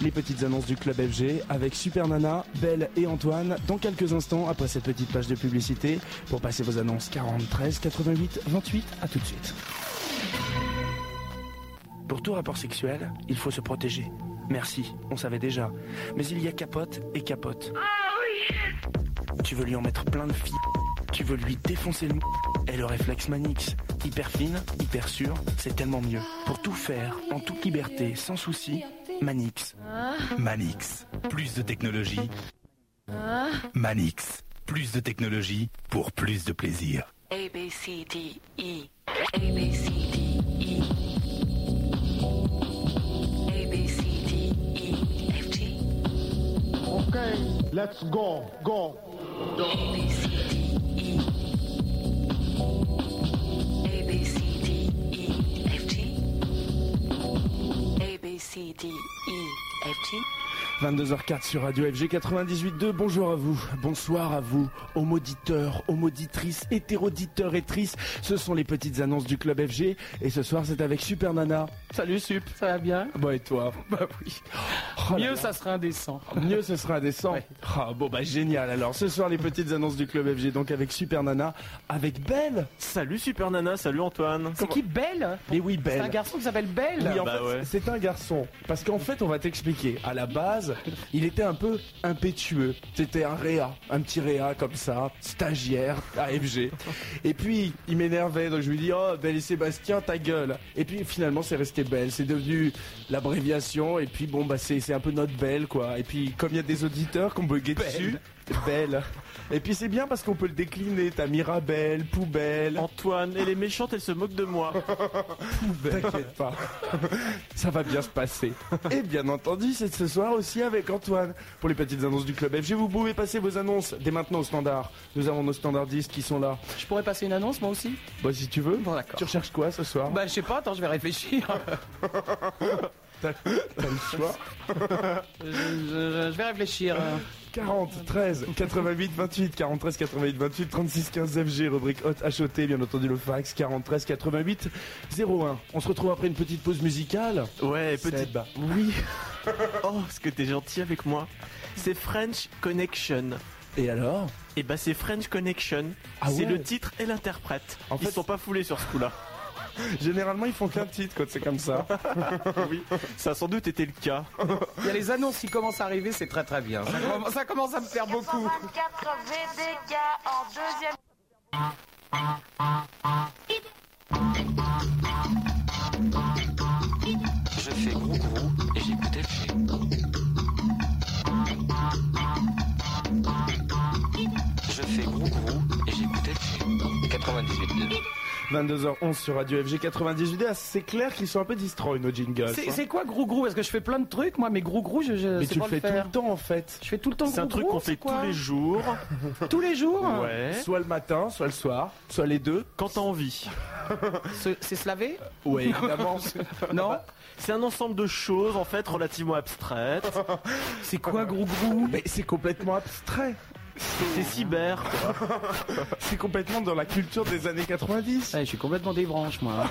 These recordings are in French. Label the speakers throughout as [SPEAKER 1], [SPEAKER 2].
[SPEAKER 1] Les petites annonces du club FG avec Super Nana, Belle et Antoine dans quelques instants après cette petite page de publicité pour passer vos annonces 43 88 28 à tout de suite. Pour tout rapport sexuel, il faut se protéger. Merci, on savait déjà. Mais il y a capote et capote. Tu veux lui en mettre plein de filles. Tu veux lui défoncer le m- Et le réflexe Manix. Hyper fine, hyper sûre, c'est tellement mieux. Pour tout faire, en toute liberté, sans souci, Manix.
[SPEAKER 2] Manix, plus de technologie. Manix, plus de technologie pour plus de plaisir.
[SPEAKER 3] A B C D E A B C D E A B C D E F G
[SPEAKER 4] Okay, let's go, go.
[SPEAKER 3] A B C D E A B C D E F G E, A B C D E F G
[SPEAKER 1] 22h04 sur Radio FG 98.2, bonjour à vous, bonsoir à vous, aux mauditeurs, aux mauditrices, hétéroditeurs et tristes, ce sont les petites annonces du club FG, et ce soir c'est avec Super Nana.
[SPEAKER 5] Salut Sup, ça va bien
[SPEAKER 1] Bon et toi
[SPEAKER 5] Bah oui.
[SPEAKER 1] Oh là
[SPEAKER 5] Mieux
[SPEAKER 1] là.
[SPEAKER 5] ça serait indécent.
[SPEAKER 1] Mieux ce sera décent.
[SPEAKER 5] Ouais.
[SPEAKER 1] Ah bon bah génial alors ce soir les petites annonces du club FG donc avec Super Nana, avec Belle.
[SPEAKER 6] Salut Super Nana, salut Antoine.
[SPEAKER 5] C'est qui Belle
[SPEAKER 1] Mais oui
[SPEAKER 5] C'est un
[SPEAKER 1] Belle.
[SPEAKER 5] garçon qui s'appelle Belle
[SPEAKER 1] Oui, en
[SPEAKER 6] Bah
[SPEAKER 1] fait,
[SPEAKER 6] ouais.
[SPEAKER 1] c'est un garçon. Parce qu'en fait, on va t'expliquer. À la base, il était un peu impétueux. C'était un réa, un petit réa comme ça, stagiaire, AFG. Et puis, il m'énervait, donc je lui dis Oh, Belle et Sébastien, ta gueule. Et puis, finalement, c'est resté Belle. C'est devenu l'abréviation. Et puis, bon, bah, c'est c'est un peu notre Belle, quoi. Et puis, comme il y a des auditeurs qu'on bugué dessus, Belle. Et puis, c'est bien parce qu'on peut le décliner. T'as Mirabelle, Poubelle.
[SPEAKER 6] Antoine, elle est méchante, elle se moque de moi.
[SPEAKER 1] T'inquiète pas, ça va bien se passer. Et bien entendu, c'est ce soir aussi avec Antoine. Pour les petites annonces du club FG, vous pouvez passer vos annonces dès maintenant au standard. Nous avons nos standardistes qui sont là.
[SPEAKER 5] Je pourrais passer une annonce moi aussi
[SPEAKER 1] Bah si tu veux,
[SPEAKER 5] Bon d'accord.
[SPEAKER 1] tu recherches quoi ce soir
[SPEAKER 5] Bah je sais pas, attends, je vais réfléchir.
[SPEAKER 1] T'as le choix.
[SPEAKER 5] Je, je- je vais réfléchir.
[SPEAKER 1] 40, 13, 88, 28, 43, 88, 28, 36, 15 FG, rubrique hot HOT, bien entendu le fax, 43, 88, 01. On se retrouve après une petite pause musicale.
[SPEAKER 6] Ouais, petit.
[SPEAKER 1] Seb.
[SPEAKER 6] Oui. Oh, ce que t'es gentil avec moi. C'est French Connection.
[SPEAKER 1] Et alors
[SPEAKER 6] Et bah c'est French Connection.
[SPEAKER 1] Ah
[SPEAKER 6] c'est
[SPEAKER 1] ouais.
[SPEAKER 6] le titre et l'interprète.
[SPEAKER 1] En
[SPEAKER 6] Ils
[SPEAKER 1] fait-
[SPEAKER 6] sont pas foulés sur ce coup-là.
[SPEAKER 1] Généralement, ils font qu'un titre quand c'est comme ça.
[SPEAKER 6] oui, ça a sans doute été le cas.
[SPEAKER 5] Il y a les annonces qui commencent à arriver, c'est très très bien. Ça commence, ça commence à me faire beaucoup.
[SPEAKER 7] 84 VDK en deuxième.
[SPEAKER 8] Je fais gros gros et j'écoute FG. Je fais gros gros et j'écoute FG. 98.2.
[SPEAKER 1] 22h11 sur Radio FG 98. Ah, C'est clair qu'ils sont un peu destroy nos jingles.
[SPEAKER 5] C'est
[SPEAKER 1] hein.
[SPEAKER 5] c'est quoi Grou Grou Parce que je fais plein de trucs moi, mais Grou Grou, je, je
[SPEAKER 1] Mais
[SPEAKER 5] sais
[SPEAKER 1] tu le
[SPEAKER 5] pas
[SPEAKER 1] fais tout
[SPEAKER 5] faire.
[SPEAKER 1] le temps en fait.
[SPEAKER 5] Je fais tout le temps
[SPEAKER 6] C'est un
[SPEAKER 5] Grou
[SPEAKER 6] truc
[SPEAKER 5] Grou,
[SPEAKER 6] qu'on fait
[SPEAKER 5] c'est quoi
[SPEAKER 6] tous les jours.
[SPEAKER 5] Tous les jours
[SPEAKER 6] Ouais.
[SPEAKER 1] Soit le matin, soit le soir, soit les deux.
[SPEAKER 6] Quand t'as envie.
[SPEAKER 5] Ce- C'est se laver
[SPEAKER 1] Oui, évidemment.
[SPEAKER 5] Non
[SPEAKER 6] C'est un ensemble de choses en fait relativement abstraites.
[SPEAKER 5] C'est quoi Grou Grou
[SPEAKER 1] Mais c'est complètement abstrait.
[SPEAKER 6] C'est cyber.
[SPEAKER 1] C'est complètement dans la culture des années 90.
[SPEAKER 5] Ouais, Eh, Je suis complètement débranche moi.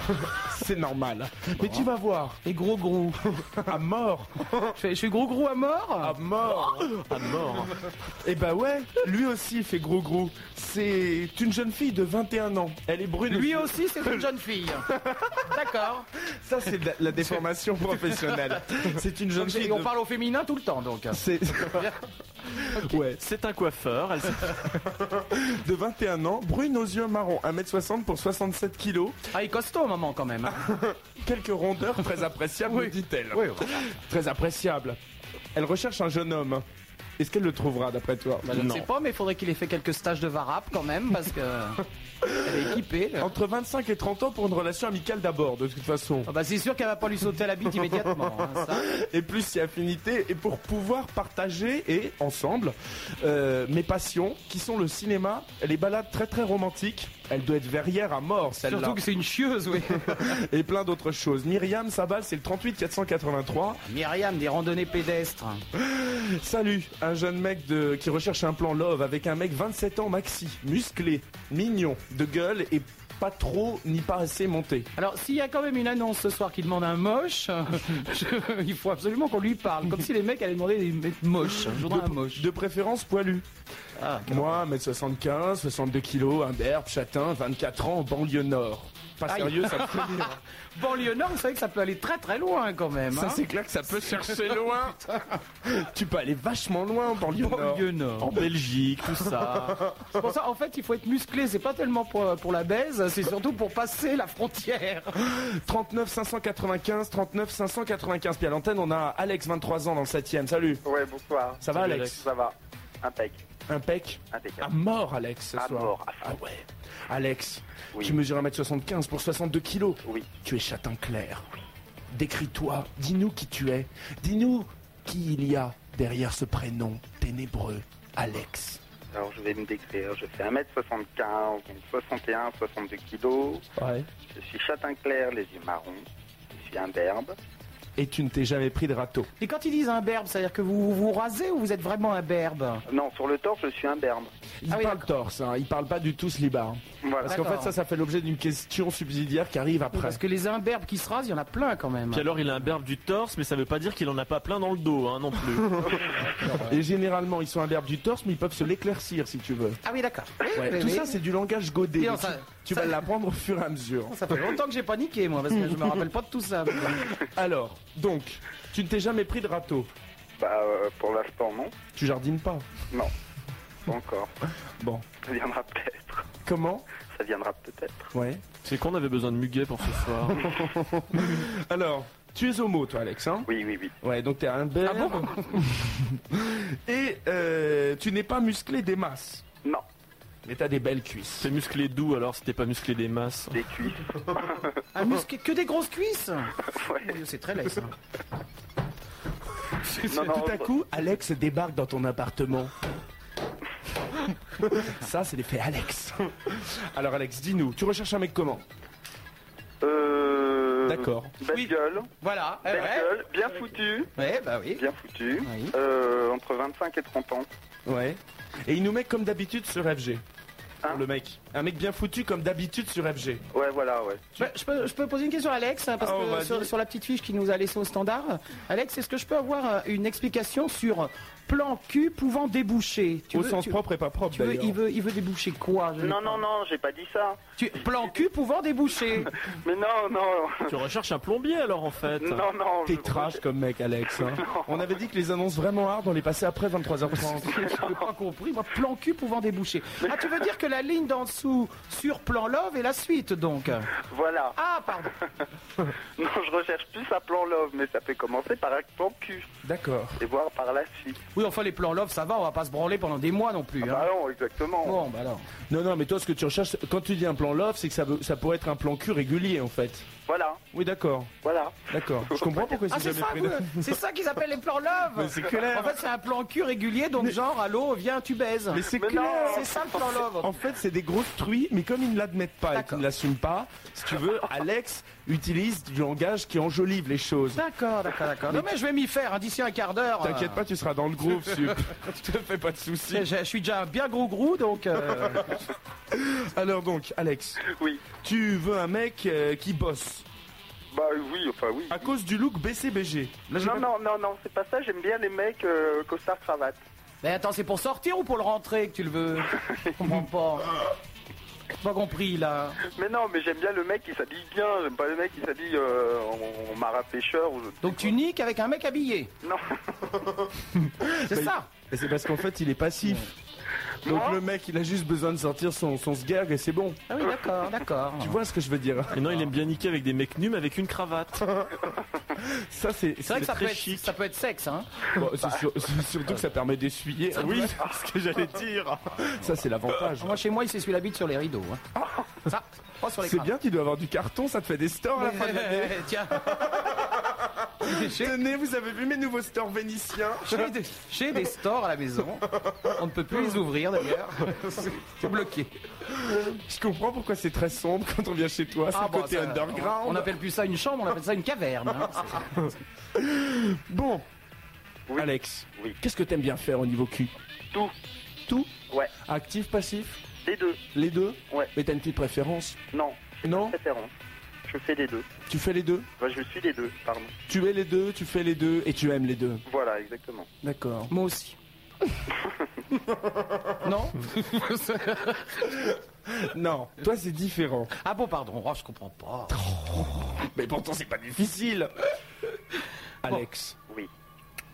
[SPEAKER 1] C'est normal. Mais tu vas voir,
[SPEAKER 5] Et Grou Grou
[SPEAKER 1] à mort,
[SPEAKER 5] Je fais- je suis Grou Grou à mort
[SPEAKER 1] à mort.
[SPEAKER 6] À mort.
[SPEAKER 1] Et bah ouais, lui aussi fait gros gros. C'est une jeune fille de 21 ans. Elle est brune.
[SPEAKER 5] Lui aussi, c'est une jeune fille. D'accord.
[SPEAKER 1] Ça c'est de la, la déformation professionnelle. C'est une jeune
[SPEAKER 5] Donc,
[SPEAKER 1] fille.
[SPEAKER 5] On
[SPEAKER 1] de-
[SPEAKER 5] parle au féminin tout le temps, donc.
[SPEAKER 1] C'est ouais.
[SPEAKER 6] C'est un coiffeur. Elle
[SPEAKER 1] de 21 ans, brune aux yeux marrons, 1m60 pour 67 kg,
[SPEAKER 5] Ah, il est costaud, maman, quand même. hein.
[SPEAKER 1] quelques rondeurs très appréciables, me dit-elle.
[SPEAKER 5] Oui.
[SPEAKER 1] Très appréciables. Elle recherche un jeune homme. Est-ce qu'elle le trouvera d'après toi
[SPEAKER 5] Bah, je ne sais pas, mais il faudrait qu'il ait fait quelques stages de varap, quand même, parce que. Elle est équipée.
[SPEAKER 1] Entre 25 et 30 ans pour une relation amicale d'abord, de toute façon.
[SPEAKER 5] Ah bah, c'est sûr qu'elle va pas lui sauter à la bite immédiatement. hein, ça.
[SPEAKER 1] Et plus si affinité, et pour pouvoir partager et ensemble euh, mes passions, qui sont le cinéma, les balades très très romantiques. Elle doit être verrière à mort, celle-là.
[SPEAKER 5] Surtout que c'est une chieuse, oui.
[SPEAKER 1] Et plein d'autres choses. Myriam Sabal, c'est le 38 483.
[SPEAKER 5] Myriam, des randonnées pédestres.
[SPEAKER 1] Salut, un jeune mec de... qui recherche un plan love avec un mec 27 ans maxi, musclé, mignon, de gueule et pas trop ni pas assez monté.
[SPEAKER 5] Alors, s'il y a quand même une annonce ce soir qui demande un moche, je- il faut absolument qu'on lui parle. Comme si les mecs allaient demander des mecs moches. Je voudrais un moche.
[SPEAKER 1] De préférence poilu.
[SPEAKER 5] Ah,
[SPEAKER 1] Moi, 1m75, 62 kg, un berbe, châtain, 24 ans, banlieue nord. Pas
[SPEAKER 5] Aïe.
[SPEAKER 1] sérieux, ça peut dire.
[SPEAKER 5] Banlieue Nord, vous savez que ça peut aller très très loin quand même.
[SPEAKER 1] Ça,
[SPEAKER 5] hein.
[SPEAKER 1] c'est clair que ça peut chercher loin. tu peux aller vachement loin en banlieue nord.
[SPEAKER 5] Banlieue Nord.
[SPEAKER 6] En Belgique, tout ça.
[SPEAKER 5] C'est pour ça, en fait, il faut être musclé. C'est pas tellement pour, euh, pour la baise, c'est surtout pour passer la frontière.
[SPEAKER 1] 39 595, 39 595. Puis à l'antenne, on a Alex, 23 ans, dans le 7ème. Salut.
[SPEAKER 9] Ouais, bonsoir.
[SPEAKER 1] Ça va,
[SPEAKER 6] Salut,
[SPEAKER 1] Alex
[SPEAKER 9] Ça va. Impec.
[SPEAKER 1] Impec. À
[SPEAKER 9] Impeccable.
[SPEAKER 1] mort, Alex, ce
[SPEAKER 9] À
[SPEAKER 1] soir.
[SPEAKER 9] mort, à
[SPEAKER 1] Ah ouais. Alex,
[SPEAKER 9] Oui.
[SPEAKER 1] tu mesures 1m75 pour 62 kilos.
[SPEAKER 9] Oui.
[SPEAKER 1] Tu es châtain clair. Décris-toi. Dis-nous qui tu es. Dis-nous qui il y a derrière ce prénom ténébreux, Alex.
[SPEAKER 9] Alors, je vais me décrire. Je fais 1m75, donc 61, 62 kilos.
[SPEAKER 1] Ouais.
[SPEAKER 9] Je suis châtain clair, les yeux marrons. Je suis imberbe.
[SPEAKER 1] Et tu ne t'es jamais pris de râteau.
[SPEAKER 5] Et quand ils disent un berbe, c'est-à-dire que vous vous rasez ou vous êtes vraiment un berbe
[SPEAKER 9] Non, sur le torse, je suis imberbe.
[SPEAKER 1] Il
[SPEAKER 5] Ah oui,
[SPEAKER 1] parle torse, hein. il parle pas du tout slibard.
[SPEAKER 9] Voilà.
[SPEAKER 1] Parce qu'en fait,
[SPEAKER 5] D'accord.
[SPEAKER 1] ça, ça fait l'objet d'une question subsidiaire qui arrive après.
[SPEAKER 5] Parce que les imberbes qui se rasent, il y en a plein quand même.
[SPEAKER 6] Puis alors, il a un berbe du torse, mais ça veut pas dire qu'il en a pas plein dans le dos, hein, non plus.
[SPEAKER 1] Et généralement, ils sont imberbes du torse, mais ils peuvent se l'éclaircir si tu veux.
[SPEAKER 5] Ah oui, d'accord.
[SPEAKER 1] Ouais.
[SPEAKER 5] Oui,
[SPEAKER 1] Tout
[SPEAKER 5] oui.
[SPEAKER 1] ça, c'est du langage godé.
[SPEAKER 5] Et
[SPEAKER 1] mais
[SPEAKER 5] on- ça-
[SPEAKER 1] tu tu
[SPEAKER 5] ça-
[SPEAKER 1] vas l'apprendre au fur et à mesure.
[SPEAKER 5] Ça fait longtemps que j'ai paniqué, moi, parce que je me rappelle pas de tout ça.
[SPEAKER 1] Alors, donc, tu ne t'es jamais pris de râteau.
[SPEAKER 9] Bah, euh, pour l'instant, non.
[SPEAKER 1] Tu jardines pas.
[SPEAKER 9] Pas encore.
[SPEAKER 1] Bon.
[SPEAKER 9] Ça viendra peut-être.
[SPEAKER 1] Comment
[SPEAKER 9] Ça viendra peut-être.
[SPEAKER 1] Ouais.
[SPEAKER 6] C'est qu'on avait besoin de Muguet pour ce soir.
[SPEAKER 1] Alors, tu es homo, toi, Alex, hein
[SPEAKER 9] Oui, oui, oui.
[SPEAKER 1] Ouais, donc t'es un
[SPEAKER 5] Ah
[SPEAKER 1] berbe. et euh, tu n'es pas musclé des masses.
[SPEAKER 9] Non,
[SPEAKER 1] Mais t'as des belles cuisses.
[SPEAKER 6] C'est musclé doux alors, c'était pas musclé des masses.
[SPEAKER 9] des cuisses.
[SPEAKER 5] Un muscle, que des grosses cuisses Mon Dieu, C'est très laid, ça.
[SPEAKER 9] Non, bah- non,
[SPEAKER 1] Tout à coup, Alex débarque dans ton appartement. Ça, c'est l'effet Alex. Alors, Alex, dis-nous, tu recherches un mec comment
[SPEAKER 9] Euh...
[SPEAKER 1] D'accord.
[SPEAKER 9] Belle
[SPEAKER 5] Oui.
[SPEAKER 9] gueule.
[SPEAKER 5] Voilà. eh
[SPEAKER 9] Belle
[SPEAKER 5] ouais.
[SPEAKER 9] gueule. Bien foutu.
[SPEAKER 5] Ouais, bah oui.
[SPEAKER 9] Bien foutu.
[SPEAKER 5] Oui.
[SPEAKER 9] Euh, entre 25 et 30 ans.
[SPEAKER 1] Ouais. Et il nous met comme d'habitude sur FG.
[SPEAKER 9] Hein
[SPEAKER 1] Pour le mec. Un mec bien foutu comme d'habitude sur FG.
[SPEAKER 9] Ouais, voilà, ouais.
[SPEAKER 5] Bah, je, peux, je peux poser une question à Alex, hein, parce
[SPEAKER 1] Oh,
[SPEAKER 5] que
[SPEAKER 1] vas-y.
[SPEAKER 5] sur, sur la petite fiche qui nous a laissé au standard, Alex, est-ce que je peux avoir euh, une explication sur euh, plan cul pouvant déboucher Tu
[SPEAKER 1] Au
[SPEAKER 5] veux-
[SPEAKER 1] sens
[SPEAKER 5] tu-
[SPEAKER 1] propre et pas propre
[SPEAKER 5] tu veux-
[SPEAKER 1] d'ailleurs.
[SPEAKER 5] il, veut, il veut déboucher quoi je-
[SPEAKER 9] Non, non, non, j'ai pas dit ça.
[SPEAKER 5] Tu- plan cul pouvant déboucher
[SPEAKER 9] Mais non, non,
[SPEAKER 6] Tu recherches un plombier alors en fait
[SPEAKER 9] non, non.
[SPEAKER 1] T'es
[SPEAKER 9] je-
[SPEAKER 1] trash comme mec, Alex. hein. On avait dit que les annonces vraiment hard, on les passait après 23h30.
[SPEAKER 5] Je n'ai pas compris, moi, plan cul pouvant déboucher. Ah, tu veux dire que la ligne d'en dessous sur plan love est la suite donc
[SPEAKER 9] Voilà.
[SPEAKER 5] Ah, pardon
[SPEAKER 9] Non, je recherche plus un plan love, mais ça peut commencer par un plan cul
[SPEAKER 1] D'accord.
[SPEAKER 9] et voir par la suite.
[SPEAKER 5] Oui, enfin, les plans love, ça va, on va pas se branler pendant des mois non plus. hein.
[SPEAKER 9] Bah non, exactement.
[SPEAKER 5] Bon, bah alors.
[SPEAKER 1] Non, non, mais toi, ce que tu recherches, quand tu dis un plan love, c'est que ça, veut, ça pourrait être un plan cul régulier en fait.
[SPEAKER 9] Voilà,
[SPEAKER 1] Oui, d'accord.
[SPEAKER 9] voilà.
[SPEAKER 1] D'accord. Je comprends pourquoi
[SPEAKER 5] Ah, c'est
[SPEAKER 1] c'est jamais
[SPEAKER 5] ça,
[SPEAKER 1] pris
[SPEAKER 5] vous,
[SPEAKER 1] de-
[SPEAKER 5] c'est ça qu'ils appellent les plans love
[SPEAKER 1] c'est clair.
[SPEAKER 5] En fait, c'est un plan cul régulier, donc genre, allô, viens, tu baises.
[SPEAKER 1] Mais c'est
[SPEAKER 9] Mais
[SPEAKER 1] clair.
[SPEAKER 9] non.
[SPEAKER 5] C'est ça le plan love.
[SPEAKER 1] En fait, c'est des grosses truies, mais comme ils ne l'admettent pas et
[SPEAKER 5] D'accord.
[SPEAKER 1] qu'ils ne l'assument pas, si tu veux, Alex utilise du langage qui enjolive les choses.
[SPEAKER 5] D'accord, d'accord, d'accord. Non, mais je vais m'y faire hein, d'ici un quart d'heure.
[SPEAKER 1] T'inquiète pas, tu seras dans le groupe, Sup. Tu te fais pas de
[SPEAKER 5] Je,
[SPEAKER 1] soucis.
[SPEAKER 5] je- je suis déjà un bien gros gros, donc. euh,
[SPEAKER 1] Alors donc, Alex,
[SPEAKER 9] Oui.
[SPEAKER 1] tu veux un mec euh, qui bosse
[SPEAKER 9] Bah oui, enfin oui.
[SPEAKER 1] à cause du look BCBG. Là, j'ai
[SPEAKER 9] Non,
[SPEAKER 1] pas-
[SPEAKER 9] non, non, non, c'est pas ça. J'aime bien les mecs euh, costard cravate.
[SPEAKER 5] Mais attends, c'est pour sortir ou pour le rentrer que tu le veux Je comprends pas. J'ai Pas compris là.
[SPEAKER 9] Mais non, mais j'aime bien le mec qui s'habille bien. J'aime pas le mec qui s'habille euh, en, en marin pêcheur ou.
[SPEAKER 5] Donc tu niques avec un mec habillé.
[SPEAKER 9] Non.
[SPEAKER 5] C'est ça.
[SPEAKER 1] Mais C'est parce qu'en fait, il est passif. Donc
[SPEAKER 9] Moi
[SPEAKER 1] le mec, il a juste besoin de sortir son, son sgag et c'est bon.
[SPEAKER 5] Ah oui, d'accord, d'accord.
[SPEAKER 1] Tu vois ce que je veux dire
[SPEAKER 6] Et non, il aime bien niquer avec des mecs nus mais avec une cravate.
[SPEAKER 1] Ça, c'est
[SPEAKER 5] C'est vrai que ça
[SPEAKER 6] très
[SPEAKER 5] peut, être,
[SPEAKER 6] chic.
[SPEAKER 5] ça peut être sexe, hein.
[SPEAKER 1] bon, c'est sur- c'est surtout que ça permet d'essuyer.
[SPEAKER 6] Oui, c'est ce que j'allais dire.
[SPEAKER 1] Ça, c'est l'avantage.
[SPEAKER 5] Moi, chez moi, il s'essuie la bite sur les rideaux. hein. Ça, pas Oh, sur les
[SPEAKER 1] C'est
[SPEAKER 5] crânes.
[SPEAKER 1] bien, tu dois avoir du carton, ça te fait des stores à la fin de l'année.
[SPEAKER 5] Tiens. J'ai-
[SPEAKER 1] Tenez, vous avez vu mes nouveaux stores vénitiens
[SPEAKER 5] J'ai des, j'ai des stores à la maison. On ne peut plus les ouvrir d'ailleurs. C'est bloqué.
[SPEAKER 1] Je comprends pourquoi c'est très sombre quand on vient chez toi, c'est le
[SPEAKER 5] Ah, bon,
[SPEAKER 1] côté
[SPEAKER 5] ça-
[SPEAKER 1] underground.
[SPEAKER 5] On appelle plus ça une chambre, on appelle ça une caverne. hein.
[SPEAKER 1] Ah, Bon,
[SPEAKER 9] Oui.
[SPEAKER 1] Alex,
[SPEAKER 9] Oui.
[SPEAKER 1] qu'est-ce que t'aimes bien faire au niveau cul
[SPEAKER 9] Tout.
[SPEAKER 1] Tout
[SPEAKER 9] Ouais.
[SPEAKER 1] Actif, passif
[SPEAKER 9] Les deux,
[SPEAKER 1] Les deux
[SPEAKER 9] Ouais.
[SPEAKER 1] Mais t'as une petite préférence
[SPEAKER 9] non,
[SPEAKER 1] Non
[SPEAKER 9] préférence. Je fais les deux.
[SPEAKER 1] Tu fais les deux
[SPEAKER 9] Enfin, je suis les deux, pardon.
[SPEAKER 1] Tu es les deux, tu fais les deux et tu aimes les deux.
[SPEAKER 9] Voilà, exactement.
[SPEAKER 1] D'accord.
[SPEAKER 5] Moi aussi. non
[SPEAKER 1] Non, toi c'est différent.
[SPEAKER 5] Ah bon, pardon, oh, je comprends pas.
[SPEAKER 1] Mais pourtant c'est pas difficile. Alex.
[SPEAKER 9] Oui.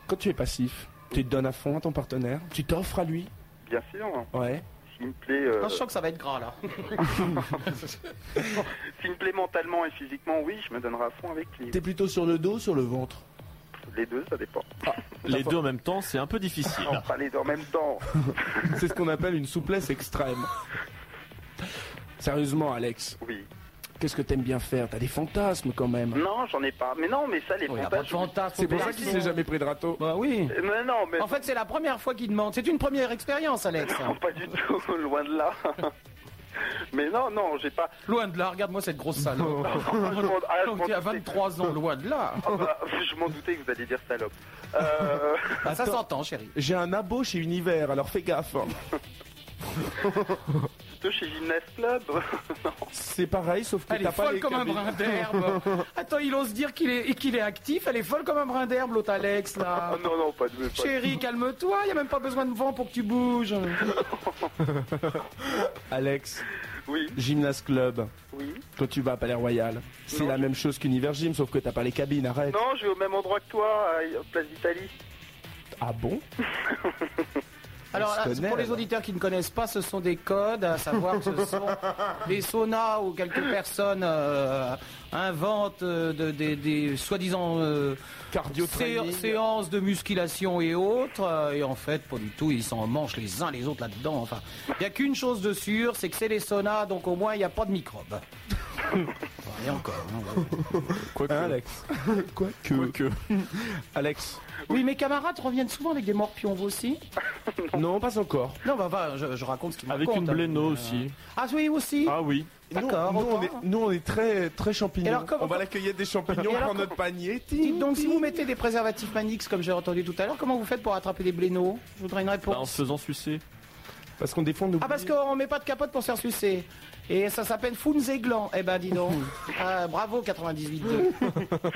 [SPEAKER 1] Quand tu es passif, tu te donnes à fond à ton partenaire, tu t'offres à lui.
[SPEAKER 9] Bien sûr, hein.
[SPEAKER 1] Ouais.
[SPEAKER 9] s'il me plaît, euh,
[SPEAKER 5] Ah, je sens que ça va être gras là.
[SPEAKER 9] s'il me plaît mentalement et physiquement, oui, je me donnerai à fond avec lui.
[SPEAKER 1] T'es plutôt sur le dos, sur le ventre.
[SPEAKER 9] Les deux, ça dépend.
[SPEAKER 6] Ah, Les deux en même temps, c'est un peu difficile.
[SPEAKER 9] Non, pas les deux en même temps.
[SPEAKER 1] C'est ce qu'on appelle une souplesse extrême. Sérieusement, Alex,
[SPEAKER 9] Oui.
[SPEAKER 1] qu'est-ce que t'aimes bien faire T'as des fantasmes quand même.
[SPEAKER 9] Non, j'en ai pas. Mais non, mais ça, les
[SPEAKER 5] Oh, y a pas de
[SPEAKER 9] fantasmes-
[SPEAKER 5] fantasme.
[SPEAKER 1] C'est pour ça qu'il s'est jamais pris de râteau.
[SPEAKER 5] Bah oui.
[SPEAKER 9] Euh, Mais non, mais
[SPEAKER 5] En fait, c'est la première fois qu'il demande. C'est une première expérience, Alex.
[SPEAKER 9] non, pas du tout, loin de là. mais non, non, j'ai pas.
[SPEAKER 5] Loin de là, regarde-moi cette grosse salope.
[SPEAKER 9] Je m'en- ah, je m'en
[SPEAKER 5] Quand t'es à
[SPEAKER 9] doutais.
[SPEAKER 5] 23 ans, loin de là.
[SPEAKER 9] Ah, bah, je m'en doutais que vous alliez dire salope. Euh,
[SPEAKER 5] Bah, ça
[SPEAKER 1] Attends.
[SPEAKER 5] s'entend, chérie.
[SPEAKER 1] J'ai un abo chez Univers, alors fais gaffe. hein.
[SPEAKER 9] de chez Gymnast Club.
[SPEAKER 1] C'est pareil, sauf que
[SPEAKER 5] Elle
[SPEAKER 1] t'as
[SPEAKER 5] est
[SPEAKER 1] pas
[SPEAKER 5] folle
[SPEAKER 1] les
[SPEAKER 5] comme un
[SPEAKER 1] cabines.
[SPEAKER 5] brin d'herbe. Attends, il ose dire qu'il est, qu'il est actif. Elle est folle comme un brin d'herbe, l'autre Alex, là.
[SPEAKER 9] Ah, non, non, pas de. Pas...
[SPEAKER 5] Chérie, calme-toi. Il n'y a même pas besoin de vent pour que tu bouges.
[SPEAKER 1] Alex,
[SPEAKER 9] Oui,
[SPEAKER 1] Gymnast Club,
[SPEAKER 9] oui.
[SPEAKER 1] quand tu vas à Palais Royal, c'est
[SPEAKER 9] Non.
[SPEAKER 1] la même chose qu'Univers Gym, sauf que t'as pas les cabines, arrête.
[SPEAKER 9] Non, je vais au même endroit que toi, à Place d'Italie.
[SPEAKER 1] Ah bon
[SPEAKER 5] Alors,
[SPEAKER 1] se
[SPEAKER 5] là,
[SPEAKER 1] connaît,
[SPEAKER 5] pour les
[SPEAKER 1] là-bas.
[SPEAKER 5] auditeurs qui ne connaissent pas, ce sont des codes, à savoir que ce sont des saunas où quelques personnes euh, inventent euh, de- des, des soi-disant euh,
[SPEAKER 1] Cardio
[SPEAKER 5] sé-
[SPEAKER 1] training.
[SPEAKER 5] séances de musculation et autres. euh, et en fait, pas du tout, ils s'en mangent les uns les autres là-dedans. Enfin, il n'y a qu'une chose de sûre, c'est que c'est les saunas, donc au moins, il n'y a pas de microbes. Enfin, Et encore. hein, ouais.
[SPEAKER 1] Hein, Alex Quoi que. Alex
[SPEAKER 5] Oui, mes camarades reviennent souvent avec des morpions, vous aussi
[SPEAKER 1] Non, pas encore.
[SPEAKER 5] Non, bah, bah, je, je raconte ce qu'ils me
[SPEAKER 6] Avec une
[SPEAKER 5] racontent, hein.
[SPEAKER 6] bléno aussi.
[SPEAKER 5] Ah oui, aussi
[SPEAKER 6] Ah oui.
[SPEAKER 5] D'accord,
[SPEAKER 1] Nous, nous,
[SPEAKER 5] autant.
[SPEAKER 1] on est, nous, on est très, très champignons.
[SPEAKER 5] Et alors, comment-
[SPEAKER 1] on va l'accueillir des champignons,
[SPEAKER 5] Et alors,
[SPEAKER 1] prendre notre panier.
[SPEAKER 5] Dites donc, si vous mettez des préservatifs Manix, comme j'ai entendu tout à l'heure, comment vous faites pour attraper des blénaux Je voudrais une
[SPEAKER 6] Bah, en
[SPEAKER 5] réponse.
[SPEAKER 6] se faisant sucer.
[SPEAKER 1] Parce qu'on défend nos.
[SPEAKER 5] Ah, parce qu'on met pas de capote pour se faire sucer. Et ça s'appelle Funzeglan. Eh ben, dis donc. Ah, bravo, 98.2.
[SPEAKER 1] Non, ça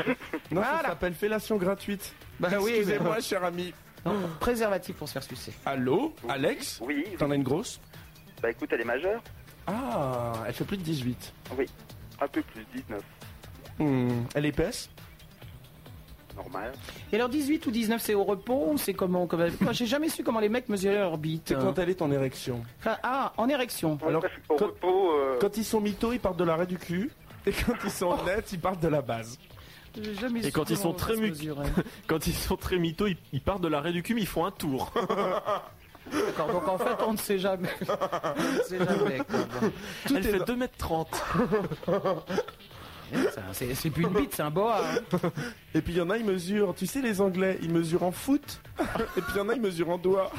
[SPEAKER 5] Voilà.
[SPEAKER 1] s'appelle fellation gratuite.
[SPEAKER 5] Bah oui,
[SPEAKER 1] Excusez-moi, cher ami.
[SPEAKER 5] Non, préservatif pour se faire sucer.
[SPEAKER 1] Allô Alex
[SPEAKER 9] Oui,
[SPEAKER 1] T'en as une grosse
[SPEAKER 9] bah écoute, elle est majeure.
[SPEAKER 1] Ah, elle fait plus de 18.
[SPEAKER 9] Oui, un peu plus, 19,
[SPEAKER 1] Hmm, Elle est épaisse
[SPEAKER 9] normal.
[SPEAKER 5] Et alors, 18 ou 19, c'est au repos ou c'est comment, comment... Moi, j'ai jamais su comment les mecs mesuraient leur bite.
[SPEAKER 1] C'est quand elle est en érection.
[SPEAKER 5] Enfin, ah, en érection.
[SPEAKER 1] Alors,
[SPEAKER 9] Parce qu'au
[SPEAKER 1] quand-
[SPEAKER 9] repos, euh,
[SPEAKER 1] Quand ils sont mythos, ils partent de l'arrêt du cul. Et quand ils sont nets, ils partent de la base.
[SPEAKER 5] J'ai jamais
[SPEAKER 6] Et quand ils sont
[SPEAKER 5] comment ça
[SPEAKER 6] très
[SPEAKER 5] se
[SPEAKER 6] mu-
[SPEAKER 5] mesurait.
[SPEAKER 6] Quand ils sont très mythos, ils, ils partent de l'arrêt du cul, mais ils font un tour.
[SPEAKER 5] D'accord, donc en fait, on ne sait jamais. on ne sait jamais. quoi.
[SPEAKER 6] Elle fait 2m30.
[SPEAKER 5] Ah, Eh, Ça, C'est c'est plus une bite, c'est un boa. hein.
[SPEAKER 1] Et puis il y en a, ils mesurent, tu sais, les Anglais, ils mesurent en foot. Et puis il y en a, ils mesurent en doigts.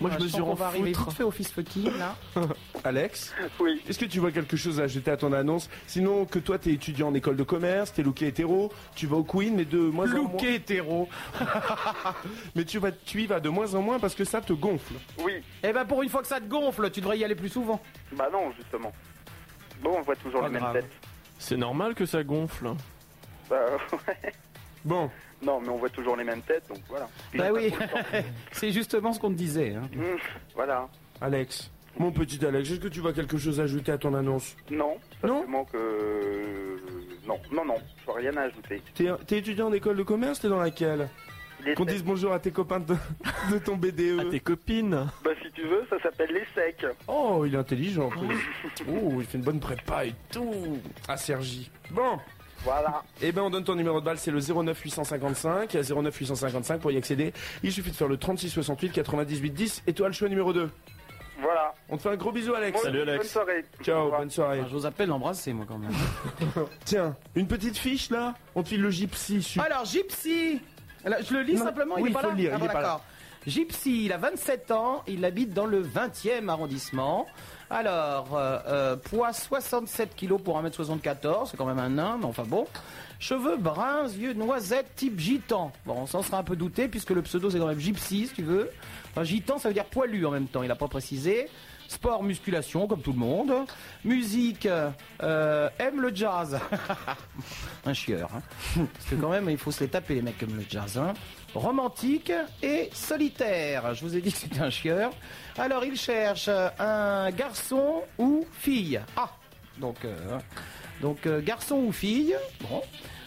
[SPEAKER 6] Moi,
[SPEAKER 5] Ah, sens
[SPEAKER 6] je mesure
[SPEAKER 5] qu'on
[SPEAKER 6] en
[SPEAKER 5] va arriver
[SPEAKER 6] foutre.
[SPEAKER 5] vite fait au fist fucking, là.
[SPEAKER 1] Alex,
[SPEAKER 9] oui.
[SPEAKER 1] est-ce que tu vois quelque chose à ajouter à ton annonce Sinon, que toi, t'es étudiant en école de commerce, t'es looké hétéro, tu vas au Queen, mais de moins en moins.
[SPEAKER 5] Looké hétéro.
[SPEAKER 1] Mais tu, vas, tu y vas de moins en moins parce que ça te gonfle.
[SPEAKER 9] Oui,
[SPEAKER 5] Eh ben pour une fois que ça te gonfle, tu devrais y aller plus souvent.
[SPEAKER 9] bah non, justement. Bon, on voit toujours
[SPEAKER 5] Pas
[SPEAKER 9] les mêmes
[SPEAKER 5] grave.
[SPEAKER 9] têtes.
[SPEAKER 6] C'est normal que ça gonfle.
[SPEAKER 9] Bah,
[SPEAKER 1] Bon,
[SPEAKER 9] non, mais on voit toujours les mêmes têtes, donc voilà.
[SPEAKER 5] Bah oui, c'est justement ce qu'on te disait. hein.
[SPEAKER 9] Mmh, voilà.
[SPEAKER 1] Alex, mon petit Alex, est-ce que tu vois quelque chose à ajouter à ton annonce
[SPEAKER 9] Non,
[SPEAKER 1] Non
[SPEAKER 9] simplement que... euh, Non, non, non, je vois rien à ajouter.
[SPEAKER 1] T'es t'es étudiant en école de commerce, t'es dans laquelle
[SPEAKER 9] Il est
[SPEAKER 1] Qu'on
[SPEAKER 9] sec.
[SPEAKER 1] dise bonjour à tes copains de, de
[SPEAKER 6] À
[SPEAKER 1] ton E. BDE.
[SPEAKER 6] tes copines.
[SPEAKER 9] Bah si tu veux, ça s'appelle les secs.
[SPEAKER 1] Oh, il est intelligent. en plus. Oh, il fait une bonne prépa et tout.
[SPEAKER 6] Ah,
[SPEAKER 1] À Sergi. Bon,
[SPEAKER 9] Voilà.
[SPEAKER 1] eh ben on donne ton numéro de balle, c'est le 09 855. 09 855 pour y accéder. Il suffit de faire le 36 68 98 10 et toi le choix numéro 2.
[SPEAKER 9] Voilà.
[SPEAKER 1] On te fait un gros bisou Alex.
[SPEAKER 9] Bon,
[SPEAKER 6] Salut, Alex.
[SPEAKER 9] Bonne soirée. Au
[SPEAKER 1] Ciao,
[SPEAKER 9] revoir.
[SPEAKER 1] bonne soirée.
[SPEAKER 5] Enfin, J'ose à peine l'embrasser, moi, quand même.
[SPEAKER 1] Tiens, une petite fiche là, on te file le gypsy. super.
[SPEAKER 5] Alors, Gypsy Alors, Je le lis
[SPEAKER 1] Non.
[SPEAKER 5] simplement, il
[SPEAKER 1] Oui,
[SPEAKER 5] est pas
[SPEAKER 1] faut
[SPEAKER 5] là
[SPEAKER 1] le lire,
[SPEAKER 5] Ah,
[SPEAKER 1] il
[SPEAKER 5] bon,
[SPEAKER 1] est pas là.
[SPEAKER 5] d'accord. Gypsy, il a 27 ans, il habite dans le 20e arrondissement. Alors, euh, euh, poids 67 kg pour 1m74, c'est quand même un nain, mais enfin bon. Cheveux bruns, yeux noisettes, type gitan. Bon, on s'en sera un peu douté puisque le pseudo c'est quand même Gypsy, si tu veux. Enfin, gitan, ça veut dire poilu en même temps, il n'a pas précisé. Sport, musculation, comme tout le monde. Musique, euh, aime le jazz. un chieur. hein. Parce que quand même, il faut se les taper, les mecs comme le jazz. hein. Romantique et solitaire. Je vous ai dit que c'était un chieur. Alors, il cherche euh, un garçon ou fille. Ah, donc, euh, donc euh, garçon ou fille. Bon.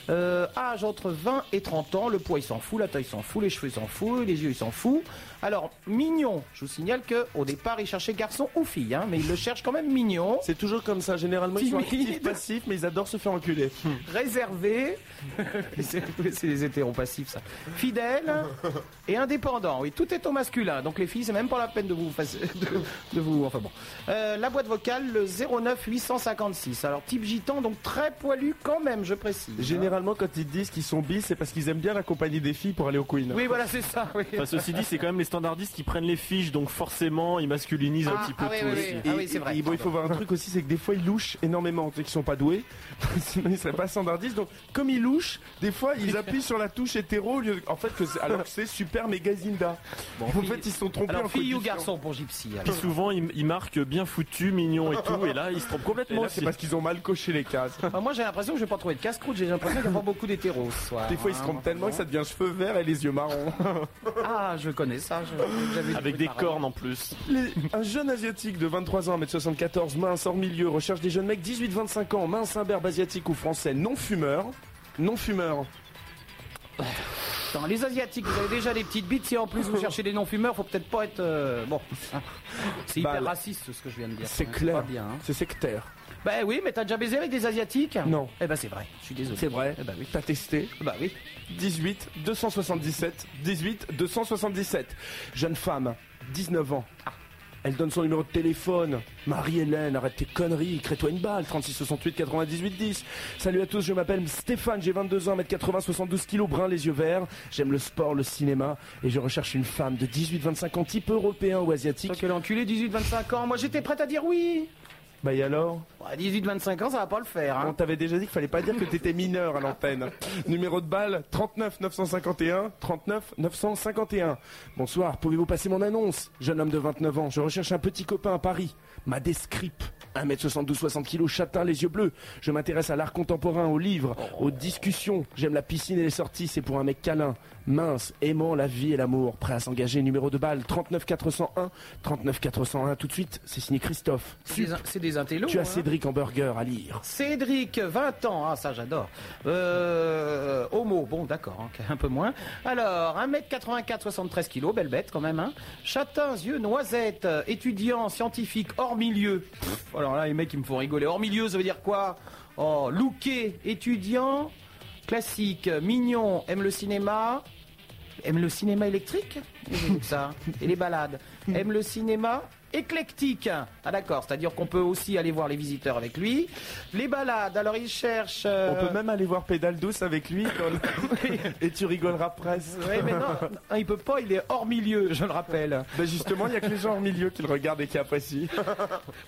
[SPEAKER 5] Euh, âge entre 20 et 30 ans, le poids il s'en fout, la taille il s'en fout, les cheveux il s'en fout, les yeux il s'en fout. Alors mignon, je vous signale que au départ il cherchait garçon ou fille, hein, mais il le cherche quand même mignon.
[SPEAKER 1] C'est toujours comme ça, généralement ils sont
[SPEAKER 5] Timide.
[SPEAKER 1] actifs, passifs, mais ils adorent se faire enculer.
[SPEAKER 5] réservé, c'est c'est les hétéros passifs ça, fidèle et indépendant. Oui, tout est au masculin, donc les filles, c'est même pas la peine de vous... fasse- De, de vous enfin bon. Euh, la boîte vocale, le 09 856. Alors type gitan, donc très poilu quand même, je précise.
[SPEAKER 1] Généralement, quand ils disent qu'ils sont bis, c'est parce qu'ils aiment bien la compagnie des filles pour aller au Queen.
[SPEAKER 5] Oui, voilà, c'est ça. oui.
[SPEAKER 6] Enfin, ceci dit, c'est quand même les standardistes qui prennent les fiches, donc forcément, ils masculinisent
[SPEAKER 5] Ah,
[SPEAKER 6] un petit peu
[SPEAKER 5] ah oui,
[SPEAKER 6] tout
[SPEAKER 5] oui,
[SPEAKER 6] aussi.
[SPEAKER 5] oui. Ah c'est vrai,
[SPEAKER 1] et bon, il faut voir un truc aussi, c'est que des fois ils louchent énormément, ceux qui sont pas doués, sinon ils seraient pas standardistes. Donc, comme ils louchent, des fois ils appuient sur la touche hétéro, au lieu de- en fait, que c'est- alors que c'est super méga Zinda.
[SPEAKER 5] Bon,
[SPEAKER 1] en
[SPEAKER 5] fille-
[SPEAKER 1] fait, ils se sont trompés en
[SPEAKER 5] Alors fille ou
[SPEAKER 1] codifiant.
[SPEAKER 5] garçon pour Gypsy alors.
[SPEAKER 6] Puis souvent, ils, ils marquent bien foutu, mignon et tout, et là, ils se trompent
[SPEAKER 1] Et
[SPEAKER 6] complètement
[SPEAKER 1] là,
[SPEAKER 6] aussi.
[SPEAKER 1] c'est parce qu'ils ont mal coché les cases.
[SPEAKER 5] Enfin, Ah, moi j'ai l'impression que je vais pas trouver de casse-croûte, j'ai l'impression qu'il n'y a pas beaucoup d'hétéros ce soir. hein.
[SPEAKER 1] Des fois, ils se trompent tellement que ça devient cheveux verts et les yeux marrons.
[SPEAKER 5] Ah, je connais ça. je- j'avais
[SPEAKER 6] Avec
[SPEAKER 5] trouvé
[SPEAKER 6] des
[SPEAKER 5] pareil.
[SPEAKER 6] cornes en plus.
[SPEAKER 1] Les- un jeune asiatique de 23 ans, 1m74, mince hors milieu, recherche des jeunes mecs 18-25 ans, mince imberbe asiatique ou français, non fumeur. Non fumeur.
[SPEAKER 5] Attends, les Asiatiques, vous avez déjà des petites bites. Si en plus vous cherchez des non-fumeurs, faut peut-être pas être. euh, bon. C'est hyper
[SPEAKER 1] Bah, là-
[SPEAKER 5] raciste ce que je viens de dire.
[SPEAKER 1] C'est
[SPEAKER 5] hein,
[SPEAKER 1] clair.
[SPEAKER 5] pas bien. hein.
[SPEAKER 1] C'est sectaire.
[SPEAKER 5] Bah oui, mais t'as déjà baisé avec des Asiatiques
[SPEAKER 1] Non.
[SPEAKER 5] Eh ben c'est vrai, je suis désolé.
[SPEAKER 1] C'est vrai.
[SPEAKER 5] Eh ben oui.
[SPEAKER 1] T'as testé.
[SPEAKER 5] Bah oui.
[SPEAKER 1] 18 277 18 277. Jeune femme, 19 ans.
[SPEAKER 5] Ah.
[SPEAKER 1] Elle donne son numéro de téléphone. Marie-Hélène, arrête tes conneries, crée-toi une balle. 36 68 98 10. Salut à tous, je m'appelle Stéphane, j'ai 22 ans, 1m80, 72 kg, brun, les yeux verts. J'aime le sport, le cinéma et je recherche une femme de 18-25 ans, type européen ou
[SPEAKER 5] Toi
[SPEAKER 1] asiatique.
[SPEAKER 5] que l'enculé 18-25 ans, moi j'étais prête à dire oui.
[SPEAKER 1] Bah et alors
[SPEAKER 5] Bah, 18-25 ans, ça va pas le faire.
[SPEAKER 1] On
[SPEAKER 5] Hein.
[SPEAKER 1] t'avait déjà dit qu'il fallait pas dire que t'étais mineur à l'antenne. Numéro de balle 39 951 39 951. Bonsoir, pouvez-vous passer mon annonce Jeune homme de 29 ans, je recherche un petit copain à Paris. Ma descrip. 1m72, 60 kg, châtain, les yeux bleus. Je m'intéresse à l'art contemporain, aux livres, aux discussions. J'aime la piscine et les sorties, c'est pour un mec câlin. Mince, aimant la vie et l'amour, prêt à s'engager. Numéro de balle 39 401 39 401. Tout de suite, c'est signé Christophe.
[SPEAKER 5] C'est des, c'est des intellos.
[SPEAKER 1] Tu as
[SPEAKER 5] hein.
[SPEAKER 1] Cédric Hamburger à lire.
[SPEAKER 5] Cédric, 20 ans, ah ça j'adore. Euh, homo, bon d'accord, hein, un peu moins. Alors, 1m84, 73 kg, belle bête quand même. Hein. Châtain, yeux, noisette, euh, étudiant, scientifique, hors milieu. Pff, alors là, les mecs, ils me font rigoler. Hors milieu, ça veut dire quoi Oh, looké, étudiant, classique, euh, mignon, aime le cinéma. Aime le cinéma électrique ça, et les balades. Aime le cinéma éclectique. Ah d'accord, c'est-à-dire qu'on peut aussi aller voir les visiteurs avec lui. Les balades, alors il cherche... euh,
[SPEAKER 1] On peut même aller voir Pédale Douce avec lui dans le- et tu rigoleras presque.
[SPEAKER 5] Ouais, mais non, non, il peut pas, il est hors milieu, je le rappelle.
[SPEAKER 1] Ben justement, il y a que les gens au milieu qui le regardent et qui apprécient.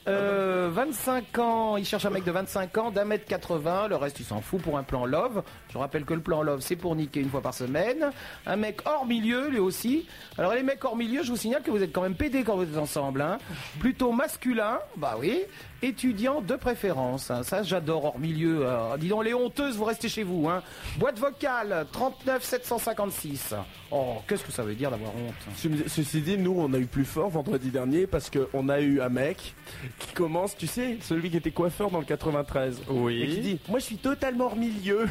[SPEAKER 5] Euh, 25 ans, il cherche un mec de 25 ans, d'un mètre 80, le reste il s'en fout pour un plan love. Je rappelle que le plan love c'est pour niquer une fois par semaine. Un mec hors milieu lui aussi. Alors les mecs hors milieu, je vous signale que vous êtes quand même pédés quand vous êtes ensemble. hein. Plutôt masculin, bah oui. Étudiant de préférence, hein. ça j'adore hors milieu. Alors, dis donc les honteuses, vous restez chez vous. Hein. Boîte vocale 39 756. Oh, qu'est-ce que ça veut dire d'avoir honte hein.
[SPEAKER 1] Ceci dit, nous, on a eu plus fort vendredi dernier parce qu'on a eu un mec qui commence, tu sais, celui qui était coiffeur dans le 93.
[SPEAKER 6] Oui.
[SPEAKER 1] Et qui dit, moi je suis totalement hors milieu.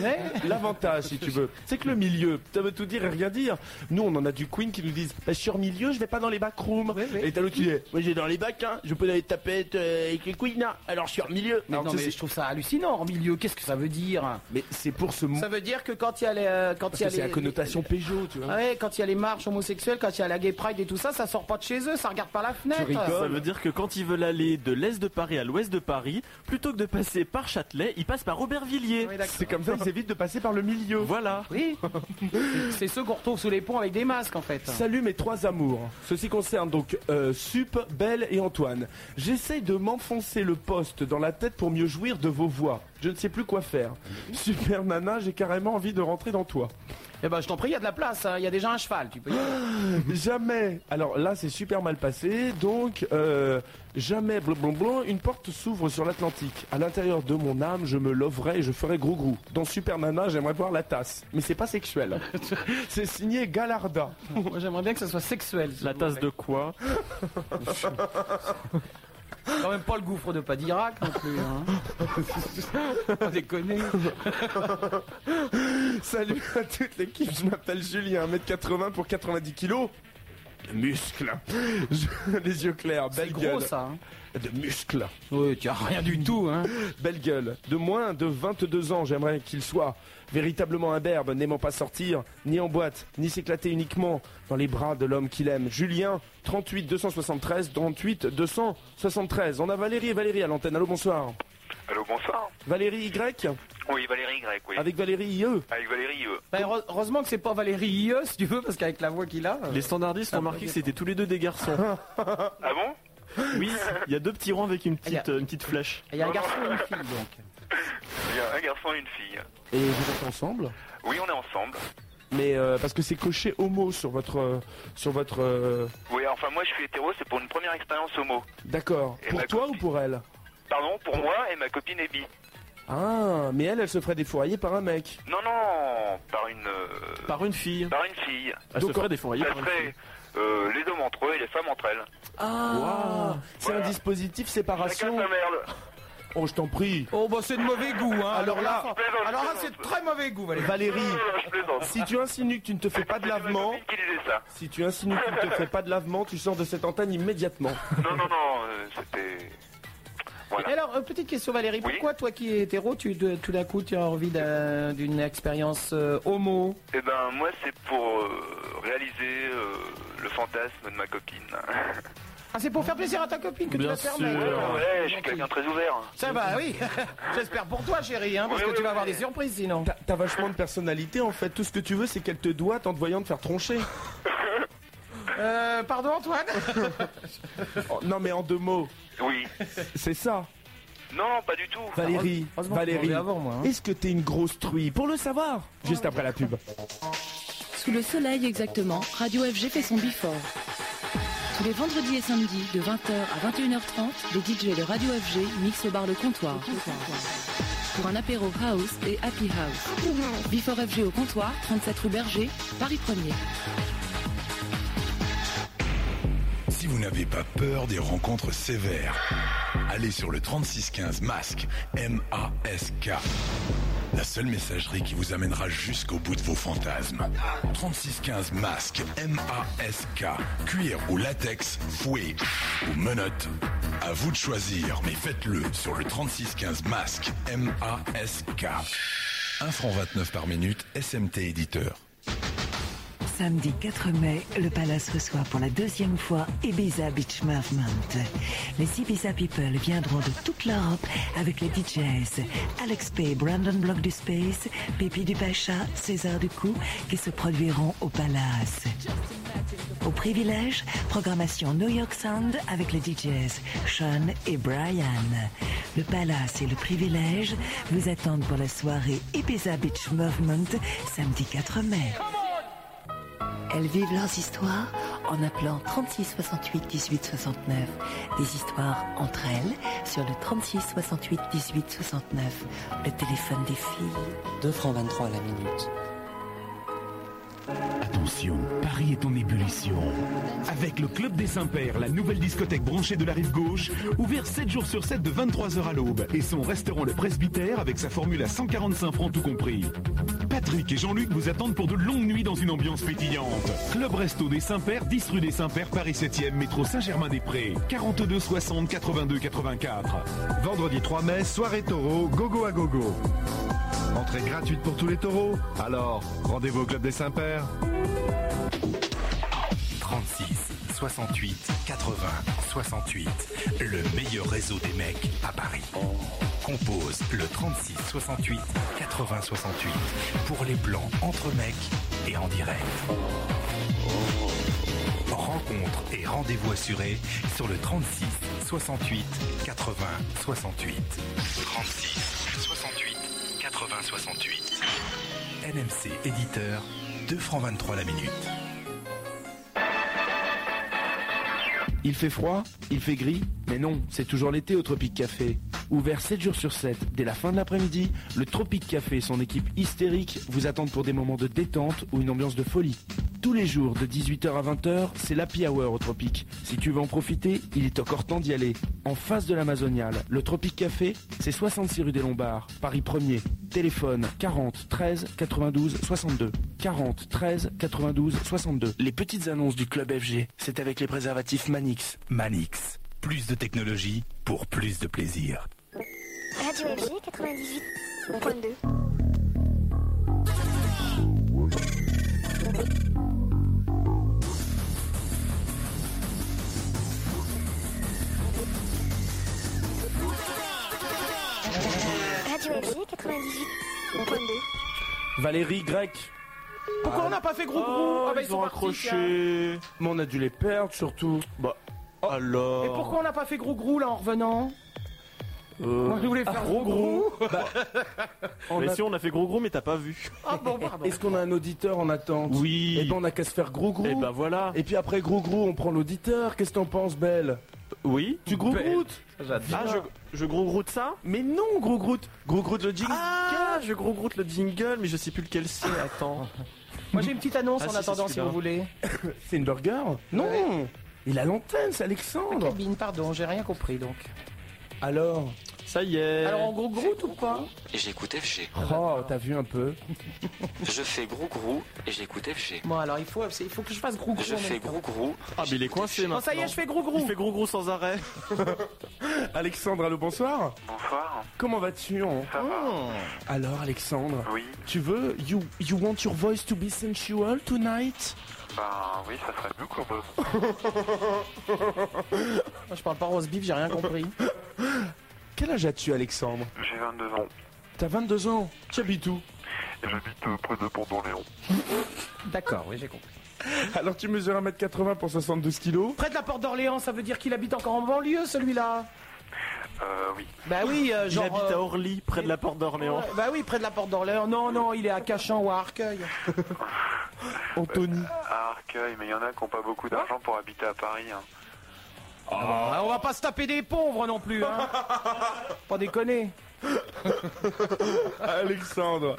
[SPEAKER 5] Mais-
[SPEAKER 1] L'avantage, si tu veux, c'est que le milieu, ça veut tout dire et rien dire. Nous, on en a du Queen qui nous disent, bah, je suis hors milieu, je vais pas dans les backrooms.
[SPEAKER 5] Ouais, ouais.
[SPEAKER 1] Et t'as l'autre il est. Moi j'ai dans les bacs, hein, je peux dans les tapettes euh, avec les couilles, là. Alors je suis en milieu.
[SPEAKER 5] Mais
[SPEAKER 1] Alors,
[SPEAKER 5] non,
[SPEAKER 1] ça,
[SPEAKER 5] mais
[SPEAKER 1] c'est-
[SPEAKER 5] je trouve ça hallucinant en milieu. Qu'est-ce que ça veut dire
[SPEAKER 1] Mais c'est pour ce mot.
[SPEAKER 5] Ça veut dire que quand il y a les, euh, quand il
[SPEAKER 1] Parce
[SPEAKER 5] y
[SPEAKER 1] que
[SPEAKER 5] a
[SPEAKER 1] c'est la
[SPEAKER 5] les-
[SPEAKER 1] connotation Peugeot, tu vois.
[SPEAKER 5] Ah ouais, quand il y a les marches homosexuelles, quand il y a la gay pride et tout ça, ça sort pas de chez eux, ça regarde pas la fenêtre. Ah
[SPEAKER 6] Ça veut dire que quand ils veulent aller de l'est de Paris à l'ouest de Paris, plutôt que de passer par Châtelet, ils passent par Aubervilliers.
[SPEAKER 5] Oui, d'accord.
[SPEAKER 1] C'est comme ça, ils évitent de passer par le milieu.
[SPEAKER 6] Voilà.
[SPEAKER 5] Oui, c'est ceux qu'on retrouve sous les ponts avec des masques en fait.
[SPEAKER 1] Salut mes trois amours. Ceci concerne donc euh, Sup, Belle et Antoine. J'essaie de m'enfoncer le poste dans la tête pour mieux jouir de vos voix. Je ne sais plus quoi faire. Super Nana, j'ai carrément envie de rentrer dans toi.
[SPEAKER 5] Eh ben, je t'en prie, il y a de la place, hein, il y a déjà un cheval, tu peux y aller.
[SPEAKER 1] Jamais. Alors là, c'est super mal passé. Donc, euh, jamais, blablabla, une porte s'ouvre sur l'Atlantique. À l'intérieur de mon âme, je me loverai et je ferai gros gros. Dans Super Nana, j'aimerais boire la tasse. Mais c'est pas sexuel. c'est signé Galarda.
[SPEAKER 5] Moi, j'aimerais bien que ça soit sexuel.
[SPEAKER 6] La tasse de quoi
[SPEAKER 5] Quand même pas le gouffre de Padirac non plus. Hein. Pas déconner.
[SPEAKER 1] Salut à toute l'équipe, je m'appelle Julien, 1m80 pour 90 kilos. De muscles. Je- Les yeux clairs,
[SPEAKER 5] C'est
[SPEAKER 1] belle
[SPEAKER 5] gros
[SPEAKER 1] gueule.
[SPEAKER 5] ça. hein.
[SPEAKER 1] De muscles.
[SPEAKER 5] Oui, tu as rien du tout. Hein.
[SPEAKER 1] Belle gueule. De moins de 22 ans, j'aimerais qu'il soit véritablement imberbe, n'aimant pas sortir, ni en boîte, ni s'éclater uniquement dans les bras de l'homme qu'il aime. Julien, 38 273, 38 273. On a Valérie et Valérie à l'antenne. Allô, bonsoir.
[SPEAKER 10] Allô, bonsoir.
[SPEAKER 1] Valérie Y,
[SPEAKER 10] Oui, Valérie Y, oui.
[SPEAKER 1] avec Valérie E. IE.
[SPEAKER 10] Avec Valérie euh,
[SPEAKER 5] Ben, heure- heureusement que c'est pas Valérie Ios, si tu veux, parce qu'avec la voix qu'il a. euh,
[SPEAKER 6] Les standardistes ont remarqué que c'était tous les deux des garçons.
[SPEAKER 10] Ah bon
[SPEAKER 6] Oui, il y a deux petits rangs avec une
[SPEAKER 5] Il y
[SPEAKER 6] petite, euh, une petite flèche.
[SPEAKER 5] Il y a un garçon et une fille donc.
[SPEAKER 10] Il y a un garçon et une fille.
[SPEAKER 1] Et vous êtes ensemble
[SPEAKER 10] Oui, on est ensemble.
[SPEAKER 1] Mais euh, parce que c'est coché homo sur votre euh, sur votre euh,
[SPEAKER 10] Oui, enfin, moi, je suis hétéro, c'est pour une première expérience homo.
[SPEAKER 1] d'accord.
[SPEAKER 10] Et
[SPEAKER 1] Pour
[SPEAKER 10] ma
[SPEAKER 1] toi ou
[SPEAKER 10] copine.
[SPEAKER 1] pour elle
[SPEAKER 10] Pardon, pour moi et ma copine est bi.
[SPEAKER 1] Ah, mais elle, elle se ferait défourailler par un mec.
[SPEAKER 10] Non, non, par une... euh,
[SPEAKER 6] Par une fille.
[SPEAKER 10] par une fille.
[SPEAKER 6] Elle se
[SPEAKER 1] Donc,
[SPEAKER 6] ferait défourailler
[SPEAKER 10] Ça
[SPEAKER 6] par une fille.
[SPEAKER 10] serait euh, les hommes entre eux et les femmes entre elles.
[SPEAKER 1] Ah, c'est un
[SPEAKER 10] Voilà.
[SPEAKER 1] dispositif
[SPEAKER 10] Chacun
[SPEAKER 1] séparation.
[SPEAKER 10] sa merde.
[SPEAKER 1] Oh, je t'en prie.
[SPEAKER 5] Oh bah c'est de mauvais goût hein. Alors là,
[SPEAKER 10] plaisante,
[SPEAKER 5] alors là
[SPEAKER 10] je
[SPEAKER 5] c'est de
[SPEAKER 10] plaisante.
[SPEAKER 5] très mauvais goût Valérie.
[SPEAKER 1] Valérie,
[SPEAKER 10] Non, non, je plaisante.
[SPEAKER 1] si tu insinues que tu ne te fais pas de
[SPEAKER 10] C'est ma
[SPEAKER 1] lavement,
[SPEAKER 10] copine qui disait ça.
[SPEAKER 1] si tu insinues que tu ne te fais pas de lavement, tu sors de cette antenne immédiatement.
[SPEAKER 10] Non, non, non, euh, c'était...
[SPEAKER 5] Et Alors euh, petite question Valérie,
[SPEAKER 10] Oui.
[SPEAKER 5] pourquoi toi qui es hétéro, tu de- tout d'un coup tu as envie d'un- d'une expérience euh, homo
[SPEAKER 10] Eh ben, moi, c'est pour euh, réaliser euh, le fantasme de ma copine.
[SPEAKER 5] Ah c'est pour faire plaisir à ta copine que tu vas
[SPEAKER 6] Bien
[SPEAKER 5] te faire mec.
[SPEAKER 6] sûr.
[SPEAKER 5] Ah,
[SPEAKER 10] Ouais, je suis
[SPEAKER 5] gentil.
[SPEAKER 10] quelqu'un de très ouvert. hein.
[SPEAKER 5] Ça va oui. J'espère pour toi chérie hein, parce
[SPEAKER 10] Oui,
[SPEAKER 5] que
[SPEAKER 10] oui,
[SPEAKER 5] tu vas
[SPEAKER 10] oui.
[SPEAKER 5] avoir des surprises sinon.
[SPEAKER 1] T'as- T'as vachement de personnalité en fait. Tout ce que tu veux, c'est qu'elle te doite en te voyant te faire troncher.
[SPEAKER 5] Euh, pardon Antoine.
[SPEAKER 1] Oh, non, mais en deux mots,
[SPEAKER 10] Oui.
[SPEAKER 1] c'est ça.
[SPEAKER 10] Non, pas du tout.
[SPEAKER 1] Valérie,
[SPEAKER 5] Heureusement que je
[SPEAKER 1] Valérie,
[SPEAKER 5] demandais avant moi. hein.
[SPEAKER 1] est-ce que t'es une grosse truie Pour le savoir, juste après la pub.
[SPEAKER 11] Sous le soleil exactement, Radio FG fait son before. Tous les vendredis et samedis, de 20h à 21h30, les DJ de Radio FG mixent au bar Le Comptoir. Pour un apéro house et happy house. Before FG au comptoir, 37 rue Berger, Paris 1er.
[SPEAKER 12] Si vous n'avez pas peur des rencontres sévères, allez sur le 3615 Masque, M-A-S-K. La seule messagerie qui vous amènera jusqu'au bout de vos fantasmes. 3615 Masque, M-A-S-K. Cuir ou latex, fouet ou menottes. À vous de choisir, mais faites-le sur le 3615 Masque, M-A-S-K. 1 franc 29 par minute, SMT éditeur.
[SPEAKER 11] Samedi 4 mai, le Palace reçoit pour la deuxième fois Ibiza Beach Movement. Les Ibiza People viendront de toute l'Europe avec les DJs Alex P, Brandon Block du Space, Pépi du Pacha, César Ducou qui se produiront au Palace. Au privilège, programmation New York Sound avec les DJs Sean et Brian. Le Palace et le privilège vous attendent pour la soirée Ibiza Beach Movement samedi 4 mai. Elles vivent leurs histoires en appelant 36 68 18 69. Des histoires entre elles sur le 36 68 18 69, le téléphone des filles. 2 francs 23 à la minute.
[SPEAKER 2] Attention, Paris est en ébullition. Avec le Club des Saints-Pères, la nouvelle discothèque branchée de la rive gauche, ouvert 7 jours sur 7 de 23h à l'aube, et son restaurant Le Presbytère avec sa formule à 145 francs tout compris. Patrick et Jean-Luc vous attendent pour de longues nuits dans une ambiance pétillante. Club Resto des Saints-Pères, 10 rue des Saints-Pères, Paris 7e, métro Saint-Germain-des-Prés, 42 60 82 84.
[SPEAKER 13] Vendredi 3 mai, soirée taureau, gogo à gogo. Entrée gratuite pour tous les taureaux. Alors, rendez-vous au Club des Saints-Pères.
[SPEAKER 2] 36 68 80 68. Le meilleur réseau des mecs à Paris. Compose le 36 68 80 68 pour les plans entre mecs et en direct. Rencontre et rendez-vous assurés sur le 36 68 80 68. 36 68 80 68. NMC éditeur 2 francs 23 la minute.
[SPEAKER 1] Il fait froid, il fait gris, mais non, c'est toujours l'été au Tropique Café. Ouvert 7 jours sur 7, dès la fin de l'après-midi, le Tropique Café et son équipe hystérique vous attendent pour des moments de détente ou une ambiance de folie. Tous les jours de 18h à 20h, c'est l'happy hour au Tropique. Si tu veux en profiter, il est encore temps d'y aller. En face de l'Amazoniale, le Tropique Café, c'est 66 rue des Lombards, Paris 1er. Téléphone 40 13 92 62. 40 13 92 62. Les petites annonces du club FG, c'est avec les préservatifs Manix.
[SPEAKER 2] Manix, plus de technologie pour plus de plaisir.
[SPEAKER 14] Radio FG 98.2. Radio FG 98.2.
[SPEAKER 1] Valérie Grec.
[SPEAKER 5] Pourquoi on n'a pas fait gros bah, groupe
[SPEAKER 1] Ah, ils, ont accroché. Mais on a dû les perdre surtout. Bah, alors.
[SPEAKER 5] Et Oh. pourquoi on n'a pas fait gros gros là en revenant
[SPEAKER 1] Euh,
[SPEAKER 5] Moi, je voulais faire gros gros.
[SPEAKER 6] Mais si on a fait gros gros mais t'as pas vu.
[SPEAKER 5] Ah bon, pardon.
[SPEAKER 1] Est-ce qu'on a un auditeur en attente
[SPEAKER 6] Oui.
[SPEAKER 1] Et ben on a qu'à se faire gros gros.
[SPEAKER 6] Eh ben voilà.
[SPEAKER 1] Et puis après gros gros, on prend l'auditeur. Qu'est-ce que t'en penses, Belle
[SPEAKER 6] Oui.
[SPEAKER 1] Tu gros groutes
[SPEAKER 6] Ah je, je gros groute ça
[SPEAKER 1] Mais non, gros groute. Gros groute le jingle.
[SPEAKER 6] Ah je gros groute le jingle mais je sais plus lequel c'est. Attends.
[SPEAKER 5] Moi j'ai une petite annonce
[SPEAKER 6] Ah,
[SPEAKER 5] en
[SPEAKER 6] si, c'est
[SPEAKER 5] attendant si
[SPEAKER 6] celui-là.
[SPEAKER 5] vous voulez.
[SPEAKER 1] C'est une burger Non. Il a l'antenne, c'est Alexandre.
[SPEAKER 5] Cabine, pardon, j'ai rien compris donc.
[SPEAKER 1] Alors
[SPEAKER 6] Ça y est.
[SPEAKER 5] Alors en gros groupe ou pas
[SPEAKER 15] Et j'écoute FG.
[SPEAKER 1] Oh, t'as vu un peu
[SPEAKER 15] Je fais gros gros et j'écoute FG.
[SPEAKER 5] Bon alors il faut, il faut que je fasse gros gros.
[SPEAKER 15] Je
[SPEAKER 5] en même
[SPEAKER 15] fais
[SPEAKER 5] temps.
[SPEAKER 15] gros gros.
[SPEAKER 6] Ah mais il est coincé
[SPEAKER 5] Oh,
[SPEAKER 6] maintenant.
[SPEAKER 5] ça y est, je fais gros gros.
[SPEAKER 6] Il fait gros gros sans arrêt.
[SPEAKER 1] Alexandre, allô, bonsoir.
[SPEAKER 10] Bonsoir.
[SPEAKER 1] Comment vas-tu on Oh. Alors, Alexandre
[SPEAKER 10] Oui.
[SPEAKER 1] Tu veux you, you want your voice to be sensual tonight
[SPEAKER 10] Bah oui, ça serait mieux qu'on bosse.
[SPEAKER 5] Moi, je parle pas rose bif, j'ai rien compris.
[SPEAKER 1] Quel âge as-tu, Alexandre
[SPEAKER 10] J'ai 22 ans.
[SPEAKER 1] T'as 22 ans. Tu habites où
[SPEAKER 10] Et j'habite euh, près de Pont-Léon.
[SPEAKER 5] D'accord, oui j'ai compris.
[SPEAKER 1] Alors, tu mesures 1m80 pour 72 kilos.
[SPEAKER 5] Près de la porte d'Orléans, ça veut dire qu'il habite encore en banlieue celui-là.
[SPEAKER 10] Euh oui.
[SPEAKER 5] Bah oui, euh,
[SPEAKER 6] Il
[SPEAKER 5] genre.
[SPEAKER 6] habite
[SPEAKER 5] euh,
[SPEAKER 6] à Orly près de la porte d'Orléans.
[SPEAKER 5] ouais, Bah oui, près de la porte d'Orléans. Non, non, il est à Cachan ou à Arcueil.
[SPEAKER 1] Anthony.
[SPEAKER 10] À Arcueil, mais il y en a qui n'ont pas beaucoup d'argent pour habiter à Paris. hein.
[SPEAKER 5] Ah, on va pas se taper des pauvres non plus, hein. pas déconner.
[SPEAKER 1] Alexandre,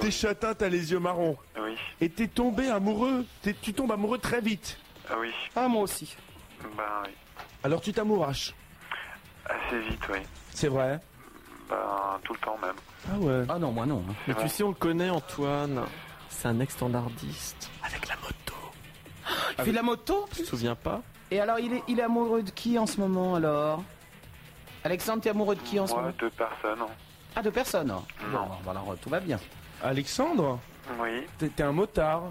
[SPEAKER 1] t'es châtain, t'as les yeux marrons.
[SPEAKER 10] Oui,
[SPEAKER 1] Et t'es tombé amoureux. T'es- tu tombes amoureux très vite.
[SPEAKER 10] ah oui,
[SPEAKER 5] Ah, moi aussi.
[SPEAKER 10] bah oui.
[SPEAKER 1] Alors, tu t'amouraches.
[SPEAKER 10] Assez vite, oui.
[SPEAKER 1] C'est vrai
[SPEAKER 10] Bah tout le temps même.
[SPEAKER 1] Ah ouais.
[SPEAKER 5] Ah non, moi non. hein.
[SPEAKER 6] Mais tu sais on le connaît Antoine. C'est un ex-standardiste.
[SPEAKER 2] Avec la moto.
[SPEAKER 5] Il fait de la moto
[SPEAKER 6] Tu te souviens pas
[SPEAKER 5] Et alors, il est, il est amoureux de qui en ce moment alors Alexandre, t'es amoureux de qui en ce
[SPEAKER 10] Moi,
[SPEAKER 5] moment
[SPEAKER 10] deux personnes. hein.
[SPEAKER 5] Ah, de personne. hein. Bon, bah, alors, tout va bien.
[SPEAKER 1] Alexandre,
[SPEAKER 10] Oui,
[SPEAKER 1] t'es t'es un motard.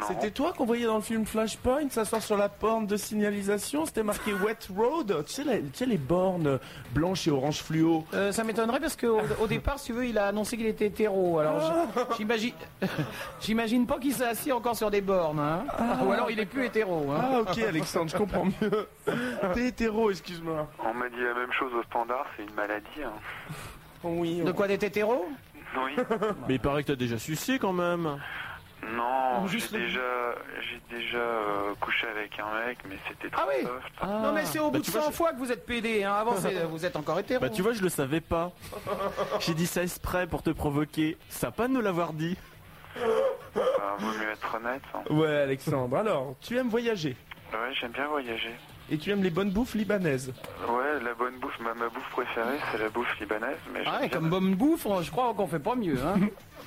[SPEAKER 10] non.
[SPEAKER 1] C'était toi qu'on voyait dans le film Flashpoint, s'asseoir sur la borne de signalisation, c'était marqué Wet Road, tu sais, la- tu sais, les bornes blanches et orange fluo.
[SPEAKER 5] Euh, ça m'étonnerait parce qu'au au départ, si tu veux, il a annoncé qu'il était hétéro. Alors j'- j'imagine, j'imagine pas qu'il s'est assis encore sur des bornes. hein. Ou alors il est plus hétéro. hein.
[SPEAKER 1] Ah ok Alexandre, je comprends mieux. T'es hétéro, excuse-moi.
[SPEAKER 10] On m'a dit la même chose au standard, c'est une maladie. hein.
[SPEAKER 1] Oui,
[SPEAKER 5] De quoi d'être hétéro
[SPEAKER 10] Oui.
[SPEAKER 6] Mais il paraît que t'as déjà sucé quand même.
[SPEAKER 10] Non,
[SPEAKER 5] Non, Ah,
[SPEAKER 10] j'ai
[SPEAKER 5] juste le-
[SPEAKER 10] déjà, j'ai déjà euh, couché avec un mec, mais c'était trop
[SPEAKER 5] Ah oui
[SPEAKER 10] soft.
[SPEAKER 5] Non mais c'est au
[SPEAKER 6] Bah,
[SPEAKER 5] bout de
[SPEAKER 6] tu vois,
[SPEAKER 5] 100
[SPEAKER 6] je-
[SPEAKER 5] fois que vous êtes pédé. hein. Avant, c'est- vous êtes encore hétéro.
[SPEAKER 6] Bah tu vois je le savais pas. J'ai dit ça exprès pour te provoquer. Ça pas de nous l'avoir dit.
[SPEAKER 10] Ben,
[SPEAKER 9] Bah, vaut mieux être honnête. hein.
[SPEAKER 1] Ouais, Alexandre. Alors, tu aimes voyager
[SPEAKER 9] Ouais, j'aime bien voyager.
[SPEAKER 1] et tu aimes les bonnes bouffes libanaises.
[SPEAKER 9] Ouais, la bonne bouffe, ma, ma bouffe préférée, c'est la bouffe libanaise. Mais j'aime
[SPEAKER 5] Ah ouais,
[SPEAKER 9] bien-
[SPEAKER 5] comme bonne bouffe, on- je crois qu'on fait pas mieux. hein.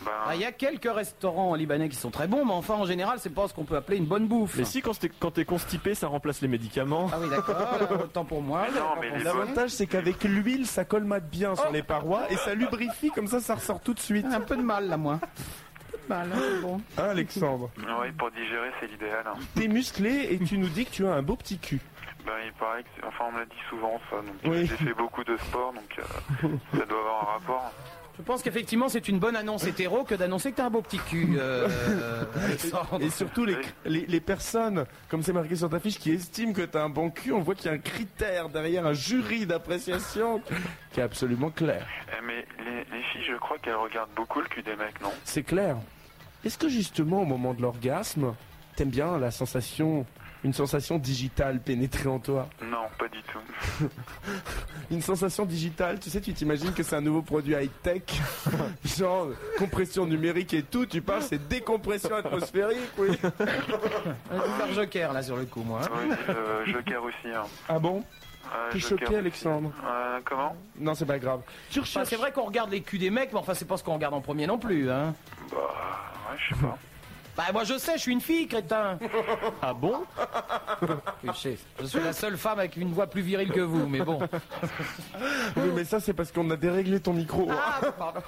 [SPEAKER 9] Ben,
[SPEAKER 5] Ah, Il y a quelques restaurants libanais qui sont très bons, mais enfin en général, c'est pas ce qu'on peut appeler une bonne bouffe.
[SPEAKER 6] Mais si, quand t'es- quand t'es constipé, ça remplace les médicaments.
[SPEAKER 5] Ah oui, d'accord, alors, autant pour moi. Oh.
[SPEAKER 9] non, mais les bonnes-
[SPEAKER 1] L'avantage, c'est qu'avec l'huile, ça colmate bien sur les parois et ça lubrifie, comme ça, ça ressort tout de suite.
[SPEAKER 5] Un peu de mal, là, moi. Mal, hein, bon.
[SPEAKER 1] Hein, Alexandre
[SPEAKER 9] Ouais, pour digérer, c'est l'idéal. hein.
[SPEAKER 1] T'es musclé et tu nous dis que tu as un beau petit cul.
[SPEAKER 9] Ben, il paraît que. Enfin, on me l'a dit souvent, ça. Donc,
[SPEAKER 1] Oui.
[SPEAKER 9] j'ai fait beaucoup de sport, donc euh, ça doit avoir un rapport.
[SPEAKER 5] Je pense qu'effectivement, c'est une bonne annonce hétéro que d'annoncer que t'as un beau petit cul, euh, Alexandre.
[SPEAKER 1] Et surtout, les, les, les personnes, comme c'est marqué sur ta fiche, qui estiment que t'as un bon cul, on voit qu'il y a un critère derrière, un jury d'appréciation qui est absolument clair.
[SPEAKER 9] Eh, mais les, les filles, je crois qu'elles regardent beaucoup le cul des mecs, non
[SPEAKER 1] C'est clair. Est-ce que justement, au moment de l'orgasme, t'aimes bien la sensation, une sensation digitale pénétrée en toi
[SPEAKER 9] Non, pas du tout.
[SPEAKER 1] Une sensation digitale, tu sais, tu t'imagines que c'est un nouveau produit high-tech, genre compression numérique et tout, tu parles, c'est décompression atmosphérique, oui.
[SPEAKER 5] Je vais faire joker, là, sur le coup, moi. hein.
[SPEAKER 9] Oui, euh, joker aussi. Hein.
[SPEAKER 1] Ah bon
[SPEAKER 9] Euh,
[SPEAKER 1] T'es
[SPEAKER 9] joker
[SPEAKER 1] choqué,
[SPEAKER 9] aussi.
[SPEAKER 1] Alexandre
[SPEAKER 9] Euh, comment
[SPEAKER 1] Non, c'est pas grave. Tu
[SPEAKER 5] Enfin,
[SPEAKER 1] recherches.
[SPEAKER 5] c'est vrai qu'on regarde les culs des mecs, mais enfin, c'est pas ce qu'on regarde en premier non plus, hein.
[SPEAKER 9] Bah, ouais, je sais pas.
[SPEAKER 5] Bah, moi, je sais, je suis une fille, crétin.
[SPEAKER 6] Ah bon
[SPEAKER 5] Je sais, je suis la seule femme avec une voix plus virile que vous, mais bon.
[SPEAKER 1] Oui, mais ça, c'est parce qu'on a déréglé ton micro.
[SPEAKER 5] Ah, pardon.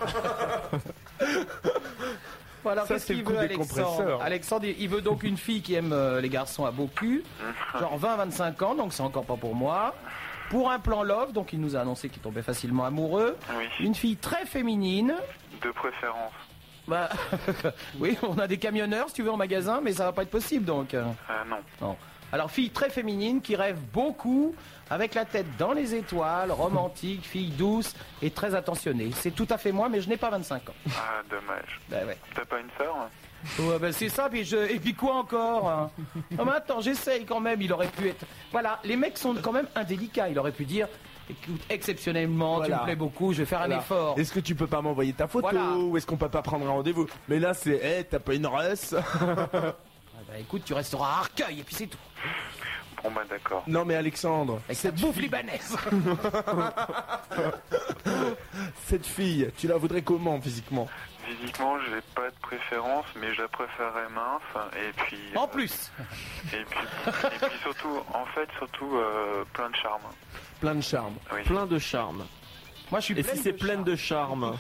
[SPEAKER 5] Bon, alors,
[SPEAKER 1] Ça,
[SPEAKER 5] qu'est-ce
[SPEAKER 1] c'est
[SPEAKER 5] qu'il
[SPEAKER 1] le coup
[SPEAKER 5] veut,
[SPEAKER 1] des
[SPEAKER 5] Alexandre
[SPEAKER 1] compresseurs.
[SPEAKER 5] Alexandre, il il veut donc une fille qui aime euh, les garçons à beau cul, genre 20-25 ans, donc c'est encore pas pour moi. Pour un plan love, donc il nous a annoncé qu'il tombait facilement amoureux.
[SPEAKER 9] Oui,
[SPEAKER 5] Une fille très féminine.
[SPEAKER 9] de préférence.
[SPEAKER 5] Bah, oui, on a des camionneurs, si tu veux, en magasin, mais ça va pas être possible, donc. euh,
[SPEAKER 9] Euh, non.
[SPEAKER 5] Non. Alors, fille très féminine qui rêve beaucoup, avec la tête dans les étoiles, romantique, fille douce et très attentionnée. C'est tout à fait moi, mais je n'ai pas 25 ans.
[SPEAKER 9] Ah, dommage.
[SPEAKER 5] Bah ouais.
[SPEAKER 9] T'as pas une sœur hein
[SPEAKER 5] Ouais, ben c'est ça, puis je... et puis quoi encore hein Non, mais attends, j'essaye quand même, il aurait pu être. Voilà, les mecs sont quand même indélicats, il aurait pu dire écoute, exceptionnellement, tu
[SPEAKER 1] Voilà.
[SPEAKER 5] me plais beaucoup, je vais faire un
[SPEAKER 1] Voilà.
[SPEAKER 5] effort.
[SPEAKER 1] Est-ce que tu peux pas m'envoyer ta photo
[SPEAKER 5] Voilà.
[SPEAKER 1] Ou est-ce qu'on peut pas prendre un rendez-vous Mais là, c'est, hé, t'as pas une race
[SPEAKER 5] Ah, bah écoute, tu resteras à Arcueil, et puis c'est tout.
[SPEAKER 9] Bon, bah, d'accord.
[SPEAKER 1] Non, mais Alexandre,
[SPEAKER 5] Avec cette bouffe libanaise
[SPEAKER 1] cette fille, tu la voudrais comment physiquement
[SPEAKER 9] Physiquement, j'ai pas de préférence, mais je la préférerais mince. Et puis.
[SPEAKER 5] En
[SPEAKER 9] euh,
[SPEAKER 5] plus
[SPEAKER 9] Et puis, et puis surtout, en fait, surtout euh, plein de charme.
[SPEAKER 1] Plein de charme.
[SPEAKER 9] Oui.
[SPEAKER 6] Plein de charme.
[SPEAKER 5] Moi, je suis
[SPEAKER 6] Et si
[SPEAKER 5] pleine
[SPEAKER 6] c'est
[SPEAKER 5] de
[SPEAKER 6] plein de charme,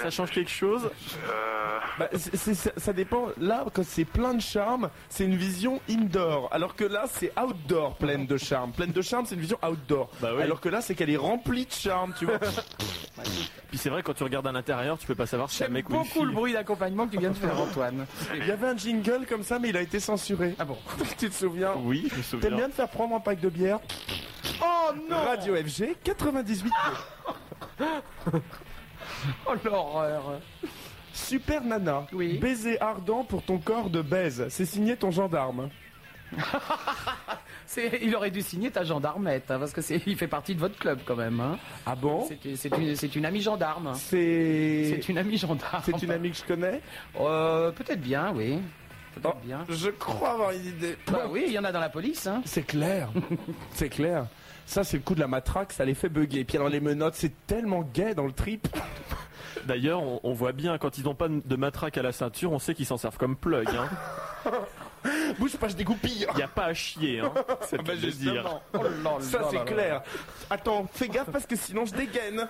[SPEAKER 6] ça change quelque chose
[SPEAKER 9] Euh,
[SPEAKER 1] Bah, c'est- c'est- ça, ça dépend. Là, quand c'est plein de charme, c'est une vision indoor. Alors que là, c'est outdoor, pleine de charme. Pleine de charme, c'est une vision outdoor.
[SPEAKER 6] Bah oui.
[SPEAKER 1] Alors que là, c'est qu'elle est remplie de charme, tu vois.
[SPEAKER 6] Puis c'est vrai, quand tu regardes à l'intérieur, tu peux pas savoir si c'est un
[SPEAKER 5] J'aime
[SPEAKER 6] mec ou une
[SPEAKER 5] beaucoup
[SPEAKER 6] fille.
[SPEAKER 5] le bruit d'accompagnement que tu viens de faire, Antoine.
[SPEAKER 1] Il y avait un jingle comme ça, mais il a été censuré.
[SPEAKER 5] Ah bon
[SPEAKER 1] tu te souviens
[SPEAKER 6] Oui, je me
[SPEAKER 1] T'aimes bien
[SPEAKER 6] souviens.
[SPEAKER 1] te faire prendre un pack de bière
[SPEAKER 5] Oh non
[SPEAKER 1] Radio FG 98
[SPEAKER 5] Oh l'horreur
[SPEAKER 1] Super Nana.
[SPEAKER 5] Oui.
[SPEAKER 1] Baiser ardent pour ton corps de baise. C'est signé ton gendarme.
[SPEAKER 5] C'est- Il aurait dû signer ta gendarmette, hein, parce que c'est- il fait partie de votre club quand même. hein.
[SPEAKER 1] Ah bon
[SPEAKER 5] C'est c'est une, c'est une amie gendarme.
[SPEAKER 1] C'est.
[SPEAKER 5] C'est une amie gendarme.
[SPEAKER 1] C'est une amie que je connais
[SPEAKER 5] Euh, Peut-être bien, oui. Peut-être
[SPEAKER 1] Oh,
[SPEAKER 5] bien.
[SPEAKER 1] Je crois avoir une idée.
[SPEAKER 5] Bah oui, il y en a dans la police. Hein.
[SPEAKER 1] C'est clair, c'est clair. Ça, c'est le coup de la matraque, ça les fait bugger. Puis alors, les menottes, c'est tellement gay dans le trip.
[SPEAKER 6] D'ailleurs, on, on voit bien, quand ils n'ont pas de matraque à la ceinture, on sait qu'ils s'en servent comme plug. Il hein.
[SPEAKER 1] Bouge pas, je dégoupille.
[SPEAKER 6] n'y a pas à chier, hein. c'est
[SPEAKER 1] Ah bah,
[SPEAKER 6] le cas de dire.
[SPEAKER 5] Oh là là
[SPEAKER 1] Ça,
[SPEAKER 5] là là
[SPEAKER 1] c'est
[SPEAKER 5] là.
[SPEAKER 1] clair. Attends, fais gaffe parce que sinon, je dégaine.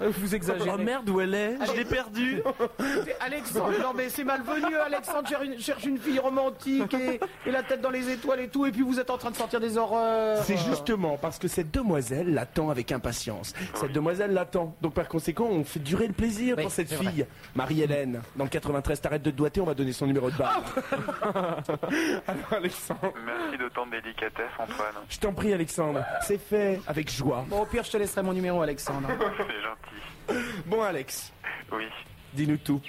[SPEAKER 5] Vous exagérez.
[SPEAKER 6] Oh merde, où elle est Je l'ai perdue
[SPEAKER 5] Écoutez, Alexandre, non mais c'est malvenu. Alexandre cher- cherche une, fille romantique et, et la tête dans les étoiles et tout. Et puis vous êtes en train de sortir des horreurs.
[SPEAKER 1] C'est justement parce que cette demoiselle l'attend avec impatience. Cette demoiselle l'attend. Donc, par conséquent, on fait durer le plaisir
[SPEAKER 5] Oui,
[SPEAKER 1] pour cette
[SPEAKER 5] c'est vrai.
[SPEAKER 1] fille. Marie-Hélène, dans le 93, t'arrêtes de te doiter, on va donner son numéro de barre. Alors, Alexandre.
[SPEAKER 9] merci de tant de délicatesse, Antoine.
[SPEAKER 1] Je t'en prie, Alexandre. C'est fait avec joie.
[SPEAKER 5] Bon, au pire, je te laisserai mon numéro, Alexandre.
[SPEAKER 9] C'est gentil.
[SPEAKER 1] Bon, Alex,
[SPEAKER 9] Oui.
[SPEAKER 1] dis-nous tout.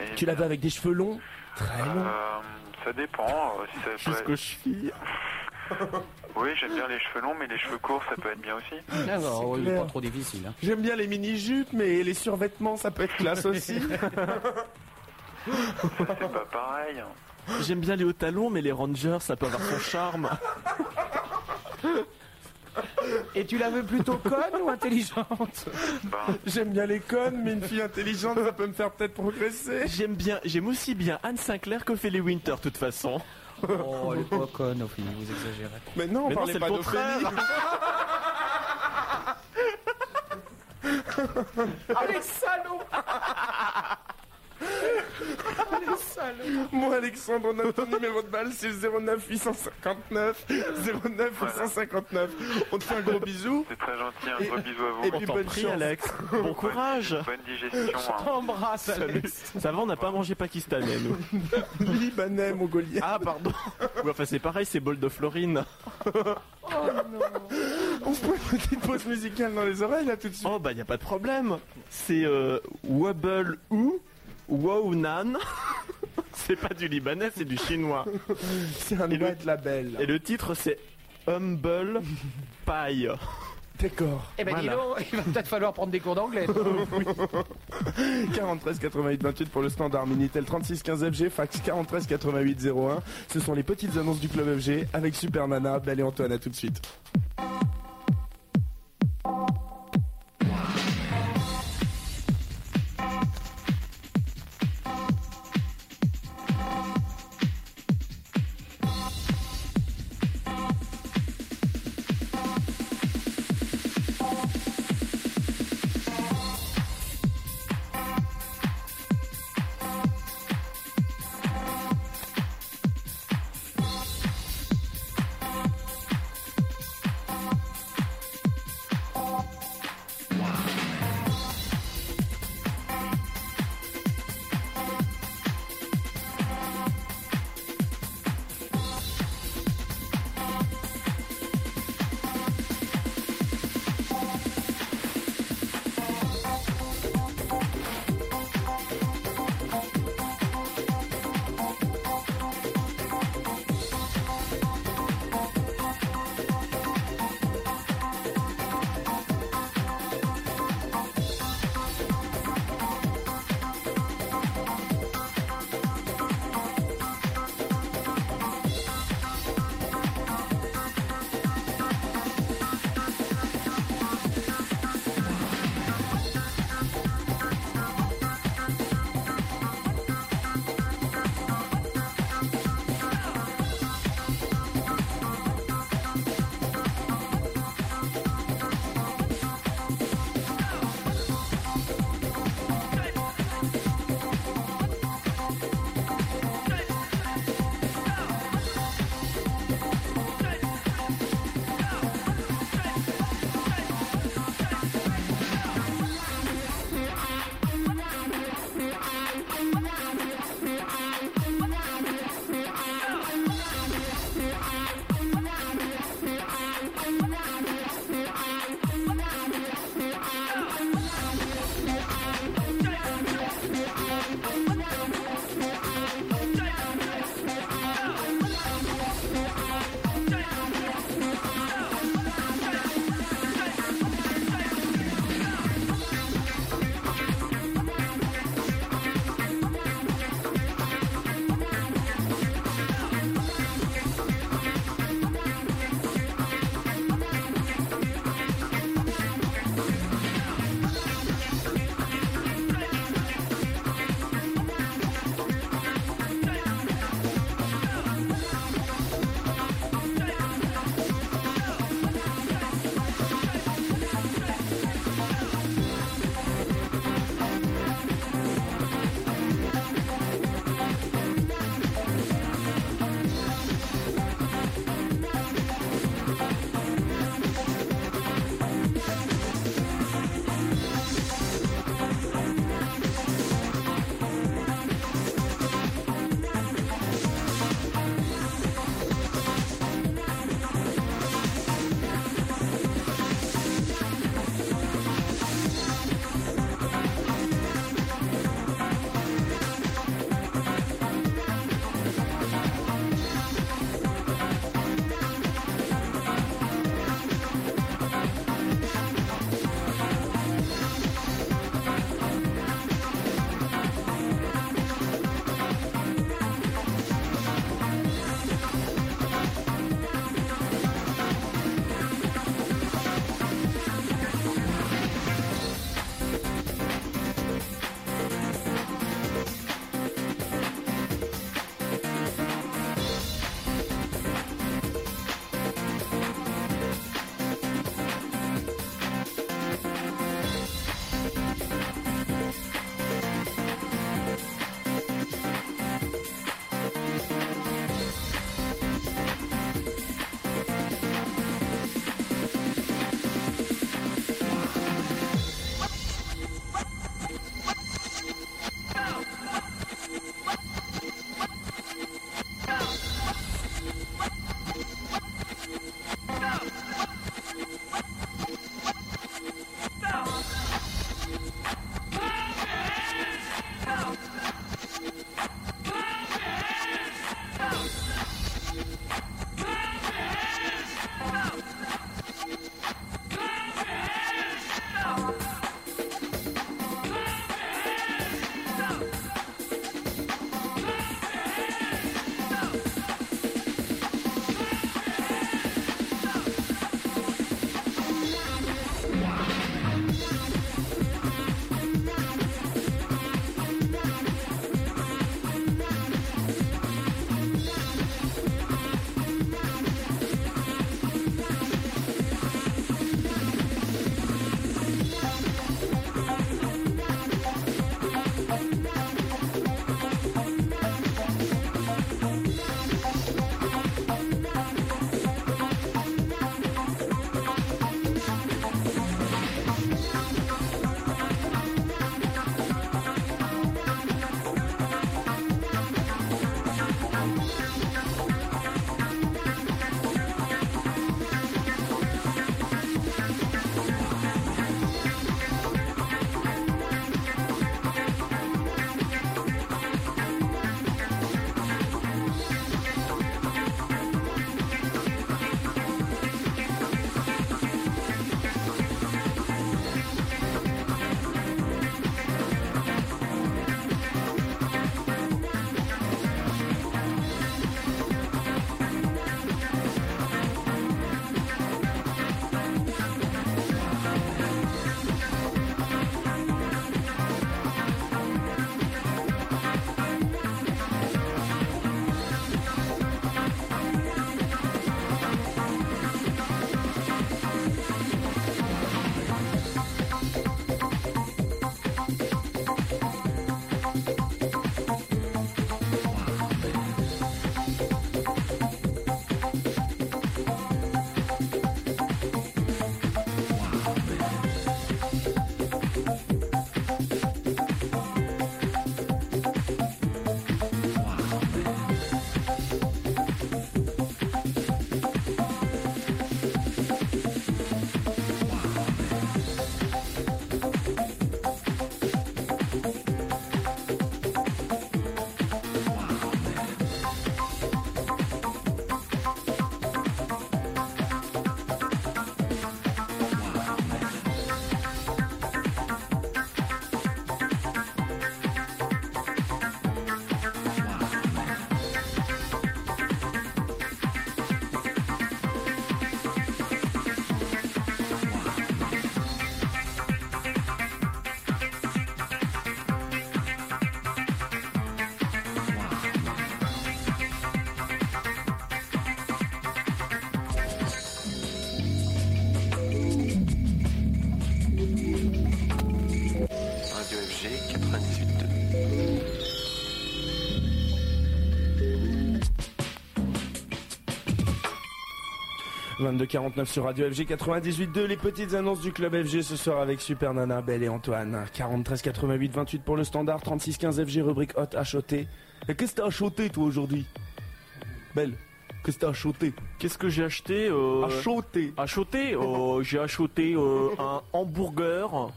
[SPEAKER 9] Et
[SPEAKER 1] Tu l'avais avec des cheveux longs Très longs.
[SPEAKER 9] euh, ça dépend. euh, si ça peut être-
[SPEAKER 6] Jusqu'aux chevilles.
[SPEAKER 9] Oui, j'aime bien les cheveux longs, mais les cheveux courts, ça peut être bien aussi.
[SPEAKER 5] D'accord, Ah oui,
[SPEAKER 1] clair.
[SPEAKER 5] pas trop difficile. hein.
[SPEAKER 1] J'aime bien les mini-jupes, mais les survêtements, ça peut être classe aussi.
[SPEAKER 6] C'est
[SPEAKER 10] pas pareil.
[SPEAKER 6] J'aime bien les hauts talons, mais les Rangers, ça peut avoir son charme.
[SPEAKER 5] Et tu la veux plutôt conne ou intelligente
[SPEAKER 1] J'aime bien les connes, mais une fille intelligente, ça peut me faire peut-être progresser.
[SPEAKER 6] J'aime bien, j'aime aussi bien Anne Sinclair qu'Ophélie Winter, de toute façon.
[SPEAKER 5] Oh, elle est pas conne, Ophélie, vous exagérez.
[SPEAKER 1] Mais non, on
[SPEAKER 6] Mais non,
[SPEAKER 1] parlait
[SPEAKER 6] c'est
[SPEAKER 1] pas
[SPEAKER 6] le
[SPEAKER 1] d'Ophélie.
[SPEAKER 5] Ah, les salauds Ah, les salauds
[SPEAKER 1] Moi, Alexandre, on a ton numéro de balle, c'est le 09 859 09 859. On te fait un gros bisou.
[SPEAKER 10] C'est très gentil, un
[SPEAKER 1] Et-
[SPEAKER 10] gros bisou à vous.
[SPEAKER 1] et puis On t'en bonne prie, chance. Alex. Bon
[SPEAKER 10] Bonne-
[SPEAKER 6] courage.
[SPEAKER 10] Bonne digestion. hein.
[SPEAKER 5] T'embrasse,
[SPEAKER 6] Salut. Ça va, on n'a pas mangé pakistanais, nous.
[SPEAKER 1] Libanais, mongolien.
[SPEAKER 6] Ah, pardon. Oui, enfin, c'est pareil, c'est bol de Florine.
[SPEAKER 1] On se prend une petite pause musicale dans les oreilles, là, tout de suite.
[SPEAKER 6] Oh, bah, y a pas de problème. C'est euh, Wobble ou Wow Nan. C'est pas du libanais, c'est du chinois.
[SPEAKER 1] C'est un doigt de la belle.
[SPEAKER 6] Et le titre, c'est Humble Pie.
[SPEAKER 1] D'accord.
[SPEAKER 5] Eh ben, dis donc, il va peut-être falloir prendre des cours d'anglais.
[SPEAKER 1] 43 88 28 pour le standard Minitel 36 15 FG fax 43 88 01 ce sont les petites annonces du club FG avec Super Nana Belle et Antoine à tout de suite
[SPEAKER 14] Thank
[SPEAKER 1] 2249 sur Radio FG 98.2. Les petites annonces du club FG ce soir avec Super Nana, Belle et Antoine. 43 88 28 pour le standard, 36 15 FG rubrique hot HOT. Et qu'est-ce que t'as achoté toi aujourd'hui Belle, qu'est-ce que t'as achoté
[SPEAKER 6] Qu'est-ce que j'ai acheté euh,
[SPEAKER 1] Achoté.
[SPEAKER 6] Achoté euh, J'ai acheté euh, un hamburger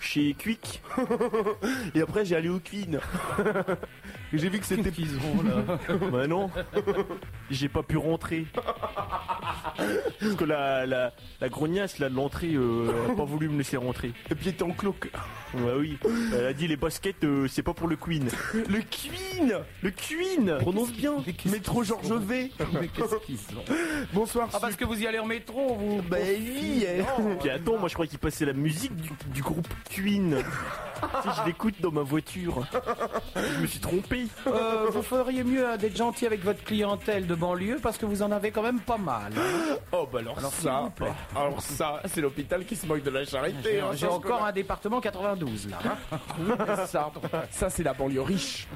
[SPEAKER 6] chez Quick.
[SPEAKER 1] Et après, j'ai allé au Queen. j'ai vu que c'était
[SPEAKER 6] qu'ils ont là. bah non. J'ai pas pu rentrer. Parce que la, la, la grognasse là de l'entrée euh, a pas voulu me laisser rentrer.
[SPEAKER 1] Et puis elle était en cloque.
[SPEAKER 6] Bah oui. Elle a dit les baskets euh, c'est pas pour le Queen.
[SPEAKER 1] Le Queen Le Queen Prononce bien Métro Georges V
[SPEAKER 5] Mais qu'est-ce qu'ils ont
[SPEAKER 1] Bonsoir
[SPEAKER 5] Ah, parce que vous y allez en métro, vous
[SPEAKER 1] Bah oui eh.
[SPEAKER 6] Puis attends, moi je croyais qu'il passait la musique du, du groupe Queen. si je l'écoute dans ma voiture. Je me suis trompé.
[SPEAKER 5] Euh, vous feriez mieux hein, d'être gentil avec votre clientèle de banlieue parce que vous en avez quand même pas mal. hein.
[SPEAKER 1] Oh bah alors,
[SPEAKER 5] Alors, s'il vous
[SPEAKER 1] ça
[SPEAKER 5] plaît.
[SPEAKER 1] Alors ça, c'est l'hôpital qui se moque de la charité
[SPEAKER 5] J'ai
[SPEAKER 1] hein,
[SPEAKER 5] j'ai
[SPEAKER 1] parce
[SPEAKER 5] encore
[SPEAKER 1] que-
[SPEAKER 5] un département 92 là. hein.
[SPEAKER 1] ça, ça c'est la banlieue riche.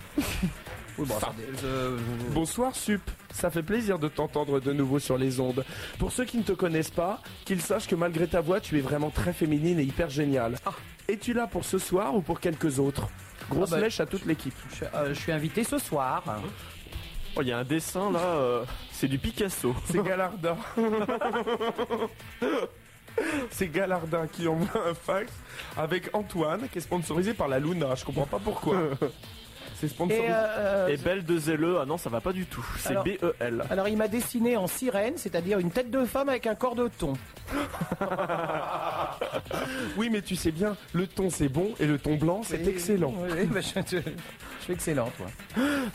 [SPEAKER 5] Oui, bon,
[SPEAKER 1] Ça.
[SPEAKER 5] attendez, euh,
[SPEAKER 1] Bonsoir Sup, ça fait plaisir de t'entendre de nouveau sur les ondes. Pour ceux qui ne te connaissent pas, qu'ils sachent que malgré ta voix, tu es vraiment très féminine et hyper géniale. Es-tu là pour ce soir ou pour quelques autres Grosse
[SPEAKER 5] Ah bah,
[SPEAKER 1] mèche à toute l'équipe.
[SPEAKER 5] je, euh, je suis invité ce soir.
[SPEAKER 6] Oh, il y a un dessin là, euh, c'est du Picasso.
[SPEAKER 1] C'est Galardin. C'est Galardin qui envoie un fax avec Antoine qui est sponsorisé par la Luna. Je comprends pas pourquoi. C'est
[SPEAKER 5] Et,
[SPEAKER 1] sponsorisé.
[SPEAKER 5] euh,
[SPEAKER 6] Et Belle de ZLE, ah non, ça va pas du tout. C'est E
[SPEAKER 5] Alors-
[SPEAKER 6] B-E-L.
[SPEAKER 5] alors il m'a dessiné en sirène, c'est-à-dire une tête de femme avec un corps de thon.
[SPEAKER 1] Oui, mais tu sais bien, le ton c'est bon et le ton blanc c'est
[SPEAKER 5] Oui,
[SPEAKER 1] excellent.
[SPEAKER 5] oui, bah, je, je- je suis excellent, toi.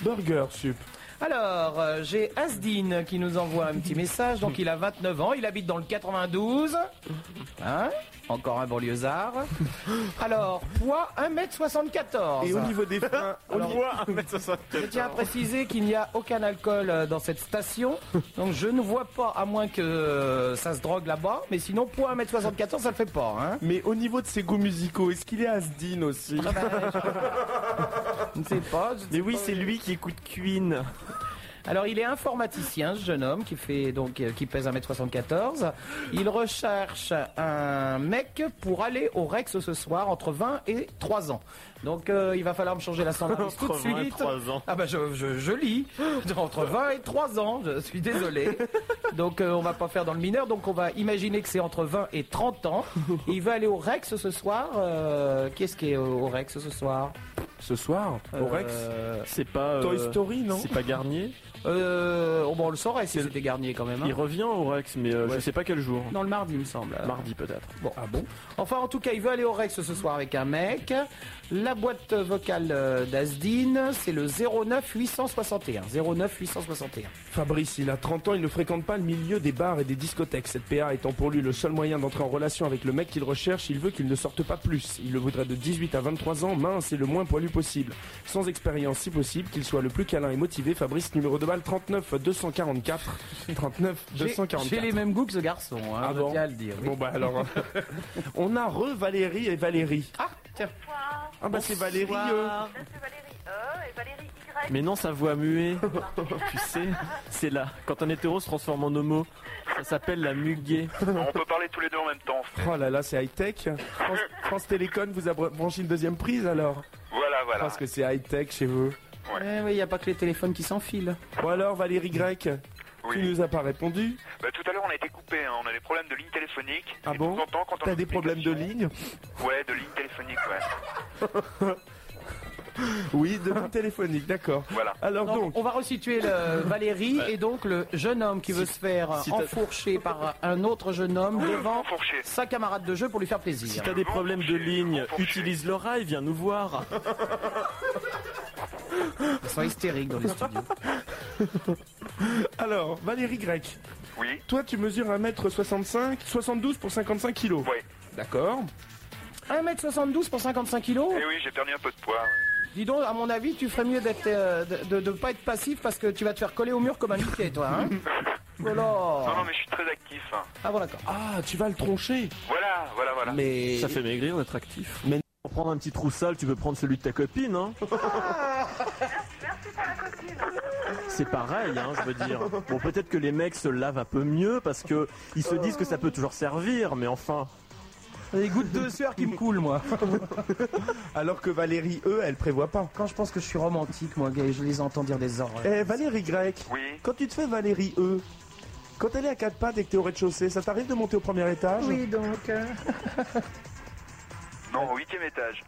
[SPEAKER 1] Burger Sup.
[SPEAKER 5] Alors, euh, j'ai Asdine qui nous envoie un petit message. Donc, il a 29 ans, il habite dans le 92. Hein Encore un banlieusard. Alors, poids 1m74.
[SPEAKER 1] Et au niveau des freins, au
[SPEAKER 5] Alors,
[SPEAKER 1] niveau-
[SPEAKER 5] Je tiens à préciser qu'il n'y a aucun alcool euh, dans cette station. Donc, je ne vois pas, à moins que euh, ça se drogue là-bas. Mais sinon, poids 1m74, ça le fait pas. Hein Ah
[SPEAKER 1] mais au niveau de ses goûts musicaux, est-ce qu'il est Asdin aussi
[SPEAKER 5] ben, je ne sais pas. je ne
[SPEAKER 6] Mais
[SPEAKER 5] sais
[SPEAKER 6] oui,
[SPEAKER 5] pas.
[SPEAKER 6] c'est lui qui écoute Queen.
[SPEAKER 5] Alors il est informaticien, ce jeune homme qui fait donc euh, qui pèse 1m74. Il recherche un mec pour aller au Rex ce soir entre 20 et 3 ans. Donc euh, il va falloir me changer la sandwich tout de
[SPEAKER 6] Entre 20 et
[SPEAKER 5] suite.
[SPEAKER 6] 3 ans.
[SPEAKER 5] Ah bah je, je, je lis entre 20 et 3 ans, je suis désolé. Donc euh, on va pas faire dans le mineur, donc on va imaginer que c'est entre 20 et 30 ans. Il va aller au Rex ce soir. Euh, Qu'est-ce qui est au au Rex ce soir
[SPEAKER 1] Ce soir, au Rex,
[SPEAKER 5] Euh,
[SPEAKER 6] C'est pas. euh,
[SPEAKER 1] Toy Story, non
[SPEAKER 6] C'est pas Garnier.
[SPEAKER 5] euh, bon, on le saurait si c'était Garnier quand même. hein.
[SPEAKER 6] Il revient au Rex, mais euh, je sais pas quel jour.
[SPEAKER 5] Non, le mardi, il me semble.
[SPEAKER 6] Mardi peut-être.
[SPEAKER 5] Bon. Ah bon Enfin, en tout cas, il veut aller au Rex ce soir avec un mec. La boîte vocale euh, d'Asdine, c'est le 09 861. 09 861.
[SPEAKER 1] Fabrice, il a 30 ans, il ne fréquente pas le milieu des bars et des discothèques. Cette PA étant pour lui le seul moyen d'entrer en relation avec le mec qu'il recherche, il veut qu'il ne sorte pas plus. Il le voudrait de 18 à 23 ans, mince et le moins poilu possible. Sans expérience si possible, qu'il soit le plus câlin et motivé. Fabrice, numéro de balle 39 244. 39
[SPEAKER 5] J'ai- J'ai
[SPEAKER 1] 244.
[SPEAKER 5] les mêmes goûts que ce garçon, hein,
[SPEAKER 1] Ah
[SPEAKER 5] je
[SPEAKER 1] bon
[SPEAKER 5] tiens à le dire.
[SPEAKER 1] Bon bah alors, on a re Valérie et Valérie.
[SPEAKER 5] Ah, tiens.
[SPEAKER 1] Ah bah c'est Valérie. euh,
[SPEAKER 3] Je suis Valérie E et Valérie Y.
[SPEAKER 6] Mais non, sa voix muée. tu sais, c'est là. Quand un hétéro se transforme en homo, ça s'appelle la muguet.
[SPEAKER 10] On peut parler tous les deux en même temps.
[SPEAKER 1] Oh là là, c'est high-tech. France, France Télécom vous a br- branché une deuxième prise alors
[SPEAKER 10] Voilà, voilà.
[SPEAKER 1] Parce que c'est high-tech chez vous.
[SPEAKER 5] Eh oui, il n'y a pas que les téléphones qui s'enfilent.
[SPEAKER 1] Bon alors Valérie Grec,
[SPEAKER 10] Oui.
[SPEAKER 1] tu nous as pas répondu.
[SPEAKER 10] Bah, tout à l'heure, on a été coupé. hein. On a des problèmes de ligne téléphonique.
[SPEAKER 1] Ah
[SPEAKER 10] Et
[SPEAKER 1] bon
[SPEAKER 10] de temps en temps, quand on
[SPEAKER 1] T'as
[SPEAKER 10] a
[SPEAKER 1] des
[SPEAKER 10] une
[SPEAKER 1] problèmes de
[SPEAKER 10] connexion-
[SPEAKER 1] ligne
[SPEAKER 10] Ouais, de ligne téléphonique, ouais.
[SPEAKER 1] Oui, de ligne téléphonique, d'accord.
[SPEAKER 10] Voilà.
[SPEAKER 1] Alors
[SPEAKER 5] Non,
[SPEAKER 1] donc,
[SPEAKER 5] on va resituer le Valérie et donc le jeune homme qui veut se faire
[SPEAKER 6] si t'as-
[SPEAKER 5] enfourcher par un autre jeune homme devant
[SPEAKER 10] Enfourché.
[SPEAKER 5] sa camarade de jeu pour lui faire
[SPEAKER 6] Si
[SPEAKER 5] plaisir.
[SPEAKER 6] t'as des problèmes de ligne, utilise l'oreille, viens nous voir.
[SPEAKER 5] Ils sont hystériques dans les studios.
[SPEAKER 1] alors Valérie Grec,
[SPEAKER 10] Oui,
[SPEAKER 1] toi tu mesures 1m65, 72 pour 55 kilos.
[SPEAKER 10] oui.
[SPEAKER 1] D'accord.
[SPEAKER 5] 1m72 pour 55 kilos
[SPEAKER 10] Et Eh oui, j'ai perdu un peu de poids.
[SPEAKER 5] Dis donc, à mon avis, tu ferais mieux d'être, euh, de- de ne pas être passif parce que tu vas te faire coller au mur comme un piquet, toi. Hein oh
[SPEAKER 10] Non, non,
[SPEAKER 5] là
[SPEAKER 10] mais je suis très actif. hein.
[SPEAKER 5] Ah bon, d'accord.
[SPEAKER 1] Ah, tu vas le troncher.
[SPEAKER 10] Voilà, voilà, voilà.
[SPEAKER 1] Mais
[SPEAKER 6] Ça fait maigrir d'être actif.
[SPEAKER 1] Mais-
[SPEAKER 6] pour prendre un petit trou sale, tu peux prendre celui de ta copine, hein
[SPEAKER 3] Merci pour la coquine.
[SPEAKER 6] c'est pareil, hein, je veux dire. Bon, peut-être que les mecs se lavent un peu mieux parce que ils se disent que ça peut toujours servir, mais enfin.
[SPEAKER 5] Les gouttes de sueur qui me coulent, moi.
[SPEAKER 1] Alors que Valérie, eux, elle prévoit pas.
[SPEAKER 5] Quand je pense que je suis romantique, moi, gars, je les entends dire des horreurs.
[SPEAKER 1] Eh Valérie Grec, quand tu te fais Valérie E, quand elle est à quatre pattes et que t'es au rez-de-chaussée, ça t'arrive de monter au premier étage
[SPEAKER 5] Oui, donc. euh,
[SPEAKER 10] Non, au huitième étage.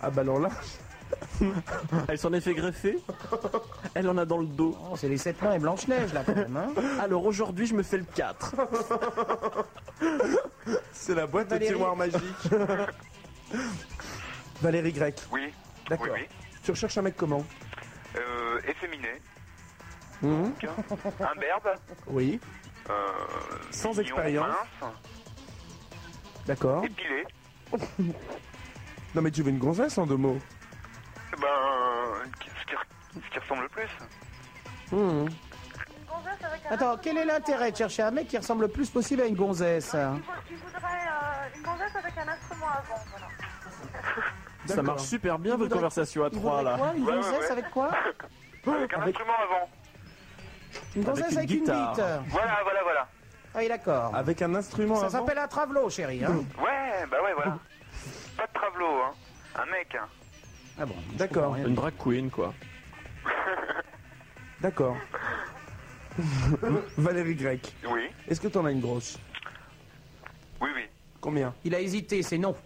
[SPEAKER 1] Ah bah alors là.
[SPEAKER 6] Elle s'en est fait greffer. Elle en a dans le dos.
[SPEAKER 5] Oh, c'est les sept nains et Blanche-Neige là quand même. hein.
[SPEAKER 6] Alors aujourd'hui je me fais le 4.
[SPEAKER 1] C'est la boîte
[SPEAKER 6] Valérie.
[SPEAKER 1] de tiroir magique. Valérie Grec.
[SPEAKER 10] Oui.
[SPEAKER 1] D'accord.
[SPEAKER 10] Oui,
[SPEAKER 1] Tu recherches un mec comment
[SPEAKER 10] oui. Euh, efféminé.
[SPEAKER 1] Mhm.
[SPEAKER 10] Imberbe.
[SPEAKER 1] Oui.
[SPEAKER 10] Euh,
[SPEAKER 1] Sans
[SPEAKER 10] mignon,
[SPEAKER 1] expérience.
[SPEAKER 10] mince,
[SPEAKER 1] D'accord.
[SPEAKER 10] Épilé.
[SPEAKER 1] Non mais tu veux une gonzesse en deux mots
[SPEAKER 16] Eh
[SPEAKER 10] Ben, qui- ce qui, re- ce qui ressemble le plus.
[SPEAKER 5] Hmm. Attends, quel est l'intérêt de chercher un mec qui ressemble le plus possible à une gonzesse hein
[SPEAKER 3] Tu voudrais euh, une gonzesse avec un instrument avant, voilà.
[SPEAKER 6] Ça marche super bien votre conversation à trois là.
[SPEAKER 5] Quoi Une
[SPEAKER 6] Ouais, ouais,
[SPEAKER 5] gonzesse
[SPEAKER 6] ouais.
[SPEAKER 5] avec quoi
[SPEAKER 10] Avec un instrument avant.
[SPEAKER 5] Une gonzesse avec, une,
[SPEAKER 6] guitare.
[SPEAKER 5] bite.
[SPEAKER 10] Voilà, voilà, voilà.
[SPEAKER 5] Ah oui, d'accord.
[SPEAKER 1] Avec un instrument
[SPEAKER 5] Ça
[SPEAKER 1] avant
[SPEAKER 5] s'appelle un travelot, chérie. hein.
[SPEAKER 10] Ouais, bah ouais, voilà. Pas de travelo, hein. Un mec, hein.
[SPEAKER 5] Ah bon
[SPEAKER 1] D'accord.
[SPEAKER 6] Une drag queen quoi.
[SPEAKER 1] D'accord. Valérie Grec.
[SPEAKER 10] Oui.
[SPEAKER 1] Est-ce que t'en as une grosse
[SPEAKER 10] Oui, oui.
[SPEAKER 1] Combien
[SPEAKER 5] Il a hésité, c'est non.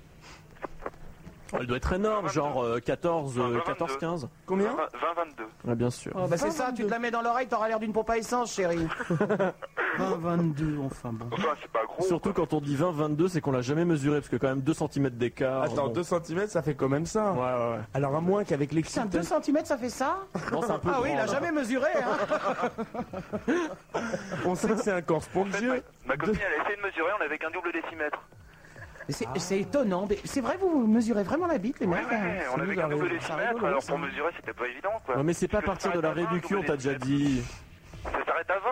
[SPEAKER 6] Oh, Elle doit être énorme, genre euh, 14, euh, 14, 15.
[SPEAKER 1] Combien
[SPEAKER 10] 20-22.
[SPEAKER 6] Ouais, bien sûr.
[SPEAKER 5] Oh, bah c'est ça, tu te la mets dans l'oreille, t'auras l'air d'une pompe à essence, chérie. 20, 22, enfin bon.
[SPEAKER 6] Surtout quand on dit 20-22, c'est qu'on l'a jamais mesuré parce que quand même 2 cm d'écart.
[SPEAKER 1] Attends, 2 cm ça fait quand même ça.
[SPEAKER 6] Ouais, ouais, ouais.
[SPEAKER 1] Alors à moins qu'avec
[SPEAKER 5] Putain, 2
[SPEAKER 1] l'excitation,
[SPEAKER 5] cm, ça fait ça
[SPEAKER 6] Non, c'est un peu
[SPEAKER 5] Ah oui,
[SPEAKER 6] grand,
[SPEAKER 5] il a
[SPEAKER 6] là.
[SPEAKER 5] jamais mesuré, hein
[SPEAKER 1] on sait que c'est un corps spongieux.
[SPEAKER 10] Ma copine, elle a essayé de mesurer, on avait qu'un double décimètre.
[SPEAKER 5] Mais C'est c'est étonnant, mais c'est vrai, vous mesurez vraiment la bite, les mecs
[SPEAKER 10] Ah.
[SPEAKER 5] hein,
[SPEAKER 10] Ouais, on avait qu'un double décimètre, alors pour mesurer, c'était pas évident, quoi.
[SPEAKER 6] Ouais, mais c'est pas à
[SPEAKER 10] Parce que
[SPEAKER 6] partir de la
[SPEAKER 10] ça s'arrête à 20,
[SPEAKER 6] réduction,
[SPEAKER 10] double
[SPEAKER 6] t'as déjà dit.
[SPEAKER 10] décimètre. Ça s'arrête à 20.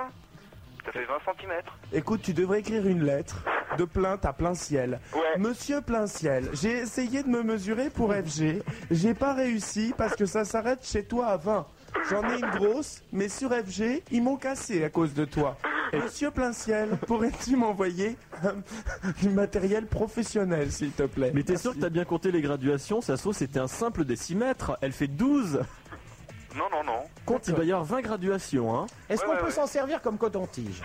[SPEAKER 10] Ça fait 20 cm.
[SPEAKER 1] Écoute, tu devrais écrire une lettre de plainte à plein ciel. Monsieur plein ciel, j'ai essayé de me mesurer pour FG, j'ai pas réussi parce que ça s'arrête chez toi à 20. J'en ai une grosse, mais sur FG, ils m'ont cassé à cause de toi. Monsieur plein ciel, pourrais-tu m'envoyer euh, du matériel professionnel, s'il te plaît
[SPEAKER 6] Mais t'es sûr que t'as bien compté les graduations Sa sauce c'était un simple décimètre, elle fait 12
[SPEAKER 10] Non, non, non.
[SPEAKER 6] Compte, il doit y avoir 20 graduations, hein
[SPEAKER 5] Est-ce qu'on peut s'en servir comme coton-tige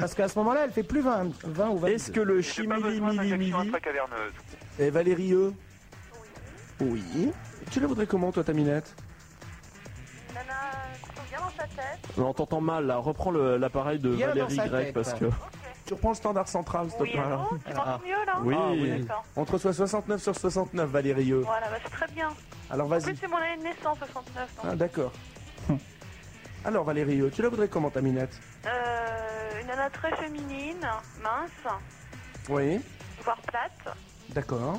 [SPEAKER 5] Parce qu'à ce moment-là, elle fait plus 20, 20 ou 20.
[SPEAKER 6] Est-ce que le chimili mili mili
[SPEAKER 10] Très caverneuse.
[SPEAKER 6] Eh,
[SPEAKER 1] Et Valérie E Oui. Tu la voudrais comment, toi, ta minette
[SPEAKER 3] Une Nana, qui sont bien dans sa tête.
[SPEAKER 6] On t'entend mal là, reprends le- l'appareil de
[SPEAKER 3] Bien dans
[SPEAKER 6] Valérie
[SPEAKER 3] sa
[SPEAKER 6] Grec
[SPEAKER 3] tête,
[SPEAKER 5] hein.
[SPEAKER 6] parce que.
[SPEAKER 3] ouais.
[SPEAKER 1] Tu reprends le standard central, s'il te
[SPEAKER 3] Oui,
[SPEAKER 1] plaît.
[SPEAKER 3] allô Tu m'entends mieux là
[SPEAKER 1] Oui,
[SPEAKER 3] Ah,
[SPEAKER 1] oui.
[SPEAKER 3] d'accord.
[SPEAKER 1] On te reçoit 69 sur 69, Valérie E.
[SPEAKER 3] Voilà, bah, c'est très bien.
[SPEAKER 1] Alors
[SPEAKER 3] En plus,
[SPEAKER 1] vas-y.
[SPEAKER 3] c'est mon année de naissance, 69. donc.
[SPEAKER 1] Ah, d'accord. Alors Valérie, euh, tu la voudrais comment ta minette
[SPEAKER 3] Euh, une nana très féminine, mince,
[SPEAKER 1] Oui.
[SPEAKER 3] voire plate,
[SPEAKER 1] D'accord.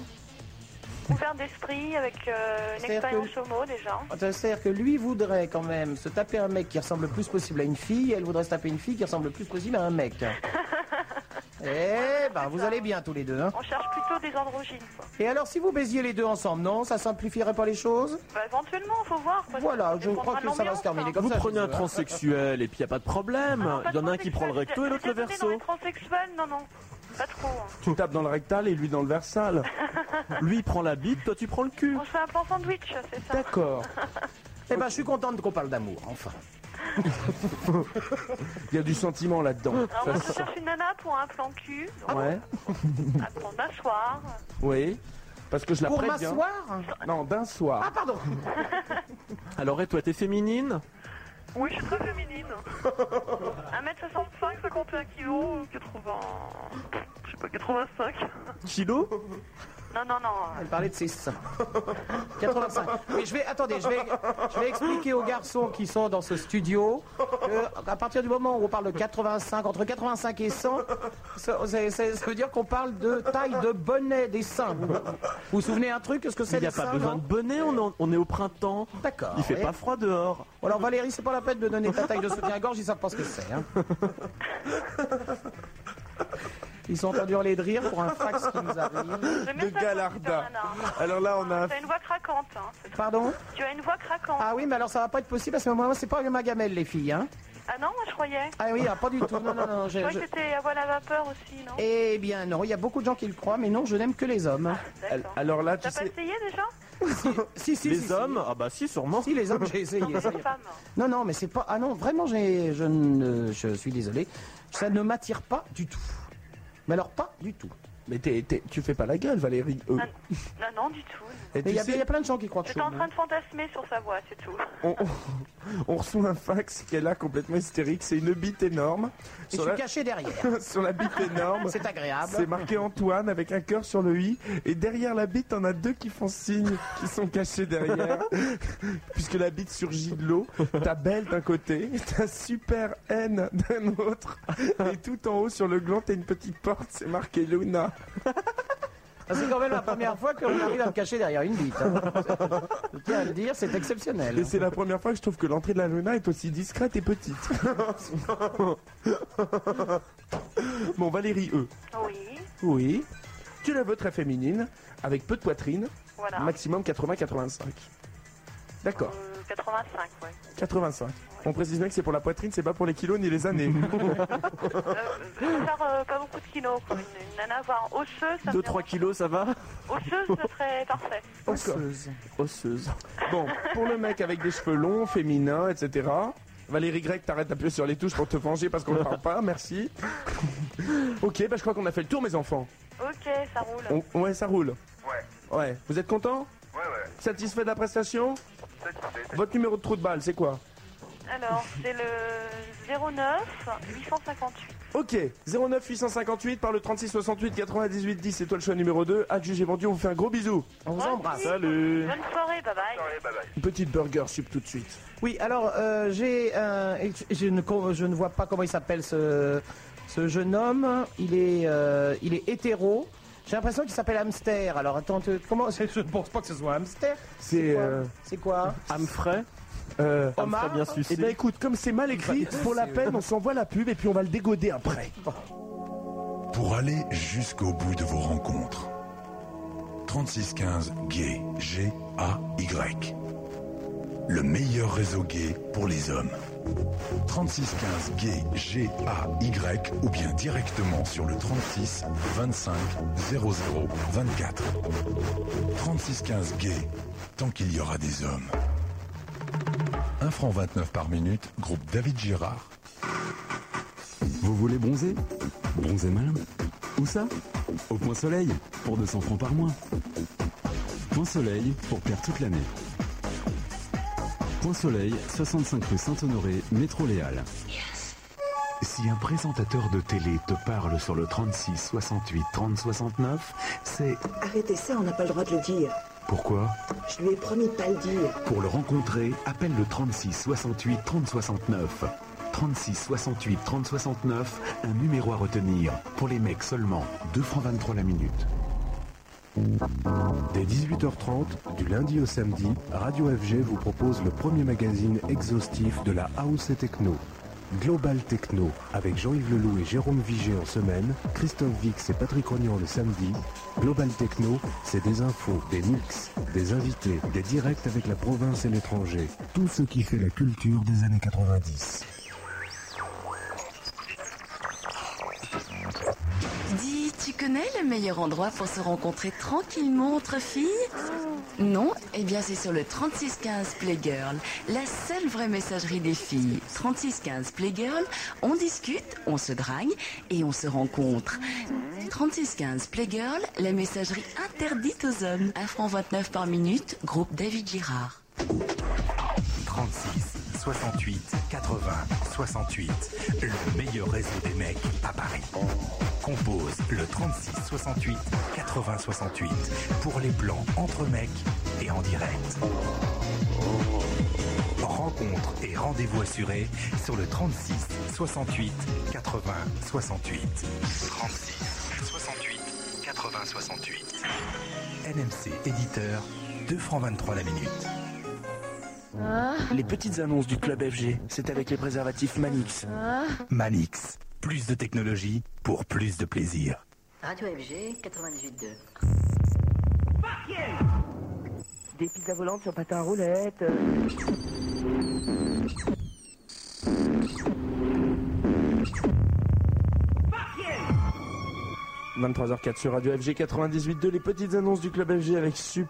[SPEAKER 3] ouverte d'esprit, avec euh, une
[SPEAKER 5] C'est-à-dire
[SPEAKER 3] expérience
[SPEAKER 5] que-
[SPEAKER 3] homo déjà.
[SPEAKER 5] C'est-à-dire que lui voudrait quand même se taper un mec qui ressemble le plus possible à une fille, et elle voudrait se taper une fille qui ressemble le plus possible à un mec. Eh ben, vous allez bien tous les deux. hein.
[SPEAKER 3] On cherche plutôt des androgynes, quoi.
[SPEAKER 5] Et alors, si vous baisiez les deux ensemble, non Ça simplifierait pas les choses
[SPEAKER 3] Bah, éventuellement, faut voir. quoi.
[SPEAKER 5] Voilà, je
[SPEAKER 3] dépendra de
[SPEAKER 5] crois que ça va
[SPEAKER 3] l'ambiance,
[SPEAKER 5] se terminer comme
[SPEAKER 6] Vous
[SPEAKER 5] ça.
[SPEAKER 6] prenez
[SPEAKER 5] chez
[SPEAKER 6] un
[SPEAKER 5] eux, hein.
[SPEAKER 6] transsexuel et puis y a pas de problème. Il y en a un qui prend le recto et l'autre le
[SPEAKER 3] Désolée, dans
[SPEAKER 6] verso.
[SPEAKER 3] les transsexuels, non, non, pas trop. hein.
[SPEAKER 1] Tu tapes dans le rectal et lui dans le versal.
[SPEAKER 6] Lui il prend la bite, toi tu prends le cul.
[SPEAKER 3] On se fait un plan sandwich, c'est ça
[SPEAKER 1] D'accord.
[SPEAKER 5] Eh ben, je suis contente qu'on parle d'amour, enfin.
[SPEAKER 1] Il y a du sentiment là-dedans.
[SPEAKER 17] Ah,
[SPEAKER 3] Alors, moi,
[SPEAKER 1] Ça
[SPEAKER 3] je
[SPEAKER 1] se sent.
[SPEAKER 3] cherche une nana pour un plan cul, donc,
[SPEAKER 1] Ouais.
[SPEAKER 3] à prendre un soir.
[SPEAKER 1] Oui. Parce que je la
[SPEAKER 3] Pour
[SPEAKER 1] préviens.
[SPEAKER 3] m'asseoir
[SPEAKER 1] Non, d'un soir. Ah
[SPEAKER 5] pardon.
[SPEAKER 6] Alors et toi t'es féminine
[SPEAKER 3] Oui, je suis très féminine. 1m65, 51 kg, 80... Je sais pas, 85.
[SPEAKER 6] Kilo
[SPEAKER 3] Non, non, non.
[SPEAKER 5] Elle parlait de ses seins. 85. Mais je vais, attendez, je vais, je vais expliquer aux garçons qui sont dans ce studio que à partir du moment où on parle de 85, entre 85 et 100, ça, c'est- c'est- ça veut dire qu'on parle de taille de bonnet des seins. Vous vous, vous souvenez un truc de ce que c'est
[SPEAKER 6] Il n'y a
[SPEAKER 5] les
[SPEAKER 6] pas
[SPEAKER 5] seins,
[SPEAKER 6] besoin
[SPEAKER 5] non
[SPEAKER 6] de bonnet, on est, en- on est au printemps.
[SPEAKER 5] D'accord.
[SPEAKER 6] Il fait
[SPEAKER 5] ouais.
[SPEAKER 6] pas froid dehors.
[SPEAKER 5] Alors Valérie, c'est pas la peine de donner ta taille de soutien-gorge, ils savent pas ce que c'est. hein. Ils ont entendu hurler de rire pour un fax qui nous arrive.
[SPEAKER 17] J'aime bien ça,
[SPEAKER 18] Galarda.
[SPEAKER 17] Putain, Nana.
[SPEAKER 18] Alors là, on
[SPEAKER 1] Ah.
[SPEAKER 18] a.
[SPEAKER 17] T'as une voix craquante, hein.
[SPEAKER 5] Pardon
[SPEAKER 17] Tu as une voix craquante.
[SPEAKER 5] Ah oui, mais alors ça va pas être possible parce que moi, c'est pas le magamel, les filles. Hein.
[SPEAKER 17] Ah non, moi je croyais.
[SPEAKER 5] Ah oui, ah, pas du tout. Non, non, non.
[SPEAKER 17] Je
[SPEAKER 5] je-
[SPEAKER 17] croyais
[SPEAKER 5] je-
[SPEAKER 17] que c'était à voile à vapeur aussi, non
[SPEAKER 5] Eh bien non, il y a beaucoup de gens qui le croient, mais non, je n'aime que les hommes.
[SPEAKER 17] Ah, D'accord.
[SPEAKER 5] Alors là,
[SPEAKER 17] T'as pas essayé déjà
[SPEAKER 5] Si, si,
[SPEAKER 6] les
[SPEAKER 5] si, si.
[SPEAKER 6] hommes, ah bah si, sûrement.
[SPEAKER 5] Si, les hommes, j'ai essayé.
[SPEAKER 17] Non, mais les femmes.
[SPEAKER 5] Non, non, mais c'est pas. Ah non, vraiment, j'ai- je, ne- je suis désolé. Ça ne m'attire pas du tout. Mais alors, pas du tout.
[SPEAKER 1] Mais t'es- t'es- tu fais pas la gueule, Valérie. euh.
[SPEAKER 17] Ah, Non, non, du tout.
[SPEAKER 1] Et
[SPEAKER 5] Mais
[SPEAKER 1] tu
[SPEAKER 5] il y, a-
[SPEAKER 1] sais-
[SPEAKER 5] il y a plein de hein. gens qui croient que je
[SPEAKER 17] J'étais
[SPEAKER 5] suis
[SPEAKER 17] en train de fantasmer sur sa voix, c'est tout.
[SPEAKER 1] On, on- on reçoit un fax qui est là complètement hystérique. C'est une bite énorme.
[SPEAKER 5] Et je suis caché derrière.
[SPEAKER 1] sur la bite énorme.
[SPEAKER 5] C'est agréable.
[SPEAKER 1] C'est marqué Antoine avec un cœur sur le i. Et derrière la bite, on a deux qui font signe, qui sont cachés derrière. Puisque la bite surgit de l'eau. T'as belle d'un côté, t'as super N d'un autre. Et tout en haut sur le gland, t'as une petite porte. C'est marqué Luna.
[SPEAKER 5] Ah, C'est quand même la première fois qu'on arrive à me cacher derrière une bite. hein. Je tiens à le dire, c'est exceptionnel.
[SPEAKER 1] Et c'est la première fois que je trouve que l'entrée de la Luna est aussi discrète et petite. bon, Valérie, E.
[SPEAKER 17] Oui,
[SPEAKER 1] Oui. Tu la veux très féminine, avec peu de poitrine,
[SPEAKER 17] voilà.
[SPEAKER 1] maximum 80-85. D'accord,
[SPEAKER 17] Euh, 85, ouais.
[SPEAKER 1] 85. On précise bien que c'est pour la poitrine, c'est pas pour les kilos ni les années.
[SPEAKER 17] Je préfère euh, pas beaucoup de kilos. quoi. Une, une nana voire osseuse, ça me
[SPEAKER 6] 2-3 kilos, ça va
[SPEAKER 17] dérange. Osseuse, ce serait parfait.
[SPEAKER 1] Osseuse. Osseuse. Bon, pour le mec avec des cheveux longs, féminins, etc. Valérie Grec, t'arrêtes d'appuyer sur les touches pour te venger parce qu'on ne parle pas, merci. ok, bah je crois qu'on a fait le tour, mes enfants.
[SPEAKER 17] Ok, ça roule.
[SPEAKER 1] On- ouais, ça roule.
[SPEAKER 17] Ouais.
[SPEAKER 1] Ouais. Vous êtes content
[SPEAKER 17] Ouais, ouais.
[SPEAKER 1] Satisfait de la prestation Votre numéro de trou de balle, c'est quoi
[SPEAKER 17] Alors, c'est le 09 858.
[SPEAKER 1] Ok, 09 858 par le 36 68 98 10, c'est toi le choix numéro 2. Adjugé vendu, on vous fait un gros bisou.
[SPEAKER 5] On vous embrasse.
[SPEAKER 1] Salut.
[SPEAKER 17] Bonne soirée, bye bye.
[SPEAKER 1] Une petite burger sub tout de suite.
[SPEAKER 5] Oui, alors euh, j'ai un- je ne co- je ne vois pas comment il s'appelle ce ce jeune homme. Il est euh, il est hétéro. J'ai l'impression qu'il s'appelle hamster. Alors attends, tu- comment Je ne pense pas que ce soit hamster.
[SPEAKER 1] C'est
[SPEAKER 5] quoi
[SPEAKER 1] euh,
[SPEAKER 5] C'est quoi
[SPEAKER 1] Hamfray euh,
[SPEAKER 5] Omar Hamfray bien sucé.
[SPEAKER 1] Eh ben écoute, comme Bah, c'est mal écrit, pour la peine, on s'envoie la pub et puis on va le dégoder après.
[SPEAKER 12] Pour aller jusqu'au bout de vos rencontres. 3615 Gay, G-A-Y. Le meilleur réseau gay pour les hommes. 3615 Gay, G-A-Y, ou bien directement sur le 36 25 00 24. 3615 Gay, tant qu'il y aura des hommes. 1 franc 29 par minute, groupe David Girard.
[SPEAKER 19] Vous voulez bronzer Bronzer malin Où ça Au Point Soleil, pour 200 francs par mois. Point Soleil, pour perdre toute l'année. Point Soleil, 65 rue Saint-Honoré, métro Léal.
[SPEAKER 2] Si un présentateur de télé te parle sur le 36 68 30 69, c'est
[SPEAKER 20] Arrêtez ça, on n'a pas le droit de le dire.
[SPEAKER 2] pourquoi
[SPEAKER 20] Je lui ai promis de pas le dire.
[SPEAKER 2] Pour le rencontrer, appelle le 36 68 30 69. 36 68 30 69, un numéro à retenir. Pour les mecs seulement, 2 francs 23 la minute.
[SPEAKER 21] Dès 18h30, du lundi au samedi, Radio FG vous propose le premier magazine exhaustif de la House et Techno. Global Techno, avec Jean-Yves Leloup et Jérôme Vigé en semaine, Christophe Vix et Patrick Rognan le samedi. Global Techno, c'est des infos, des mix, des invités, des directs avec la province et l'étranger. Tout ce qui fait la culture des années 90.
[SPEAKER 3] Dis, tu connais le meilleur endroit pour se rencontrer tranquillement entre filles Non Eh bien, c'est sur le 3615 Playgirl, la seule vraie messagerie des filles. 3615 Playgirl, on discute, on se drague et on se rencontre. 3615 Playgirl, la messagerie interdite aux hommes. 1 franc 29 par minute, groupe David Girard.
[SPEAKER 2] 36 68 80 68, le meilleur réseau des mecs à Paris. Compose le 36 68 80 68 pour les plans entre mecs et en direct. Rencontre et rendez-vous assurés sur le 36 68 80 68. 36 68 80 68. NMC éditeur 2 francs 23 la minute.
[SPEAKER 6] Les petites annonces du club FG, c'est avec les préservatifs Manix. Manix,
[SPEAKER 2] Plus de technologie pour plus de plaisir.
[SPEAKER 22] Radio FG 98.2. Des pizzas volantes sur patin à roulettes. euh.
[SPEAKER 1] h 4 sur Radio FG 98.2, les petites annonces du club FG avec Sup,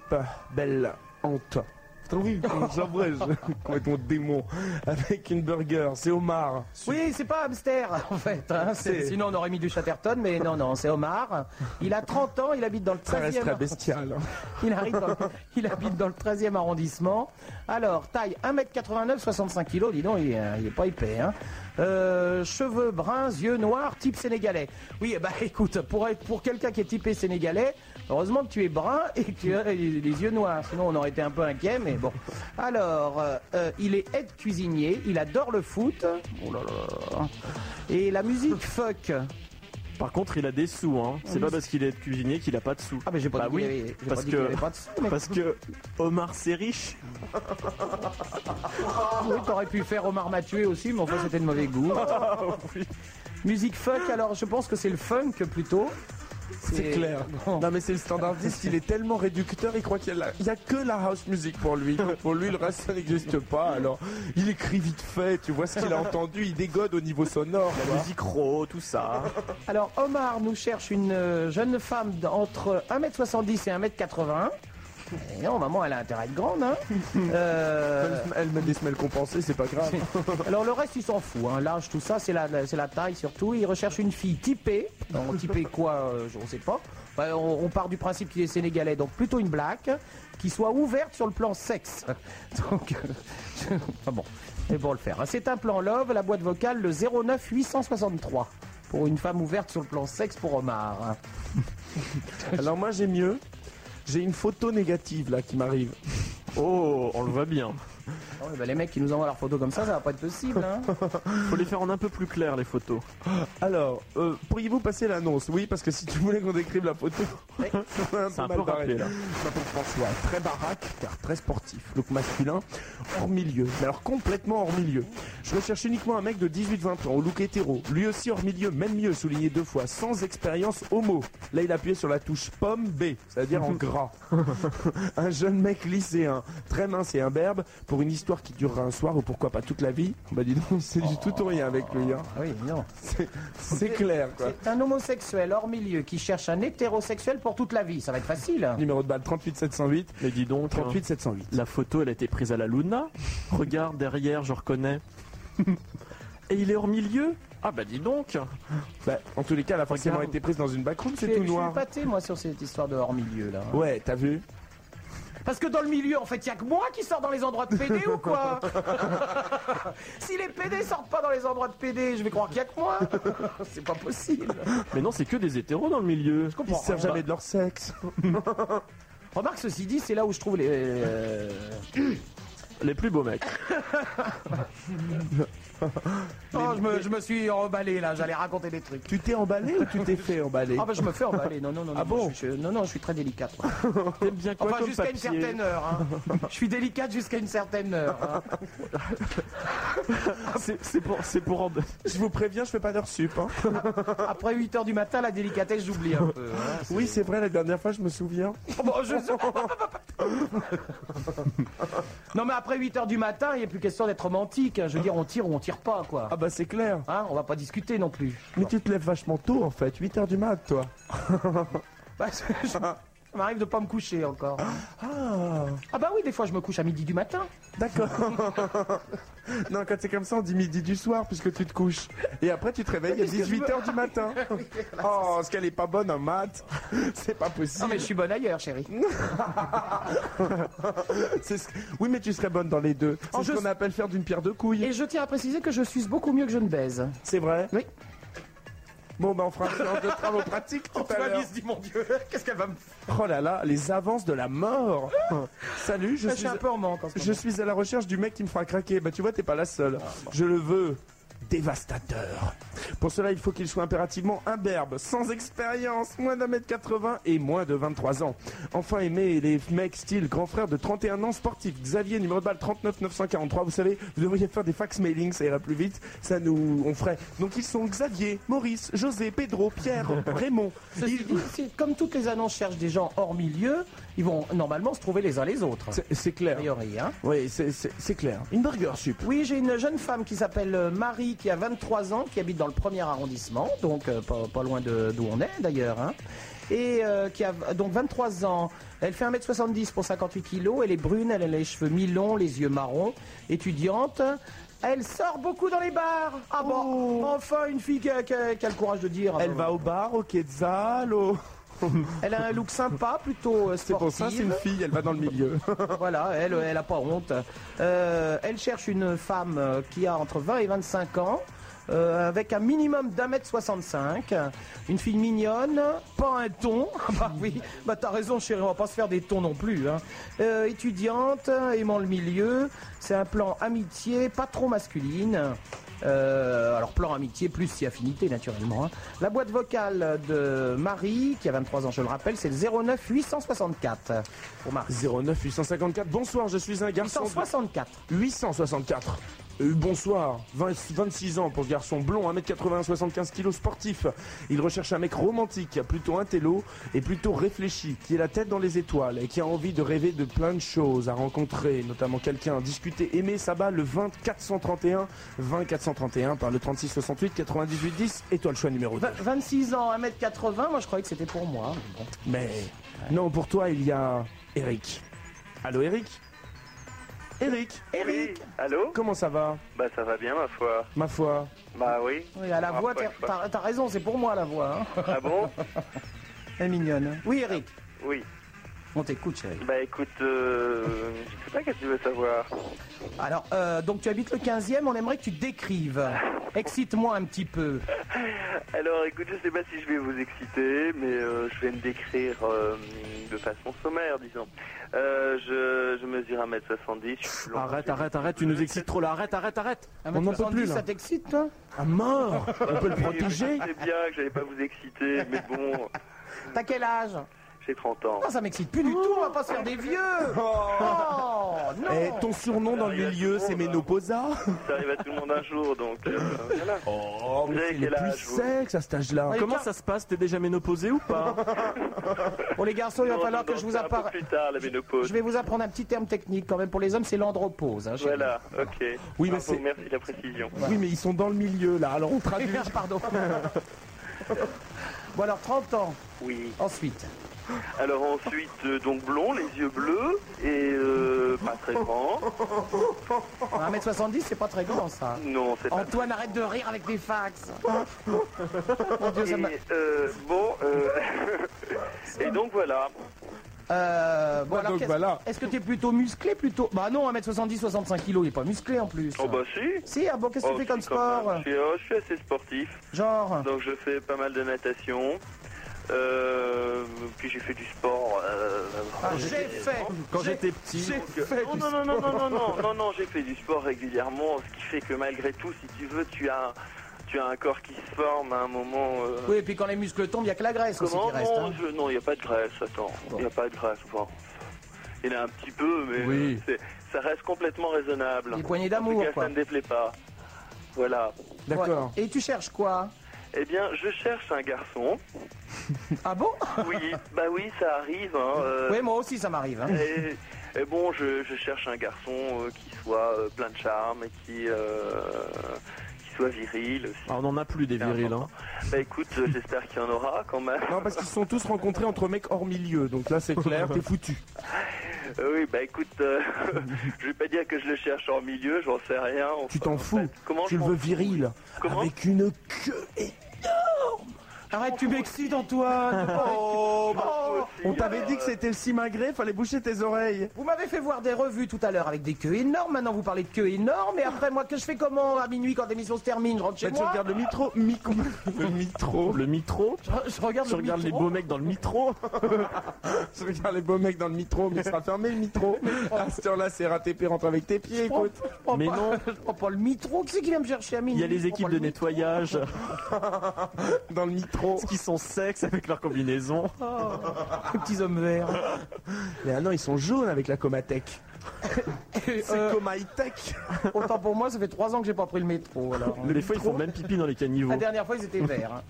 [SPEAKER 1] Belle, Hante. Oui, j'abrège, complètement démon. Avec une burger, c'est Omar.
[SPEAKER 5] Oui, c'est pas hamster en fait. hein. C'est-
[SPEAKER 1] C'est-
[SPEAKER 5] Sinon on aurait mis du Chatterton, mais non, non, c'est Omar. Il a 30 ans, il habite dans le 13e.
[SPEAKER 1] Ça reste hein. la bestiale.
[SPEAKER 5] Il, arrive dans le- il habite dans le 13e arrondissement. Alors, taille 1m89, 65 kg, dis donc, il est, il est pas épais. hein. Euh, cheveux bruns, yeux noirs, type sénégalais. Oui, eh ben, écoute, pour, être- pour quelqu'un qui est typé sénégalais, heureusement que tu es brun et que tu as les, les yeux noirs, sinon on aurait été un peu inquiet, mais bon. Alors, euh, euh, il est aide-cuisinier, il adore le foot. Oh là là là là. Et la musique fuck.
[SPEAKER 6] Par contre, il a des sous, hein. C'est
[SPEAKER 5] Oui.
[SPEAKER 6] pas parce qu'il est cuisinier qu'il a pas de sous. Ah,
[SPEAKER 5] mais j'ai pas
[SPEAKER 6] bah
[SPEAKER 5] dit
[SPEAKER 6] oui,
[SPEAKER 5] qu'il avait- j'ai pas
[SPEAKER 6] parce
[SPEAKER 5] dit
[SPEAKER 6] que
[SPEAKER 5] qu'il avait pas de sous, mais-
[SPEAKER 6] parce que Omar c'est riche.
[SPEAKER 5] Oui, t'aurais pu faire Omar Mathieu aussi, mais enfin c'était de mauvais goût.
[SPEAKER 6] Ah
[SPEAKER 5] Musique funk, alors je pense que c'est le funk plutôt.
[SPEAKER 1] C'est clair. Non mais c'est le standardiste, il est tellement réducteur, il croit qu'il y a, la- il y a que la house music pour lui. Pour lui, le reste, ça n'existe pas. Alors, il écrit vite fait, tu vois ce qu'il a entendu, il dégode au niveau sonore. La musique
[SPEAKER 6] raw, tout ça.
[SPEAKER 5] Alors Omar nous cherche une euh, jeune femme d- entre 1m70 et 1m80. Eh non, maman, elle a intérêt à être grande, hein. Euh,
[SPEAKER 1] Elle met des semelles compensées, c'est pas grave.
[SPEAKER 5] Alors le reste, il s'en fout. hein. L'âge, tout ça, c'est la, la- c'est la taille surtout. Il recherche une fille typée. Alors, typée quoi euh, Je ne sais pas. Bah, on, on part du principe qu'il est sénégalais, donc plutôt une blague qui soit ouverte sur le plan sexe. Donc, euh, je- enfin bon, mais pour le faire. hein. C'est un plan love, la boîte vocale le 09 863 pour une femme ouverte sur le plan sexe pour Omar. hein.
[SPEAKER 1] Alors moi j'ai mieux. J'ai une photo négative là qui m'arrive.
[SPEAKER 6] Oh, on le voit bien.
[SPEAKER 5] Ouais, bah, les mecs qui nous envoient leurs photos comme ça, ça va pas être possible. Hein.
[SPEAKER 6] Faut les faire en un peu plus clair les photos.
[SPEAKER 1] Alors, euh, pourriez-vous passer l'annonce Oui, parce que si tu voulais qu'on décrive la photo, on est un peu,
[SPEAKER 6] un
[SPEAKER 1] mal
[SPEAKER 6] peu
[SPEAKER 1] barré.
[SPEAKER 6] rappelé, là.
[SPEAKER 1] Ça pour François, très baraque, car très sportif. Look masculin, hors milieu. Mais alors complètement hors milieu. Je recherche uniquement un mec de 18-20 ans, au look hétéro. Lui aussi hors milieu, même mieux, souligné deux fois, sans expérience homo. Là, il appuyait sur la touche pomme B, c'est-à-dire en gras. un jeune mec lycéen, très mince et imberbe, pour une histoire qui durera un soir ou pourquoi pas toute la vie. Bah dis donc, c'est du tout ou rien avec lui. hein.
[SPEAKER 5] Ah Oui, non.
[SPEAKER 1] C'est clair, quoi.
[SPEAKER 5] C'est un homosexuel hors milieu qui cherche un hétérosexuel pour toute la vie. Ça va être facile. hein.
[SPEAKER 1] Numéro de balle 38 708.
[SPEAKER 6] Mais dis donc. hein.
[SPEAKER 1] 38 708.
[SPEAKER 6] La photo, elle a été prise à la Luna. Regarde derrière, je reconnais. Et il est hors milieu. Ah bah dis donc.
[SPEAKER 1] Bah, en tous les cas, elle a forcément
[SPEAKER 6] Regarde.
[SPEAKER 1] été prise dans une backroom,
[SPEAKER 5] Je
[SPEAKER 1] c'est
[SPEAKER 5] suis-
[SPEAKER 1] tout
[SPEAKER 5] Je
[SPEAKER 1] noir.
[SPEAKER 5] suis épaté, moi, sur cette histoire de hors milieu, là.
[SPEAKER 1] Ouais, t'as vu
[SPEAKER 5] Parce que dans le milieu, en fait, il n'y a que moi qui sors dans les endroits de PD ou quoi Si les PD sortent pas dans les endroits de PD, je vais croire qu'il n'y a que moi. C'est pas possible.
[SPEAKER 6] Mais non, c'est que des hétéros dans le milieu. Je
[SPEAKER 5] comprends. Ils se servent jamais de
[SPEAKER 1] leur sexe.
[SPEAKER 5] Remarque, ceci dit, c'est là où je trouve les... euh,
[SPEAKER 6] Les plus beaux mecs.
[SPEAKER 5] Oh, je me, je me suis emballé, là. J'allais raconter des trucs.
[SPEAKER 1] Tu t'es emballé ou tu t'es fait emballer
[SPEAKER 5] Ah bah je me fais emballer, non non non.
[SPEAKER 1] Ah
[SPEAKER 5] non,
[SPEAKER 1] bon
[SPEAKER 5] je, suis- Non non, je suis très délicate. moi.
[SPEAKER 6] T'aimes bien quoi
[SPEAKER 5] Enfin
[SPEAKER 6] comme
[SPEAKER 5] jusqu'à une
[SPEAKER 6] papier
[SPEAKER 5] certaine heure. hein. Je suis délicate jusqu'à une certaine heure. hein.
[SPEAKER 6] C'est c'est pour, c'est pour. en-
[SPEAKER 1] Je vous préviens, je fais pas d'heure sup. hein.
[SPEAKER 5] Après 8 heures du matin, la délicatesse j'oublie un peu. hein.
[SPEAKER 1] oui, c'est vrai, la dernière fois, je me souviens.
[SPEAKER 5] Bon, je- Non mais après 8 heures du matin, il n'y a plus question d'être romantique. hein. Je veux dire, on tire ou on tire pas quoi.
[SPEAKER 1] Ah bah c'est clair.
[SPEAKER 5] Hein, on va pas discuter non plus.
[SPEAKER 1] Mais tu te lèves vachement tôt en fait, 8h du mat, toi.
[SPEAKER 5] Bah, je- Ça m'arrive de pas me coucher encore.
[SPEAKER 1] Ah,
[SPEAKER 5] Ah bah oui, des fois je me couche à midi du matin.
[SPEAKER 1] d'accord. non, quand c'est comme ça, on dit midi du soir puisque tu te couches. Et après, tu te réveilles à
[SPEAKER 5] Puisque je me-
[SPEAKER 1] 18h du matin. Oh, ce qu'elle est pas bonne en maths. C'est pas possible.
[SPEAKER 5] Non mais je suis bonne ailleurs, chérie.
[SPEAKER 1] C'est ce- Oui, mais tu serais bonne dans les deux. C'est
[SPEAKER 5] Oh, je-
[SPEAKER 1] ce qu'on appelle faire d'une pierre deux couilles.
[SPEAKER 5] Et je tiens à préciser que je suce beaucoup mieux que je ne baise.
[SPEAKER 1] C'est vrai
[SPEAKER 5] Oui.
[SPEAKER 1] Bon, ben on fera un séance de travaux pratiques tout à l'heure.
[SPEAKER 5] dit mon Dieu, qu'est-ce qu'elle va me faire Ah
[SPEAKER 1] Oh là là, les avances de la mort. Salut, je
[SPEAKER 5] Je
[SPEAKER 1] suis,
[SPEAKER 5] suis un peu en manque en ce Ah,
[SPEAKER 1] je suis à la recherche du mec qui me fera craquer. Bah tu vois, t'es pas la seule. Je le veux. dévastateur. Pour cela, il faut qu'il soit impérativement imberbe, sans expérience, moins d'un mètre 80 et moins de 23 ans. Enfin, aimez les mecs style grand frère de 31 ans sportif. Xavier, numéro de balle 39 943. Vous savez, vous devriez faire des fax mailing, ça ira plus vite. Ça nous, on ferait. Donc ils sont Xavier, Maurice, José, Pedro, Pierre, Raymond.
[SPEAKER 5] Ceci dit, c'est- comme toutes les annonces cherchent des gens hors milieu, ils vont normalement se trouver les uns les autres. hein.
[SPEAKER 1] C'est- C'est clair. Oui, c'est- c'est c'est clair. Une burger sup.
[SPEAKER 5] Oui, j'ai une jeune femme qui s'appelle euh, Marie, qui a 23 ans, qui habite dans le premier arrondissement, donc euh, pas, pas loin de- d'où on est d'ailleurs. hein. Et euh, qui a v- donc 23 ans. Elle fait 1m70 pour 58 kilos, elle est brune, elle a les cheveux mi-longs, les yeux marrons, étudiante. Elle sort beaucoup dans les bars. Ah bon, enfin une fille qui a, qui a- qui a le courage de dire.
[SPEAKER 1] Oh.
[SPEAKER 5] euh,
[SPEAKER 1] Elle va au bar, au Quetzal, au...
[SPEAKER 5] Elle a un look sympa, plutôt euh,
[SPEAKER 1] C'est pour ça, c'est une
[SPEAKER 5] sportive.
[SPEAKER 1] fille, elle va dans le milieu.
[SPEAKER 5] voilà, elle, elle a pas honte. Euh, elle cherche une femme euh, qui a entre 20 et 25 ans. euh, avec un minimum d'un mètre 65, une fille mignonne, pas un ton, bah oui, bah t'as raison chérie, on va pas se faire des tons non plus, hein. Euh, étudiante, aimant le milieu, c'est un plan amitié, pas trop masculine, euh, alors plan amitié plus si affinité naturellement. hein. La boîte vocale de Marie, qui a 23 ans je le rappelle, c'est le 09 864 pour Marie.
[SPEAKER 1] 09 854. Bonsoir, je suis un garçon.
[SPEAKER 5] 864.
[SPEAKER 1] 864. Euh, bonsoir, 20 26 ans pour ce garçon blond, 1m80, 75 kg sportif. Il recherche un mec romantique, plutôt intello et plutôt réfléchi, qui est la tête dans les étoiles et qui a envie de rêver de plein de choses, à rencontrer notamment quelqu'un, à discuter, aimer, ça bat le 2431, 2431 par le 3668 98 10, étoile choix numéro 2.
[SPEAKER 5] 26 ans, 1m80, moi je croyais que c'était pour moi.
[SPEAKER 1] Mais non, pour toi, il y a Eric. Allô, Eric Eric
[SPEAKER 10] Eric Allô
[SPEAKER 1] Comment ça va
[SPEAKER 10] Bah ça va bien ma foi.
[SPEAKER 1] Ma foi.
[SPEAKER 10] Bah oui.
[SPEAKER 5] Oui, à la
[SPEAKER 10] Ah,
[SPEAKER 5] voix,
[SPEAKER 10] ouais,
[SPEAKER 5] t'as- t'as t'as raison, c'est pour moi la voix. hein.
[SPEAKER 10] Ah bon
[SPEAKER 5] Elle est mignonne. hein. Oui, Eric.
[SPEAKER 10] Oui.
[SPEAKER 5] On t'écoute, chérie.
[SPEAKER 10] Bah écoute, euh, je sais pas qu'est-ce que tu veux savoir.
[SPEAKER 5] Alors, euh, donc tu habites le 15e, on aimerait que tu décrives. Excite-moi un petit peu.
[SPEAKER 10] Alors écoute, je sais pas si je vais vous exciter, mais euh, je vais me décrire euh, de façon sommaire, disons. Euh, je, je mesure 1m70, je suis blond.
[SPEAKER 6] Arrête, arrête, arrête, tu nous excites trop là, arrête, arrête, arrête.
[SPEAKER 10] On n'en peut plus, là.
[SPEAKER 5] Ah, Ça t'excite, toi
[SPEAKER 1] À mort On peut le
[SPEAKER 10] Oui,
[SPEAKER 1] protéger
[SPEAKER 10] Je sais bien que j'allais pas vous exciter, mais bon,
[SPEAKER 5] T'as quel âge
[SPEAKER 10] j'ai 30 ans.
[SPEAKER 5] Non, ça m'excite plus du tout, on va pas se faire des vieux. Oh, non
[SPEAKER 1] Eh, ton surnom dans le milieu,
[SPEAKER 10] oh
[SPEAKER 1] c'est Ménoposa
[SPEAKER 10] Ça arrive à tout le monde un jour, donc euh, voilà.
[SPEAKER 1] Oh,
[SPEAKER 10] vous avez
[SPEAKER 1] Il est
[SPEAKER 10] quel
[SPEAKER 1] plus
[SPEAKER 10] âge vous
[SPEAKER 1] sexe à cet
[SPEAKER 5] Ah,
[SPEAKER 1] âge-là.
[SPEAKER 6] Comment ça se passe T'es déjà ménopausé ou pas
[SPEAKER 5] Bon, les garçons, il va
[SPEAKER 10] Non,
[SPEAKER 5] falloir
[SPEAKER 10] non,
[SPEAKER 5] que
[SPEAKER 10] non,
[SPEAKER 5] je vous
[SPEAKER 10] c'est un peu
[SPEAKER 5] apprenne.
[SPEAKER 10] Plus tard, la ménopause.
[SPEAKER 5] Je vais vous apprendre un petit terme technique quand même. Pour les hommes, c'est l'andropause. hein, chérie.
[SPEAKER 10] Voilà, ok.
[SPEAKER 1] Oui, mais
[SPEAKER 10] Bravo,
[SPEAKER 1] c'est-
[SPEAKER 10] Merci de la précision.
[SPEAKER 1] Oui, mais ils sont dans le milieu, là, alors on traduit.
[SPEAKER 5] Pardon. bon, alors 30 ans.
[SPEAKER 10] Oui.
[SPEAKER 5] Ensuite.
[SPEAKER 10] Alors ensuite, euh, donc blond, les yeux bleus et euh, pas très grand.
[SPEAKER 5] 1m70, c'est pas très grand ça.
[SPEAKER 10] Non, c'est pas.
[SPEAKER 5] Antoine, arrête de rire avec des fax. Mon Dieu, ça m'a-
[SPEAKER 10] Et, euh, bon, euh, et donc voilà.
[SPEAKER 5] Euh, bon,
[SPEAKER 10] Bah,
[SPEAKER 5] alors,
[SPEAKER 10] donc,
[SPEAKER 5] qu'est-ce-
[SPEAKER 10] voilà.
[SPEAKER 5] Est-ce que t'es plutôt musclé plutôt Bah non, 1m70, 65 kg, il est pas musclé en plus.
[SPEAKER 10] Oh bah si.
[SPEAKER 5] Si, ah bon, qu'est-ce que
[SPEAKER 10] Oh,
[SPEAKER 5] tu fais comme
[SPEAKER 10] si, quand
[SPEAKER 5] sport
[SPEAKER 10] même. je, suis, oh, je suis assez sportif.
[SPEAKER 5] Genre
[SPEAKER 10] Donc je fais pas mal de natation. Euh, puis j'ai fait du sport. euh,
[SPEAKER 5] Ah, j'ai fait. Quand j'étais petit.
[SPEAKER 10] J'ai
[SPEAKER 5] Donc, fait
[SPEAKER 10] non,
[SPEAKER 5] du
[SPEAKER 10] non, non, non, non,
[SPEAKER 5] sport.
[SPEAKER 10] non, non, non, non, j'ai fait du sport régulièrement, ce qui fait que malgré tout, si tu veux, tu as, tu as un corps qui se forme à un moment. euh,
[SPEAKER 5] Oui, et puis quand les muscles tombent, il y a que la graisse aussi
[SPEAKER 10] Comment
[SPEAKER 5] qui reste.
[SPEAKER 10] non,
[SPEAKER 5] hein.
[SPEAKER 10] je- Non, il n'y a pas de graisse, attends. Il n'y a pas de graisse. Enfin, il y en a un petit peu, mais
[SPEAKER 5] Oui.
[SPEAKER 10] euh, c'est- ça reste complètement raisonnable.
[SPEAKER 5] Des poignées
[SPEAKER 10] En tout
[SPEAKER 5] d'amour,
[SPEAKER 10] cas,
[SPEAKER 5] quoi.
[SPEAKER 10] Ça ne déplaît pas. Voilà.
[SPEAKER 5] Ouais. Et tu cherches quoi
[SPEAKER 10] Eh bien, je cherche un garçon.
[SPEAKER 5] Ah bon
[SPEAKER 10] Oui, bah oui, ça arrive. hein, euh,
[SPEAKER 5] Oui, moi aussi, ça m'arrive. hein.
[SPEAKER 10] et, et bon, je, je cherche un garçon euh, qui soit euh, plein de charme et qui, euh, qui soit viril. aussi.
[SPEAKER 6] Ah, On en a plus des virils, hein.
[SPEAKER 10] Bah écoute, euh, j'espère qu'il y en aura quand même.
[SPEAKER 1] Non, parce qu'ils se sont tous rencontrés entre mecs hors milieu, donc là, c'est clair, t'es foutu.
[SPEAKER 10] Euh, oui, bah écoute, euh, je vais pas dire que je le cherche en milieu, j'en sais rien. Enfin,
[SPEAKER 1] Tu t'en fous.
[SPEAKER 10] comment
[SPEAKER 1] tu
[SPEAKER 10] je
[SPEAKER 1] le
[SPEAKER 10] m'en
[SPEAKER 1] veux
[SPEAKER 10] fous
[SPEAKER 1] viril.
[SPEAKER 10] Comment
[SPEAKER 1] Avec une queue énorme.
[SPEAKER 5] Arrête, tu m'excites, Antoine. Oh,
[SPEAKER 10] bah,
[SPEAKER 1] on t'avait dit que c'était le simagré, fallait boucher tes oreilles.
[SPEAKER 5] Vous m'avez fait voir des revues tout à l'heure avec des queues énormes. Maintenant, vous parlez de queues énormes. Et après, moi, que je fais comment à minuit quand l'émission se termine Je rentre chez
[SPEAKER 1] Bah,
[SPEAKER 6] Mais tu
[SPEAKER 5] moi.
[SPEAKER 6] regardes
[SPEAKER 5] Bah, le
[SPEAKER 1] mitro.
[SPEAKER 6] Le mitro. Le mitro.
[SPEAKER 5] Je, regarde
[SPEAKER 6] Tu
[SPEAKER 5] le
[SPEAKER 6] regardes les
[SPEAKER 5] mitro.
[SPEAKER 6] beaux mecs dans le mitro.
[SPEAKER 1] Je regarde les beaux mecs dans le mitro, mais il sera fermé le mitro. À cette heure-là, c'est RATP, rentre avec tes pieds, écoute.
[SPEAKER 6] Mais non.
[SPEAKER 5] Je prends pas le mitro. Qui c'est qui vient me chercher à minuit
[SPEAKER 6] Il y a
[SPEAKER 5] Je
[SPEAKER 6] les
[SPEAKER 5] prends
[SPEAKER 6] équipes
[SPEAKER 5] pas
[SPEAKER 6] de
[SPEAKER 5] le
[SPEAKER 6] nettoyage.
[SPEAKER 1] Dans le mitro.
[SPEAKER 6] Qui sont sexes avec leur combinaison.
[SPEAKER 5] Oh. Les petits hommes verts.
[SPEAKER 1] Mais ah non, ils sont jaunes avec la Comatec.
[SPEAKER 5] C'est
[SPEAKER 1] comme high-tech.
[SPEAKER 5] Autant pour moi, ça fait trois ans que j'ai pas pris le métro. Alors.
[SPEAKER 6] Mais Des fois, ils font même pipi dans les caniveaux.
[SPEAKER 5] La dernière fois, ils étaient verts. hein.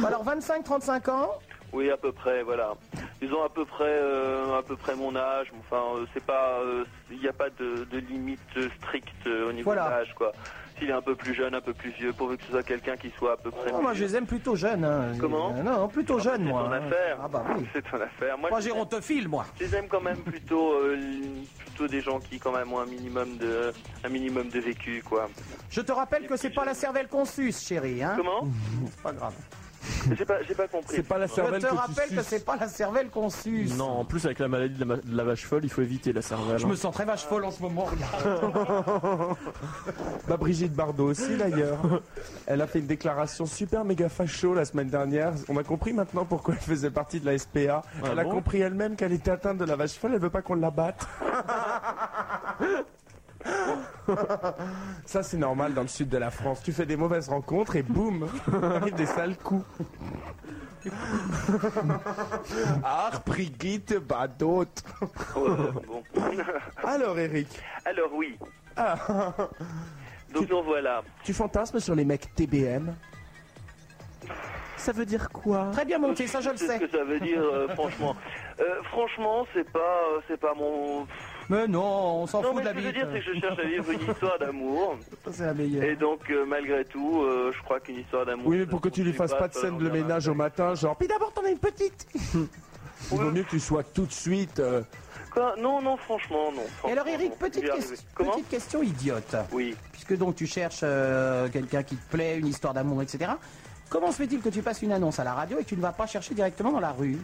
[SPEAKER 5] Bon, Alors, 25-35 ans.
[SPEAKER 10] Oui, à peu près, voilà. Ils ont à peu près, euh, à peu près mon âge. Enfin, euh, c'est pas, euh, il n'y a pas de, de limite euh, stricte euh, au niveau
[SPEAKER 5] Voilà.
[SPEAKER 10] de l'âge, quoi. S'il est un peu plus jeune, un peu plus vieux, pourvu que ce soit quelqu'un qui soit à peu près.
[SPEAKER 5] Non, Oh, moi, je
[SPEAKER 10] vieux.
[SPEAKER 5] les aime plutôt jeunes. hein.
[SPEAKER 10] Comment Ah,
[SPEAKER 5] Euh, Non, plutôt jeunes,
[SPEAKER 10] C'est
[SPEAKER 5] moi.
[SPEAKER 10] ton
[SPEAKER 5] hein.
[SPEAKER 10] affaire.
[SPEAKER 5] Ah bah oui.
[SPEAKER 10] C'est ton affaire. Moi,
[SPEAKER 5] Moi,
[SPEAKER 10] je-
[SPEAKER 5] gérontophile, moi.
[SPEAKER 10] je les aime quand même plutôt, euh, plutôt des gens qui quand même ont un minimum de, un minimum de vécu, quoi.
[SPEAKER 5] Je te rappelle que c'est pas la cervelle qu'on suce, chérie. Hein
[SPEAKER 10] Comment
[SPEAKER 5] C'est pas grave.
[SPEAKER 10] J'ai pas, j'ai pas compris.
[SPEAKER 5] Je te rappelle que c'est pas la cervelle qu'on suce.
[SPEAKER 6] Non, en plus avec la maladie de la, ma- de la vache folle, il faut éviter la cervelle. hein.
[SPEAKER 5] Je me sens très vache folle en ce moment, regarde.
[SPEAKER 1] Bah Brigitte Bardot aussi d'ailleurs. Elle a fait une déclaration super méga facho la semaine dernière. On a compris maintenant pourquoi elle faisait partie de la SPA.
[SPEAKER 6] Ah
[SPEAKER 1] elle a
[SPEAKER 6] bon
[SPEAKER 1] compris elle-même qu'elle était atteinte de la vache folle. Elle veut pas qu'on la batte. Ça c'est normal dans le sud de la France. Tu fais des mauvaises rencontres et boum, arrivent des sales coups. Ah, Brigitte Bardot.
[SPEAKER 10] bon.
[SPEAKER 1] Alors Eric.
[SPEAKER 10] Alors oui.
[SPEAKER 1] Ah.
[SPEAKER 10] Donc nous voilà.
[SPEAKER 1] Tu fantasmes sur les mecs TBM Ça veut dire quoi
[SPEAKER 5] Très bien monté, ça je le
[SPEAKER 10] C'est ce
[SPEAKER 5] sais.
[SPEAKER 10] que ça veut dire, euh, franchement. Euh, franchement, c'est pas, euh, c'est pas mon.
[SPEAKER 5] Mais non, on s'en
[SPEAKER 10] non,
[SPEAKER 5] fout
[SPEAKER 10] mais
[SPEAKER 5] de la
[SPEAKER 10] ce que je veux
[SPEAKER 5] bite.
[SPEAKER 10] dire, c'est que je cherche à vivre une histoire d'amour.
[SPEAKER 5] C'est la meilleure.
[SPEAKER 10] Et donc, euh, malgré tout, euh, je crois qu'une histoire d'amour.
[SPEAKER 1] Oui, mais pour que tu lui fasses pas de scène de ménage au matin, genre. Puis d'abord, t'en as une petite Il vaut mieux que tu sois tout de suite. euh,
[SPEAKER 10] Quoi Non, non, franchement, non.
[SPEAKER 5] Et alors
[SPEAKER 10] franchement,
[SPEAKER 5] Eric,
[SPEAKER 10] non.
[SPEAKER 5] petite,
[SPEAKER 10] Je vais y
[SPEAKER 5] ques-
[SPEAKER 10] arriver. Comment
[SPEAKER 5] petite question idiote.
[SPEAKER 10] Oui.
[SPEAKER 5] Puisque donc tu cherches euh, quelqu'un qui te plaît, une histoire d'amour, etc. Comment se fait-il que tu passes une annonce à la radio et que tu ne vas pas chercher directement dans la rue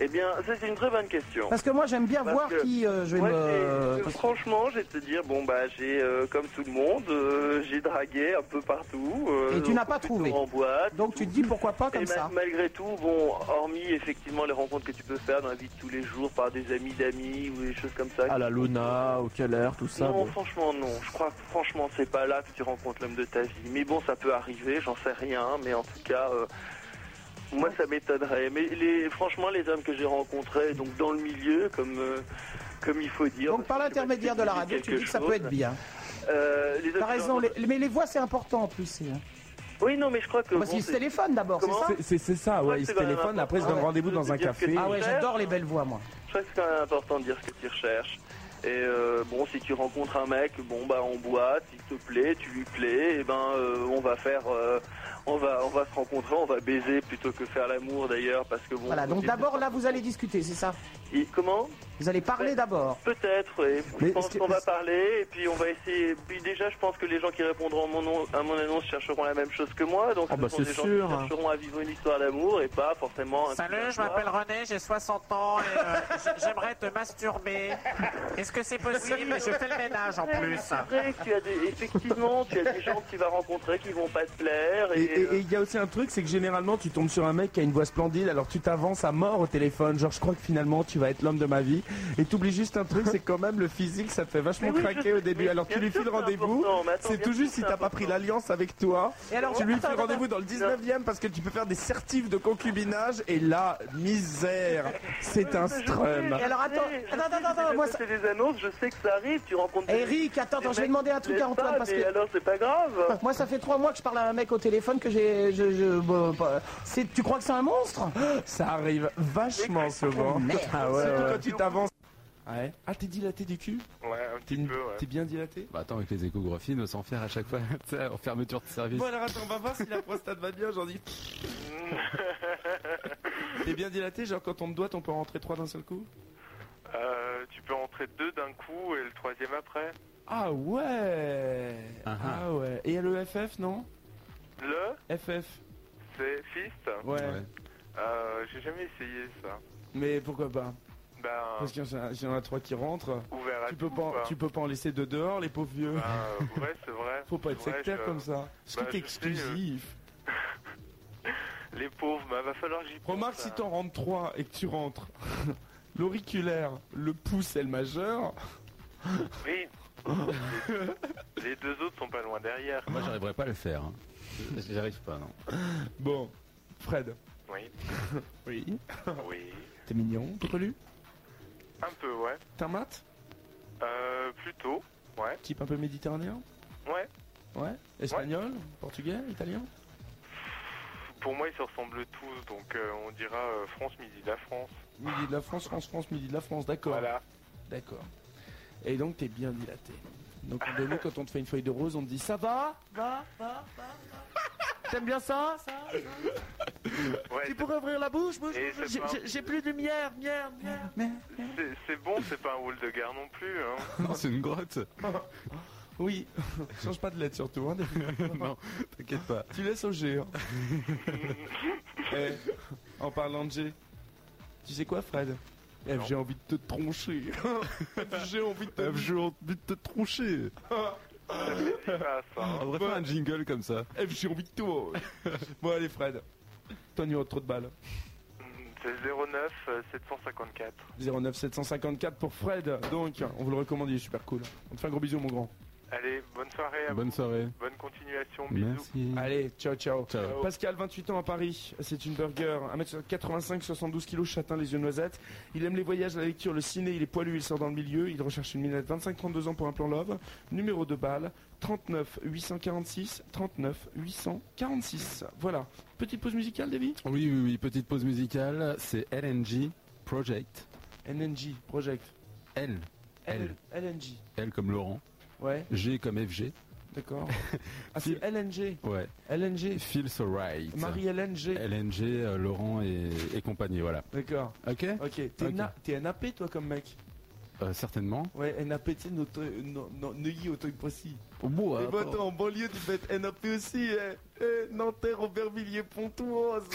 [SPEAKER 10] Eh bien, ça, c'est une très bonne question.
[SPEAKER 5] Parce que moi j'aime bien
[SPEAKER 10] Parce
[SPEAKER 5] voir
[SPEAKER 10] que
[SPEAKER 5] qui euh, je vais
[SPEAKER 10] moi,
[SPEAKER 5] me-
[SPEAKER 10] j'ai- Franchement, je vais te dire, bon, bah, j'ai, euh, comme tout le monde, euh, j'ai dragué un peu partout. euh,
[SPEAKER 5] Et tu
[SPEAKER 10] au
[SPEAKER 5] n'as pas
[SPEAKER 10] plutôt
[SPEAKER 5] trouvé.
[SPEAKER 10] En boîte.
[SPEAKER 5] Donc tu te dis pourquoi pas comme
[SPEAKER 10] Et ma-
[SPEAKER 5] ça.
[SPEAKER 10] Eh ben, malgré tout, bon, hormis effectivement les rencontres que tu peux faire dans la vie de tous les jours par des amis d'amis ou des choses comme ça.
[SPEAKER 5] Ah
[SPEAKER 6] À Ah, la Luna, au Keller, tout ça.
[SPEAKER 10] non,
[SPEAKER 6] bon.
[SPEAKER 10] franchement, non. Je crois que franchement, c'est pas là que tu rencontres l'homme de ta vie. Mais bon, ça peut arriver, j'en sais rien. Mais en tout cas, euh, moi, ça m'étonnerait. Mais les, franchement, les hommes que j'ai rencontrés, donc dans le milieu, comme, euh, comme il faut dire. bah,
[SPEAKER 5] Donc par l'intermédiaire de la radio, tu dis que ça peut être bien.
[SPEAKER 10] Euh, les
[SPEAKER 5] T'as
[SPEAKER 10] autres-
[SPEAKER 5] raison, les- mais les voix c'est important en plus. c'est- hein.
[SPEAKER 10] Oui, non, mais je crois que.
[SPEAKER 5] Parce
[SPEAKER 10] bon,
[SPEAKER 5] qu'ils se
[SPEAKER 10] c'est-
[SPEAKER 5] téléphonent d'abord, c'est
[SPEAKER 10] Comment
[SPEAKER 5] ça
[SPEAKER 1] C'est- C'est c'est ça,
[SPEAKER 10] Ouais,
[SPEAKER 1] ouais. Ils se
[SPEAKER 10] c'est quand même
[SPEAKER 1] téléphonent, après ils se
[SPEAKER 10] important.
[SPEAKER 1] donnent rendez-vous dans un
[SPEAKER 10] Dire que
[SPEAKER 1] café.
[SPEAKER 10] tu
[SPEAKER 5] Ah ouais,
[SPEAKER 10] cherches.
[SPEAKER 5] j'adore les belles voix moi.
[SPEAKER 10] Je crois que c'est quand même important de dire ce que tu recherches. Et euh, bon, si tu rencontres un mec, bon bah on boit, s'il te plaît, tu lui plais, et ben euh, on va faire, euh, on va, on va se rencontrer, on va baiser plutôt que faire l'amour d'ailleurs, parce que bon.
[SPEAKER 5] Voilà, donc
[SPEAKER 10] c'est-
[SPEAKER 5] d'abord là vous allez discuter, c'est ça
[SPEAKER 10] Et comment
[SPEAKER 5] Vous allez parler d'abord.
[SPEAKER 10] Peut-être, oui. Je
[SPEAKER 5] Mais
[SPEAKER 10] pense
[SPEAKER 5] est-ce que-
[SPEAKER 10] qu'on va parler et puis on va essayer. Puis déjà, je pense que les gens qui répondront à mon, nom- à mon annonce chercheront la même chose que moi. Donc,
[SPEAKER 6] Ah
[SPEAKER 10] ce
[SPEAKER 6] bah,
[SPEAKER 10] sont
[SPEAKER 6] c'est
[SPEAKER 10] des gens
[SPEAKER 6] sûr.
[SPEAKER 10] qui chercheront à vivre une histoire d'amour et pas forcément. un
[SPEAKER 23] Salut,
[SPEAKER 10] truc
[SPEAKER 23] je m'appelle René, j'ai 60 ans et euh, j- j'aimerais te masturber. Est-ce que c'est possible Je fais le ménage en plus.
[SPEAKER 10] C'est vrai que tu as des- effectivement, tu as des gens que tu vas rencontrer qui vont pas te plaire.
[SPEAKER 1] Et
[SPEAKER 10] Et, euh,
[SPEAKER 1] et- et il y a aussi un truc, c'est que généralement tu tombes sur un mec qui a une voix splendide, alors tu t'avances à mort au téléphone, genre je crois que finalement tu vas être l'homme de ma vie, et t'oublies juste un truc, c'est quand même le physique, ça te fait vachement
[SPEAKER 10] Mais oui, je
[SPEAKER 1] craquer au
[SPEAKER 10] sais,
[SPEAKER 1] début,
[SPEAKER 10] mais
[SPEAKER 1] alors
[SPEAKER 10] bien
[SPEAKER 1] tu lui
[SPEAKER 10] sûr
[SPEAKER 1] files
[SPEAKER 10] que c'est
[SPEAKER 1] rendez-vous,
[SPEAKER 10] important, mais attends,
[SPEAKER 1] c'est
[SPEAKER 10] bien
[SPEAKER 1] tout
[SPEAKER 10] sûr
[SPEAKER 1] juste
[SPEAKER 10] que
[SPEAKER 1] si
[SPEAKER 10] c'est
[SPEAKER 1] t'as pas pris l'alliance avec toi,
[SPEAKER 5] Et alors,
[SPEAKER 1] tu lui
[SPEAKER 5] attends,
[SPEAKER 1] files
[SPEAKER 5] attends,
[SPEAKER 1] rendez-vous dans le 19 e parce que tu peux faire des certifs de concubinage, et là, misère, c'est un strum.
[SPEAKER 5] Et alors, attends, attends, attends, attends, moi,
[SPEAKER 10] moi
[SPEAKER 5] ça-
[SPEAKER 10] c'est des annonces, je sais que ça arrive, tu rencontres.
[SPEAKER 5] Eric, attends, attends,
[SPEAKER 10] des
[SPEAKER 5] je vais
[SPEAKER 10] mecs
[SPEAKER 5] demander un
[SPEAKER 10] qui
[SPEAKER 5] truc
[SPEAKER 10] te
[SPEAKER 5] à Antoine
[SPEAKER 10] plaisent pas,
[SPEAKER 5] parce
[SPEAKER 10] mais
[SPEAKER 5] que- Ah.
[SPEAKER 10] alors c'est pas grave.
[SPEAKER 5] Moi, ça fait trois mois que je parle à un mec au téléphone que j'ai. Je, je- bon, pas- c'est- tu crois que c'est un monstre
[SPEAKER 1] Ça arrive vachement souvent.
[SPEAKER 5] Merde.
[SPEAKER 1] Ah ouais,
[SPEAKER 5] Surtout
[SPEAKER 1] ouais.
[SPEAKER 5] quand
[SPEAKER 1] tu t'avances. Ouais. Ah, t'es dilaté du cul
[SPEAKER 8] Ouais, un petit peu, ouais.
[SPEAKER 1] T'es bien dilaté
[SPEAKER 21] Bah attends, avec les échographies, ne s'en faire à chaque fois, tu sais, en fermeture de service.
[SPEAKER 1] Bon alors attends, on va voir si la prostate va bien, j'en dis. T'es bien dilaté, genre quand on te doit, on peut rentrer trois d'un seul coup
[SPEAKER 8] Euh, tu peux entrer deux d'un coup et le troisième après.
[SPEAKER 1] Ah ouais
[SPEAKER 8] Ah, ah.
[SPEAKER 1] Ah ouais. Et le FF non
[SPEAKER 8] Le,
[SPEAKER 1] FF
[SPEAKER 8] c'est fist.
[SPEAKER 5] Ah.
[SPEAKER 1] Ouais. Ouais.
[SPEAKER 8] Euh, j'ai jamais essayé ça.
[SPEAKER 1] Mais pourquoi pas
[SPEAKER 16] Ben,
[SPEAKER 1] Parce qu'il y en a- il y en a trois qui rentrent.
[SPEAKER 16] ouvert à
[SPEAKER 1] Tu peux,
[SPEAKER 16] tout,
[SPEAKER 1] pas,
[SPEAKER 16] quoi.
[SPEAKER 1] tu peux pas en laisser deux dehors, les pauvres vieux.
[SPEAKER 16] Ben, ouais, c'est vrai.
[SPEAKER 1] Faut pas être
[SPEAKER 16] C'est vrai,
[SPEAKER 1] sectaire
[SPEAKER 16] je-
[SPEAKER 1] comme ça. Ce
[SPEAKER 16] Bah,
[SPEAKER 1] truc
[SPEAKER 16] je sais,
[SPEAKER 1] exclusif.
[SPEAKER 16] euh, Les pauvres, bah, va falloir que j'y pense,
[SPEAKER 1] Remarque,
[SPEAKER 16] hein.
[SPEAKER 1] si t'en rentres trois et que tu rentres l'auriculaire, le pouce et le majeur.
[SPEAKER 16] Oui. les, les deux autres sont pas loin derrière.
[SPEAKER 24] Moi, j'arriverai pas à le faire. hein. J'arrive pas, non.
[SPEAKER 1] Bon, Fred.
[SPEAKER 16] Oui.
[SPEAKER 1] Oui.
[SPEAKER 16] Oui.
[SPEAKER 1] T'es mignon, t'es relu
[SPEAKER 16] Un peu, ouais.
[SPEAKER 1] T'es un mat
[SPEAKER 16] Euh, plutôt. Ouais.
[SPEAKER 1] Type un peu méditerranéen
[SPEAKER 16] Ouais.
[SPEAKER 1] Ouais. Espagnol Portugais Italien
[SPEAKER 16] Pour moi, ils se ressemblent tous, donc euh, on dira euh, France, Midi de la France.
[SPEAKER 1] Midi de la France, France, France, Midi de la France, d'accord.
[SPEAKER 16] Voilà.
[SPEAKER 1] D'accord. Et donc t'es bien dilaté. Donc de nous, quand on te fait une feuille de rose, on te dit ça va Va, va, va, T'aimes bien ça, ça,
[SPEAKER 16] Ouais,
[SPEAKER 22] Tu pourrais ouvrir la bouche, bouche,
[SPEAKER 16] Et
[SPEAKER 22] bouche,
[SPEAKER 16] c'est
[SPEAKER 22] j'ai-
[SPEAKER 16] pas-
[SPEAKER 22] j'ai- J'ai plus de lumière, lumière, lumière.
[SPEAKER 16] c'est- c'est bon, c'est pas un hall de gare non plus. Hein.
[SPEAKER 24] Non, c'est une grotte.
[SPEAKER 1] Oui. Change pas de lettre surtout. Hein.
[SPEAKER 24] non, t'inquiète pas.
[SPEAKER 1] Tu laisses au G. hein. Eh, en parlant de G, tu sais quoi, Fred Eh, J'ai envie de te troncher. J'ai envie de te.
[SPEAKER 24] J'ai envie de te troncher. On devrait faire un jingle comme ça.
[SPEAKER 1] Eh, J'ai envie de toi. bon, allez, Fred. Ton numéro de trop de balles.
[SPEAKER 16] C'est 09 euh, 754.
[SPEAKER 1] 09 754 pour Fred. Donc, on vous le recommande, il est super cool. On te fait un gros bisou, mon grand.
[SPEAKER 16] Allez, bonne soirée. à vous.
[SPEAKER 24] soirée.
[SPEAKER 16] Bonne continuation.
[SPEAKER 1] Allez, ciao, ciao.
[SPEAKER 16] Ciao.
[SPEAKER 1] Pascal, 28 ans à Paris. C'est une burger. 1m85, 72 kg, châtain, les yeux noisettes. Il aime les voyages, la lecture, le ciné. Il est poilu, il sort dans le milieu. Il recherche une minette 25-32 ans pour un plan love. Numéro de balle 39 846 39 846. Voilà. Petite pause musicale, David
[SPEAKER 24] Oui, oui, oui. Petite pause musicale. C'est LNG Project.
[SPEAKER 1] NNG Project.
[SPEAKER 24] L. L.
[SPEAKER 1] LNG.
[SPEAKER 24] L comme Laurent.
[SPEAKER 1] Ouais.
[SPEAKER 24] G comme FG.
[SPEAKER 1] D'accord. Ah, c'est LNG.
[SPEAKER 24] Ouais.
[SPEAKER 1] LNG.
[SPEAKER 24] Feel so right.
[SPEAKER 1] Marie LNG.
[SPEAKER 24] LNG, euh, Laurent et, et compagnie, voilà.
[SPEAKER 1] D'accord.
[SPEAKER 24] Ok.
[SPEAKER 1] Ok. T'es na- t'es NAP, toi, comme mec
[SPEAKER 24] Euh, certainement.
[SPEAKER 1] Ouais, NAP, tu sais, notre, euh, non, non, Neuilly au truc précis.
[SPEAKER 24] Bon,
[SPEAKER 1] Et bah, attends, en banlieue, tu peux être NAP aussi, eh. Eh, Nanterre, Aubervilliers, Pontoise.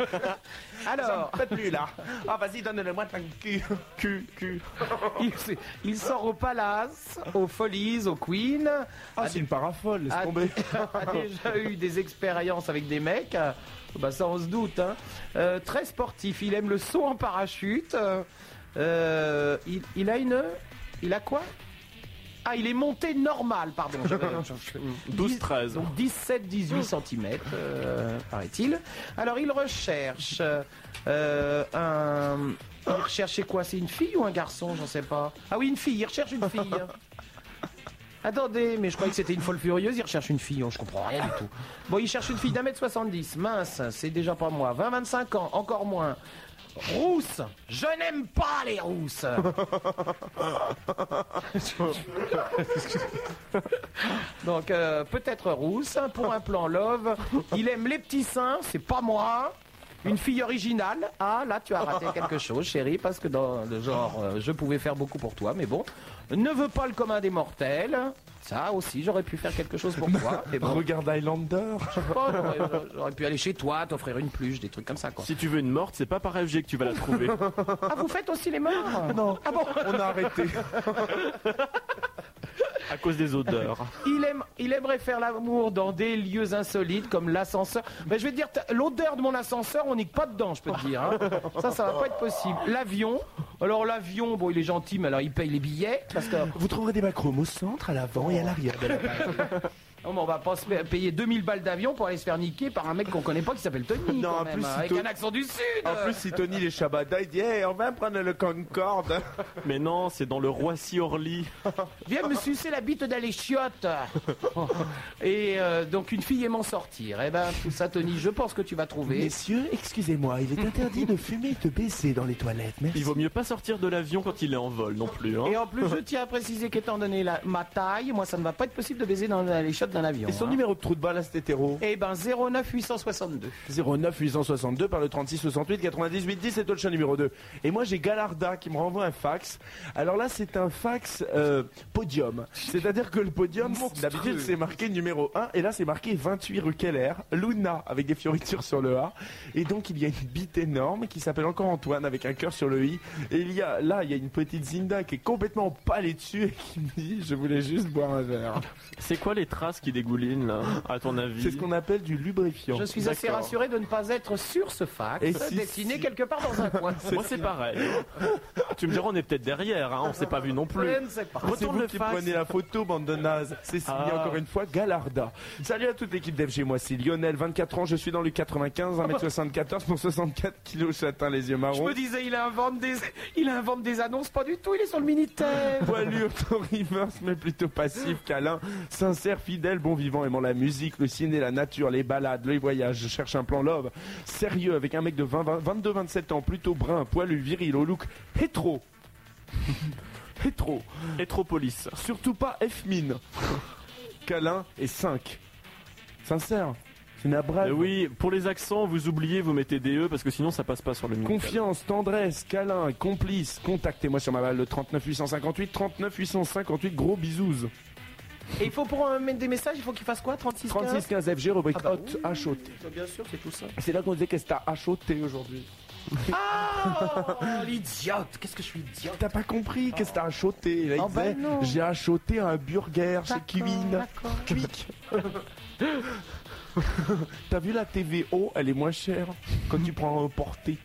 [SPEAKER 5] Alors.
[SPEAKER 1] Pas plus là. Ah, vas-y, donne-le-moi ton cul. Cul, cul.
[SPEAKER 5] Il, il sort au Palace, aux Folies, au Queen.
[SPEAKER 1] Ah, c'est une paraffole, laisse
[SPEAKER 5] a,
[SPEAKER 1] tomber.
[SPEAKER 5] a déjà eu des expériences avec des mecs. euh, Bah ça, on se doute. hein. Euh, très sportif, il aime le saut en parachute. euh, euh, il, il a une... Il a quoi ah, il est monté normal, pardon. j'avais-
[SPEAKER 6] 12-13.
[SPEAKER 5] Donc 17-18 cm, euh, paraît-il. Alors il recherche euh, un. Il recherchait quoi C'est une fille ou un garçon J'en sais pas. Ah oui, une fille, il recherche une fille. Attendez, mais je croyais que c'était une folle furieuse, il recherche une fille, Oh, je comprends rien du tout. Bon, il cherche une fille d'un mètre 70, mince, c'est déjà pas moi. 20-25 ans, encore moins. Rousse, je n'aime pas les rousses. Donc euh, peut-être rousse hein, pour un plan love. Il aime les petits seins, c'est pas moi. Une fille originale. Ah là tu as raté quelque chose chérie parce que dans le genre euh, je pouvais faire beaucoup pour toi mais bon. Ne veut pas le commun des mortels. Ça aussi j'aurais pu faire quelque chose pour toi.
[SPEAKER 6] Eh ben,
[SPEAKER 5] mais bon.
[SPEAKER 1] Regarde Highlander.
[SPEAKER 5] Je sais pas, j'aurais- J'aurais pu aller chez toi, t'offrir une pluche, des trucs comme ça quoi.
[SPEAKER 6] Si tu veux une morte, c'est pas par FG que tu vas la trouver.
[SPEAKER 5] Ah vous faites aussi les morts Non. Ah bon
[SPEAKER 1] On a arrêté.
[SPEAKER 6] à cause des odeurs.
[SPEAKER 5] Il, aime, il aimerait faire l'amour dans des lieux insolites comme l'ascenseur. Mais je vais te dire, t'as- l'odeur de mon ascenseur, on n'est pas dedans, je peux te dire. hein. Ça, ça va pas être possible. L'avion, alors l'avion, bon, il est gentil, mais alors il paye les billets. Parce que...
[SPEAKER 1] Vous trouverez des macromes au centre, à l'avant et à l'arrière de la page.
[SPEAKER 5] Non, mais on va pas se pa- payer 2000 balles d'avion pour aller se faire niquer par un mec qu'on connaît pas qui s'appelle Tony.
[SPEAKER 1] Non,
[SPEAKER 5] quand
[SPEAKER 1] en
[SPEAKER 5] même,
[SPEAKER 1] plus, si
[SPEAKER 5] avec
[SPEAKER 1] Tony-
[SPEAKER 5] un accent du Sud.
[SPEAKER 6] Oh.
[SPEAKER 1] En plus, si Tony les Shabada, il dit Hey, on va prendre le Concorde.
[SPEAKER 6] Mais non, c'est dans le Roissy-Orly.
[SPEAKER 5] Viens me sucer la bite d'aller chiottes Et euh, donc une fille aimant sortir. Eh ben tout ça Tony, je pense que tu vas trouver.
[SPEAKER 1] Messieurs, excusez-moi, il est interdit de fumer et de baisser dans les toilettes. Merci.
[SPEAKER 6] Il vaut mieux pas sortir de l'avion quand il est en vol non plus. hein.
[SPEAKER 5] Et en plus je tiens à préciser qu'étant donné la- ma taille, moi ça ne va pas être possible de baiser dans les chiottes d'un avion.
[SPEAKER 1] Et son
[SPEAKER 5] hein.
[SPEAKER 1] numéro de trou de balle à cet hétéro
[SPEAKER 5] Eh ben 09 862.
[SPEAKER 1] 09 862 par le 36 68 98 10 c'est toi le chat numéro 2 et moi j'ai Galarda qui me renvoie un fax alors là c'est un fax euh, podium c'est à dire que le podium d'habitude c'est marqué numéro 1 et là c'est marqué 28 rue Keller Luna avec des fioritures sur le A et donc il y a une bite énorme qui s'appelle encore Antoine avec un cœur sur le I et il y a là il y a une petite Zinda qui est complètement palée dessus et qui me dit je voulais juste boire un verre
[SPEAKER 6] C'est quoi les traces qui dégoulinent là, à ton avis
[SPEAKER 1] c'est ce qu'on appelle du lubrifiant
[SPEAKER 5] Je suis assez
[SPEAKER 6] D'accord.
[SPEAKER 5] rassuré de ne pas être sur ce fax,
[SPEAKER 6] Et si-
[SPEAKER 5] dessiné quelque part dans un coin.
[SPEAKER 6] Moi c'est pareil. tu me diras on est peut-être derrière, hein, on s'est pas vu non plus.
[SPEAKER 5] Je ne sais pas.
[SPEAKER 1] C'est
[SPEAKER 6] Retourne
[SPEAKER 1] vous
[SPEAKER 6] le
[SPEAKER 1] qui
[SPEAKER 6] fax.
[SPEAKER 1] prenez la photo, bande de nazes. C'est signé
[SPEAKER 6] Ah.
[SPEAKER 1] encore une fois Galarda. Salut à toute l'équipe d'FG. Moi, c'est Lionel, 24 ans. Je suis dans le 95, 1m74 pour 64 kilos châtain, les
[SPEAKER 5] Je
[SPEAKER 1] yeux
[SPEAKER 6] Ah
[SPEAKER 1] marrons.
[SPEAKER 5] me disais, il invente des, il invente des annonces, pas du tout. Il est sur le Minitel.
[SPEAKER 1] Poilu reverse, mais plutôt passif, câlin, sincère, fidèle, bon vivant, aimant la musique, le ciné, la nature, les balades, les voyages. Je cherche un plan love, sérieux, avec un mec de 20, 22, 27 ans, plutôt brun, poilu, viril, au look hétéro. hétéro.
[SPEAKER 6] Hétropolis.
[SPEAKER 1] Surtout pas F-mine. câlin et 5. Sincère. C'est Nabral.
[SPEAKER 6] Euh, oui, pour les accents, vous oubliez, vous mettez des E parce que sinon ça passe pas sur le micro.
[SPEAKER 1] Confiance, tendresse, câlin, complice, contactez-moi sur ma balle le 39 858 39 858 gros bisous.
[SPEAKER 5] Et il faut pour euh, mettre des messages, il faut qu'il fasse quoi 36
[SPEAKER 1] 36 15 FG rubrique
[SPEAKER 5] Ah bah
[SPEAKER 1] hot HOT.
[SPEAKER 5] Bien sûr, c'est tout ça.
[SPEAKER 1] C'est là qu'on disait qu'est-ce que t'as HOT aujourd'hui.
[SPEAKER 5] Ah, l'idiote Qu'est-ce que je suis idiote
[SPEAKER 1] T'as pas compris qu'est-ce que t'as achoté Là, il
[SPEAKER 5] Ah bah
[SPEAKER 1] disait,
[SPEAKER 5] non.
[SPEAKER 1] J'ai achoté un burger chez
[SPEAKER 5] D'accord,
[SPEAKER 1] Kiwin.
[SPEAKER 5] d'accord.
[SPEAKER 1] Quick. T'as vu la TVO Elle est moins chère quand tu prends un porté.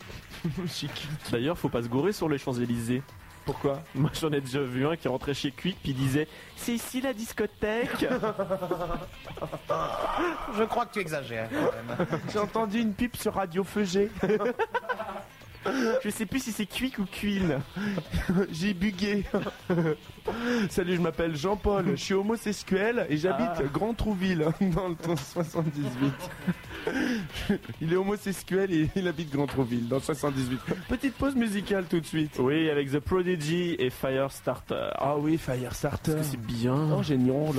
[SPEAKER 1] Chic.
[SPEAKER 6] D'ailleurs, faut pas se gourer sur les Champs-Élysées.
[SPEAKER 1] Pourquoi
[SPEAKER 6] Moi j'en ai déjà vu un qui rentrait chez Quick puis il disait C'est ici la discothèque
[SPEAKER 5] Je crois que tu exagères. quand même.
[SPEAKER 1] J'ai entendu une pipe sur Radio Feugé.
[SPEAKER 6] Je sais plus si c'est Quick ou Queen.
[SPEAKER 1] J'ai bugué. Salut, je m'appelle Jean-Paul, je suis homosexuel et j'habite
[SPEAKER 6] Ah.
[SPEAKER 1] Grand Trouville dans le 78. il est homosexuel et il habite Grand Trouville dans le 78. Petite pause musicale tout de suite.
[SPEAKER 6] Oui, avec The Prodigy et Firestarter.
[SPEAKER 1] Ah oui, Firestarter.
[SPEAKER 6] C'est bien.
[SPEAKER 1] Oh, génial.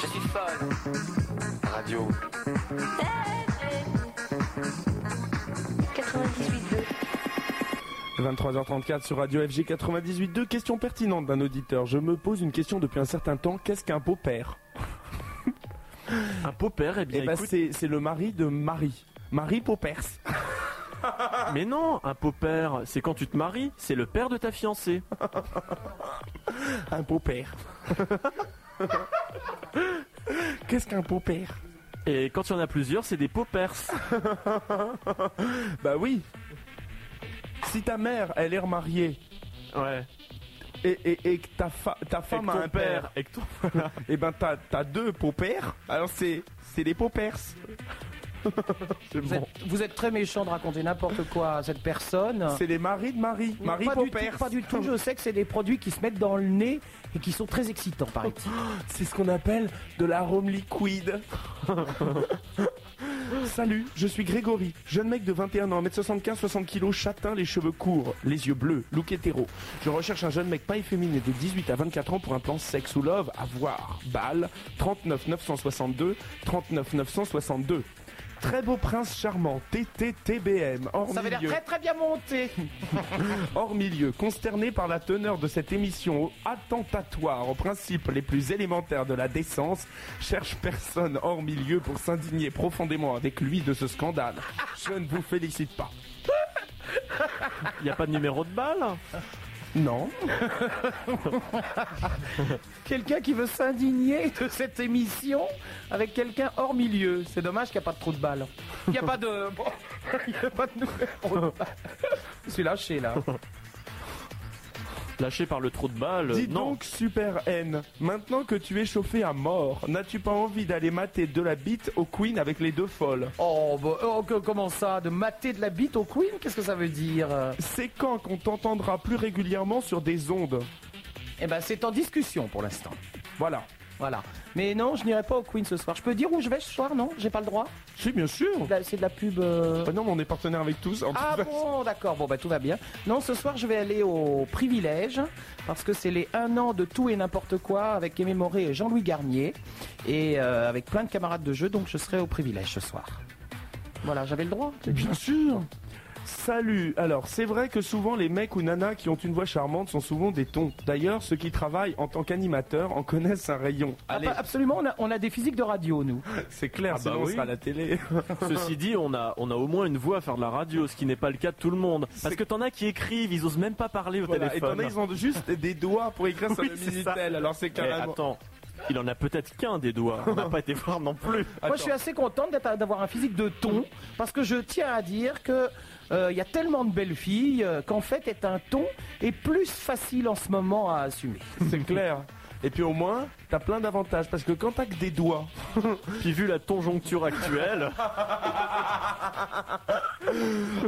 [SPEAKER 15] Je suis folle. Radio.
[SPEAKER 14] 98.2.
[SPEAKER 1] 23h34 sur Radio FG 98.2. Question pertinente d'un auditeur. Je me pose une question depuis un certain temps. Qu'est-ce qu'un beau-père
[SPEAKER 6] Un paupère, eh bien
[SPEAKER 1] Eh ben,
[SPEAKER 6] écoute.
[SPEAKER 1] c'est c'est le mari de Marie. Marie Paupers.
[SPEAKER 6] Mais non, un paupère, c'est quand tu te maries, c'est le père de ta fiancée.
[SPEAKER 1] Un beau-père. Qu'est-ce qu'un beau-père
[SPEAKER 6] Et quand il y en a plusieurs, c'est des paupers.
[SPEAKER 1] Bah oui. Si ta mère, elle est remariée
[SPEAKER 6] Ouais.
[SPEAKER 1] et, et, et que ta, fa- ta
[SPEAKER 6] Et que
[SPEAKER 1] femme a
[SPEAKER 6] ton
[SPEAKER 1] un père,
[SPEAKER 6] père, et que ton-
[SPEAKER 1] et ben t'as t'as deux pères alors c'est c'est des pères. C'est
[SPEAKER 5] Vous,
[SPEAKER 1] bon.
[SPEAKER 5] êtes, vous êtes très méchant de raconter n'importe quoi à cette personne.
[SPEAKER 1] C'est les maris de Marie. Marie
[SPEAKER 5] pas du, tout,
[SPEAKER 1] Paupers.
[SPEAKER 5] pas du tout, je sais que c'est des produits qui se mettent dans le nez et qui sont très excitants, paraît-il.
[SPEAKER 1] Oh, C'est ce qu'on appelle de l'arôme liquide. Salut, je suis Grégory, jeune mec de 21 ans, 1m75, 60 kg, châtain, les cheveux courts, les yeux bleus, look hétéro. Je recherche un jeune mec pas efféminé de 18 à 24 ans pour un plan sexe ou love à voir. Balle, 39 962, 39 962. Très beau prince charmant, TTTBM, hors
[SPEAKER 5] Ça avait l'air
[SPEAKER 1] milieu.
[SPEAKER 5] très très bien monté.
[SPEAKER 1] Hors milieu, consterné par la teneur de cette émission attentatoire aux principes les plus élémentaires de la décence, cherche personne hors milieu pour s'indigner profondément avec lui de ce scandale. Je ne vous félicite pas.
[SPEAKER 6] il n'y a pas de numéro de balle
[SPEAKER 1] Non.
[SPEAKER 5] Quelqu'un qui veut s'indigner de cette émission avec quelqu'un hors milieu. C'est dommage qu'il n'y a pas de trou de balle. Il n'y a pas de. bon, Il n'y a pas de nouvelle trou de balle. Je suis lâché là.
[SPEAKER 6] Lâché par le trou de balle.
[SPEAKER 1] Dis
[SPEAKER 6] non.
[SPEAKER 1] donc, Super N, maintenant que tu es chauffé à mort, n'as-tu pas envie d'aller mater de la bite au Queen avec les deux folles
[SPEAKER 5] Oh, bah, oh, que- comment ça De mater de la bite au Queen Qu'est-ce que ça veut dire
[SPEAKER 1] C'est quand qu'on t'entendra plus régulièrement sur des ondes
[SPEAKER 5] Eh ben, c'est en discussion pour l'instant.
[SPEAKER 1] Voilà.
[SPEAKER 5] Voilà. Mais non, je n'irai pas au Queen ce soir. Je peux dire où je vais ce soir, non J'ai pas le droit
[SPEAKER 1] Si, bien sûr.
[SPEAKER 5] C'est de la pub. euh.
[SPEAKER 1] Bah non, mais on est partenaire avec tous. en
[SPEAKER 5] Ah
[SPEAKER 1] tout cas.
[SPEAKER 5] bon, d'accord, bon bah tout va bien. Non, ce soir je vais aller au privilège parce que c'est les 1 an de tout et n'importe quoi avec Aimé Moré et Jean-Louis Garnier et euh, avec plein de camarades de jeu, donc je serai au privilège ce soir. Voilà, j'avais le droit.
[SPEAKER 1] Bien sûr Salut Alors, c'est vrai que souvent les mecs ou nanas qui ont une voix charmante sont souvent des tons. D'ailleurs, ceux qui travaillent en tant qu'animateurs en connaissent un rayon.
[SPEAKER 5] Ah, pas- absolument, on a, on a des physiques de radio, nous.
[SPEAKER 1] C'est
[SPEAKER 6] Ah
[SPEAKER 1] clair,
[SPEAKER 6] bah
[SPEAKER 1] sinon on
[SPEAKER 6] oui.
[SPEAKER 1] sera à la télé.
[SPEAKER 6] Ceci dit, on a, on a au moins une voix à faire de la radio, ce qui n'est pas le cas de tout le monde. Parce que t'en as qui écrivent, ils osent même pas parler au
[SPEAKER 1] Voilà, et
[SPEAKER 6] téléphone.
[SPEAKER 1] t'en as, ils ont juste des doigts pour écrire sur
[SPEAKER 6] Oui,
[SPEAKER 1] le
[SPEAKER 6] c'est
[SPEAKER 1] Minitel,
[SPEAKER 6] ça.
[SPEAKER 1] alors c'est
[SPEAKER 6] Mais
[SPEAKER 1] carrément...
[SPEAKER 6] attends, il en a peut-être qu'un des doigts. On n'a pas été voir non plus.
[SPEAKER 5] Moi, je suis assez contente d'être- d'avoir un physique de ton, parce que je tiens à dire que euh, il y a tellement de belles filles euh, qu'en fait, être un ton est plus facile en ce moment à assumer.
[SPEAKER 1] C'est clair. Et puis au moins, t'as plein d'avantages, parce que quand t'as que des doigts...
[SPEAKER 6] Puis vu la conjoncture actuelle...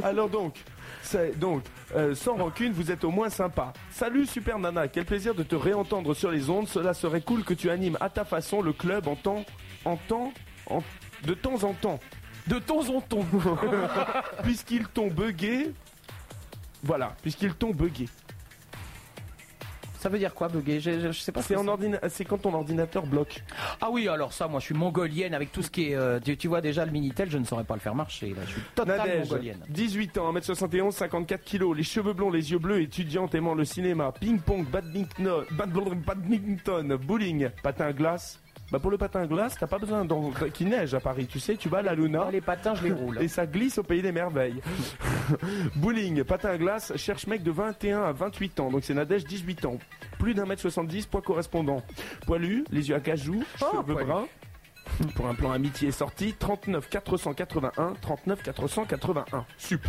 [SPEAKER 1] Alors donc, c'est- donc euh, sans rancune, vous êtes au moins sympa. Salut Super Nana, quel plaisir de te réentendre sur les ondes. Cela serait cool que tu animes à ta façon le club en temps, en temps, en- de temps en temps.
[SPEAKER 5] De temps en temps.
[SPEAKER 1] Puisqu'ils t'ont bugué. Voilà, puisqu'ils t'ont bugué.
[SPEAKER 5] Ça veut dire quoi, bugger je, je- je sais pas. ce
[SPEAKER 1] C'est
[SPEAKER 5] que
[SPEAKER 1] en ordina- c'est quand ton ordinateur bloque.
[SPEAKER 5] Ah oui, alors ça, moi je suis mongolienne avec tout ce qui est. euh, tu, tu vois déjà le Minitel, je ne saurais pas le faire marcher. Là. Je suis totale
[SPEAKER 1] Nadège,
[SPEAKER 5] mongolienne.
[SPEAKER 1] 18 ans, 1m71, 54 kilos, les cheveux blonds, les yeux bleus, étudiante aimant le cinéma, ping-pong, badminton, bad- badminton, bowling, patin à glace. Bah pour le patin à glace, t'as pas besoin d'en- qu'il neige à Paris, tu sais, tu vas à la Luna.
[SPEAKER 5] les patins, je les roule.
[SPEAKER 1] Et ça glisse au pays des merveilles. bowling, patin à glace, cherche mec de 21 à 28 ans, donc c'est Nadège 18 ans. Plus d'un mètre 70, poids correspondant. Poilu, les yeux à cajou, cheveux
[SPEAKER 5] Oh, poilu.
[SPEAKER 1] bruns. Pour un plan amitié sorti, 39 481, 39 481. Sup.